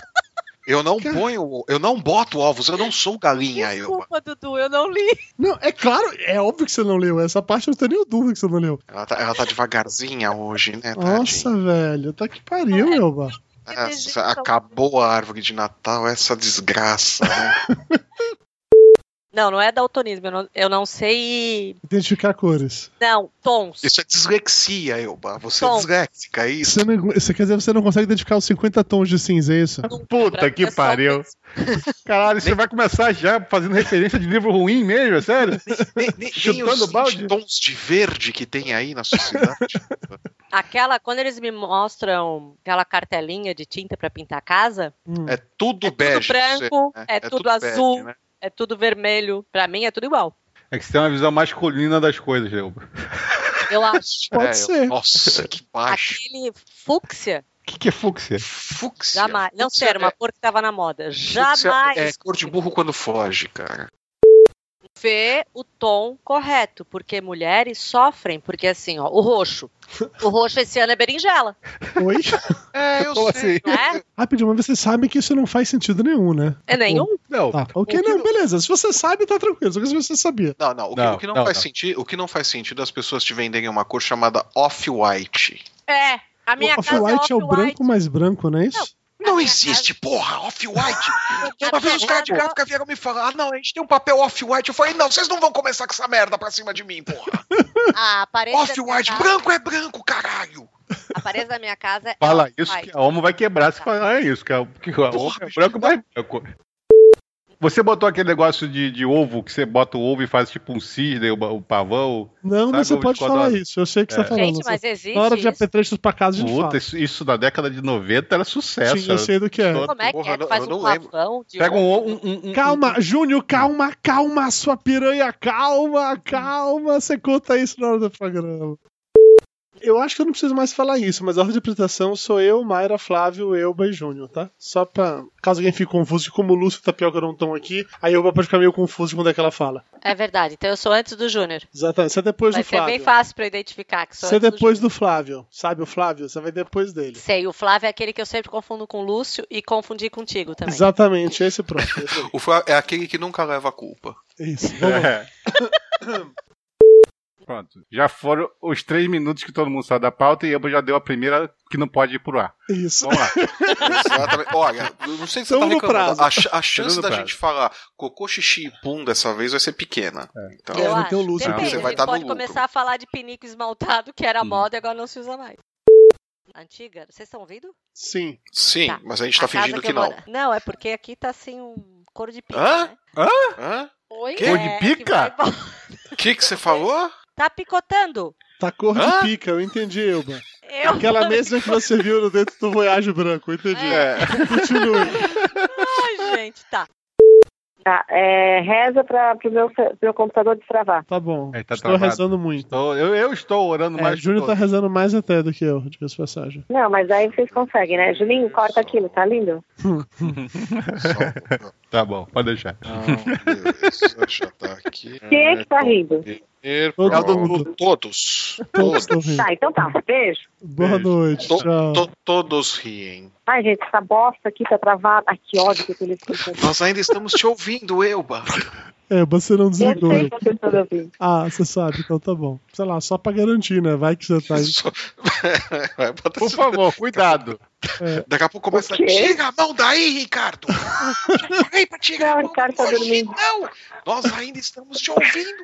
[SPEAKER 5] Eu não ponho, eu não boto ovos, eu não sou galinha, eu.
[SPEAKER 4] Desculpa, Dudu, eu não li.
[SPEAKER 2] Não, é claro, é óbvio que você não leu. Essa parte eu não tenho nenhuma dúvida que você não leu.
[SPEAKER 5] Ela tá, ela tá devagarzinha hoje, né,
[SPEAKER 2] É
[SPEAKER 5] tadinha?
[SPEAKER 2] Nossa, velho, tá que pariu,
[SPEAKER 4] É.
[SPEAKER 2] Elba.
[SPEAKER 5] Essa- acabou Ah, a árvore de Natal, essa desgraça, né?
[SPEAKER 4] Não, não é daltonismo. Eu não, eu não sei.
[SPEAKER 2] Identificar cores.
[SPEAKER 4] Não, tons.
[SPEAKER 5] Isso é dislexia, Elba. Você
[SPEAKER 4] Tom.
[SPEAKER 5] é disléxica, é isso?
[SPEAKER 2] Você, não, você quer dizer que você não consegue identificar os 50 tons de cinza, é isso?
[SPEAKER 6] Puta que
[SPEAKER 4] Eu só
[SPEAKER 6] pariu.
[SPEAKER 4] penso-
[SPEAKER 6] Caralho, você vai começar já fazendo referência de livro ruim mesmo, é sério?
[SPEAKER 5] Nem, nem, nem
[SPEAKER 6] Chutando
[SPEAKER 5] os vinte
[SPEAKER 6] balde?
[SPEAKER 5] tons de verde que tem aí na sociedade.
[SPEAKER 4] Aquela, quando eles me mostram aquela cartelinha de tinta pra pintar a casa,
[SPEAKER 5] É tudo
[SPEAKER 4] é
[SPEAKER 5] bege.
[SPEAKER 4] tudo branco,
[SPEAKER 5] você-
[SPEAKER 4] é, tudo, azul,
[SPEAKER 5] bege, né?
[SPEAKER 4] é tudo vermelho. Pra mim é tudo igual.
[SPEAKER 6] É que você tem uma visão masculina das coisas, Leuba.
[SPEAKER 4] Eu acho.
[SPEAKER 2] Pode
[SPEAKER 5] É, eu-
[SPEAKER 2] ser.
[SPEAKER 5] Nossa, que baixo.
[SPEAKER 4] Aquele fúcsia
[SPEAKER 6] O que, que é fúcsia?
[SPEAKER 5] Fúcsia.
[SPEAKER 4] Jamais. Não
[SPEAKER 5] Fúcsia
[SPEAKER 4] sei, era uma
[SPEAKER 5] é-
[SPEAKER 4] cor que tava na moda.
[SPEAKER 5] fúcsia
[SPEAKER 4] Jamais
[SPEAKER 5] É cor de burro quando foge, cara.
[SPEAKER 4] vê o tom correto, porque mulheres sofrem, porque assim, ó, o roxo. O roxo esse ano é berinjela,
[SPEAKER 2] Oi?
[SPEAKER 5] É, eu
[SPEAKER 6] Como
[SPEAKER 5] sei.
[SPEAKER 6] assim?
[SPEAKER 4] né?
[SPEAKER 2] Rapidinho, mas vocês sabem que isso não faz sentido nenhum, né?
[SPEAKER 4] É nenhum.
[SPEAKER 6] Não,
[SPEAKER 2] Tá, ok, não, beleza. Se você sabe, tá tranquilo. Só que se você sabia.
[SPEAKER 5] Não, não. O que
[SPEAKER 6] Não,
[SPEAKER 5] o que não,
[SPEAKER 6] não,
[SPEAKER 5] faz
[SPEAKER 6] não.
[SPEAKER 5] sentido, o que não faz sentido é as pessoas te venderem uma cor chamada off-white.
[SPEAKER 4] É. A minha
[SPEAKER 2] O
[SPEAKER 4] casa
[SPEAKER 2] off-white é o branco mais branco, não é isso?
[SPEAKER 5] Não
[SPEAKER 4] minha
[SPEAKER 5] existe, porra, off-white.
[SPEAKER 4] minha
[SPEAKER 2] um
[SPEAKER 5] Uma vez os caras de
[SPEAKER 4] casa-
[SPEAKER 5] gráfica vieram me falar, ah, não, a gente tem um papel off-white. Eu falei, não, vocês não vão começar com essa merda pra cima de mim, porra.
[SPEAKER 4] A parede, da minha
[SPEAKER 5] Off-white,
[SPEAKER 4] casa,
[SPEAKER 5] branco é branco, caralho.
[SPEAKER 4] a parede da minha casa é
[SPEAKER 6] Fala
[SPEAKER 4] off-white.
[SPEAKER 6] isso que a Omo vai quebrar se falar é isso, que a, que a Omo é branco mais branco. Você botou aquele negócio de, de ovo, que você bota o ovo e faz tipo um cisne, o, ba- o pavão.
[SPEAKER 2] Não, mas você
[SPEAKER 6] Sabe,
[SPEAKER 2] pode
[SPEAKER 6] ovo de
[SPEAKER 2] falar
[SPEAKER 6] codorna.
[SPEAKER 2] isso. Eu sei o que você
[SPEAKER 6] É.
[SPEAKER 2] tá falando.
[SPEAKER 4] Gente, mas existe
[SPEAKER 2] Na hora de
[SPEAKER 4] isso.
[SPEAKER 2] apetrechos pra casa, a gente
[SPEAKER 6] Puta,
[SPEAKER 2] fala.
[SPEAKER 6] isso, isso na década de 90 era sucesso.
[SPEAKER 2] Sim, eu
[SPEAKER 6] era-
[SPEAKER 2] sei do que é.
[SPEAKER 6] Todo-
[SPEAKER 4] Como é que
[SPEAKER 5] Porra,
[SPEAKER 4] é? Tu
[SPEAKER 5] eu
[SPEAKER 4] faz
[SPEAKER 5] não
[SPEAKER 4] um
[SPEAKER 5] lembro.
[SPEAKER 4] pavão de
[SPEAKER 6] Pega um ovo. Um, um- um-
[SPEAKER 2] Calma, Júnior, calma, calma, sua piranha, calma, calma. Você conta isso na hora do programa. Eu acho que eu não preciso mais falar isso, mas a ordem de apresentação sou eu, Mayra, Flávio, Elba e Júnior, tá? Só pra. Caso alguém fique confuso, como o Lúcio e o Tapioca não estão aqui, a Elba pode ficar meio confuso quando é que ela fala.
[SPEAKER 4] É verdade. Então eu sou antes do Júnior.
[SPEAKER 2] Exatamente. Você é depois
[SPEAKER 4] Vai
[SPEAKER 2] do
[SPEAKER 4] ser
[SPEAKER 2] Flávio.
[SPEAKER 4] bem fácil pra eu identificar que sou
[SPEAKER 2] Você é
[SPEAKER 4] antes
[SPEAKER 2] depois do Flávio. Sabe o Flávio? Você vai depois dele.
[SPEAKER 4] Júnior. Sei, o Flávio é aquele que eu sempre confundo com o Lúcio e confundi contigo também.
[SPEAKER 2] Exatamente, esse pronto. esse aí.
[SPEAKER 5] O Flá é aquele que nunca leva a culpa.
[SPEAKER 2] Isso. Vamos lá.
[SPEAKER 6] É. Pronto. Já foram os três minutos que todo mundo saiu da pauta e eu já deu a primeira que não pode ir pro ar.
[SPEAKER 2] Isso.
[SPEAKER 6] Vamos lá.
[SPEAKER 5] Exatamente. Olha, eu não sei se você tá
[SPEAKER 2] Estamos no
[SPEAKER 5] reclamando.
[SPEAKER 2] prazo.
[SPEAKER 5] A, ch- a chance
[SPEAKER 6] no
[SPEAKER 5] da
[SPEAKER 6] prazo.
[SPEAKER 5] gente falar cocô, xixi e pum dessa vez vai ser pequena.
[SPEAKER 6] É.
[SPEAKER 5] Então,
[SPEAKER 4] Eu
[SPEAKER 2] não
[SPEAKER 4] acho.
[SPEAKER 2] tem o Lúcio,
[SPEAKER 4] Depende,
[SPEAKER 5] não. Você
[SPEAKER 4] a
[SPEAKER 5] vai
[SPEAKER 4] gente
[SPEAKER 5] tá no
[SPEAKER 4] pode
[SPEAKER 5] lucro.
[SPEAKER 4] começar a falar de pinico esmaltado, que era moda e agora não se usa mais. Antiga, vocês estão ouvindo?
[SPEAKER 2] Sim.
[SPEAKER 5] sim,
[SPEAKER 4] Tá.
[SPEAKER 5] mas a gente tá
[SPEAKER 4] casa
[SPEAKER 5] fingindo que,
[SPEAKER 4] eu
[SPEAKER 5] não.
[SPEAKER 4] moro- Não, é porque aqui tá assim um couro de pica,
[SPEAKER 5] Hã?
[SPEAKER 4] né?
[SPEAKER 5] Hã?
[SPEAKER 4] Oi?
[SPEAKER 5] Quê? Couro
[SPEAKER 6] de
[SPEAKER 4] É,
[SPEAKER 6] pica?
[SPEAKER 4] que vai-
[SPEAKER 5] O que que você falou?
[SPEAKER 4] Tá picotando.
[SPEAKER 2] Tá cor de
[SPEAKER 5] Hã?
[SPEAKER 2] pica, eu entendi, Elba.
[SPEAKER 4] Eu-
[SPEAKER 2] Aquela mesma que você viu no dentro do Voyage Branco, entendi.
[SPEAKER 4] É.
[SPEAKER 2] Continue.
[SPEAKER 4] Ai, gente, tá.
[SPEAKER 12] Tá, é, reza para o meu, fe- meu computador destravar.
[SPEAKER 2] Tá bom.
[SPEAKER 6] Ele tá
[SPEAKER 2] Estou
[SPEAKER 6] travado.
[SPEAKER 2] rezando muito.
[SPEAKER 6] Estou- Então, eu, eu estou orando
[SPEAKER 2] É,
[SPEAKER 6] mais.
[SPEAKER 2] o Júnior tá rezando mais até do que eu, diga-se de passagem.
[SPEAKER 12] Não, mas aí vocês conseguem, né? Julinho, corta aquilo, tá lindo?
[SPEAKER 6] Tá bom, pode deixar.
[SPEAKER 5] já tá aqui.
[SPEAKER 12] Quem é que tá rindo?
[SPEAKER 5] É
[SPEAKER 2] Todo
[SPEAKER 5] o
[SPEAKER 2] mundo.
[SPEAKER 5] do- Todos.
[SPEAKER 2] Todos estão rindo.
[SPEAKER 12] Tá, então tá. Beijo.
[SPEAKER 2] Boa noite,
[SPEAKER 5] To-
[SPEAKER 2] tchau.
[SPEAKER 5] to- todos riem.
[SPEAKER 12] Ai, gente, essa bosta aqui tá travada. Ai, que ódio que eu tenho nesse computador.
[SPEAKER 5] Nós ainda estamos te ouvindo, Elba.
[SPEAKER 2] É, você não desligou.
[SPEAKER 12] Eu sei que vocês estão ouvindo.
[SPEAKER 2] Ah, você sabe, então tá bom. Sei lá, só pra garantir, né? Vai que você tá aí.
[SPEAKER 5] Vai botar
[SPEAKER 6] Por
[SPEAKER 5] esse-
[SPEAKER 6] favor, cuidado.
[SPEAKER 5] Daqui a pouco começa.
[SPEAKER 12] O quê?
[SPEAKER 5] Tira a mão daí, Ricardo! Vem pra tirar a
[SPEAKER 12] Não,
[SPEAKER 5] mão.
[SPEAKER 12] Ricardo tá
[SPEAKER 5] Hoje
[SPEAKER 12] dormindo.
[SPEAKER 5] Não! Nós ainda estamos te ouvindo!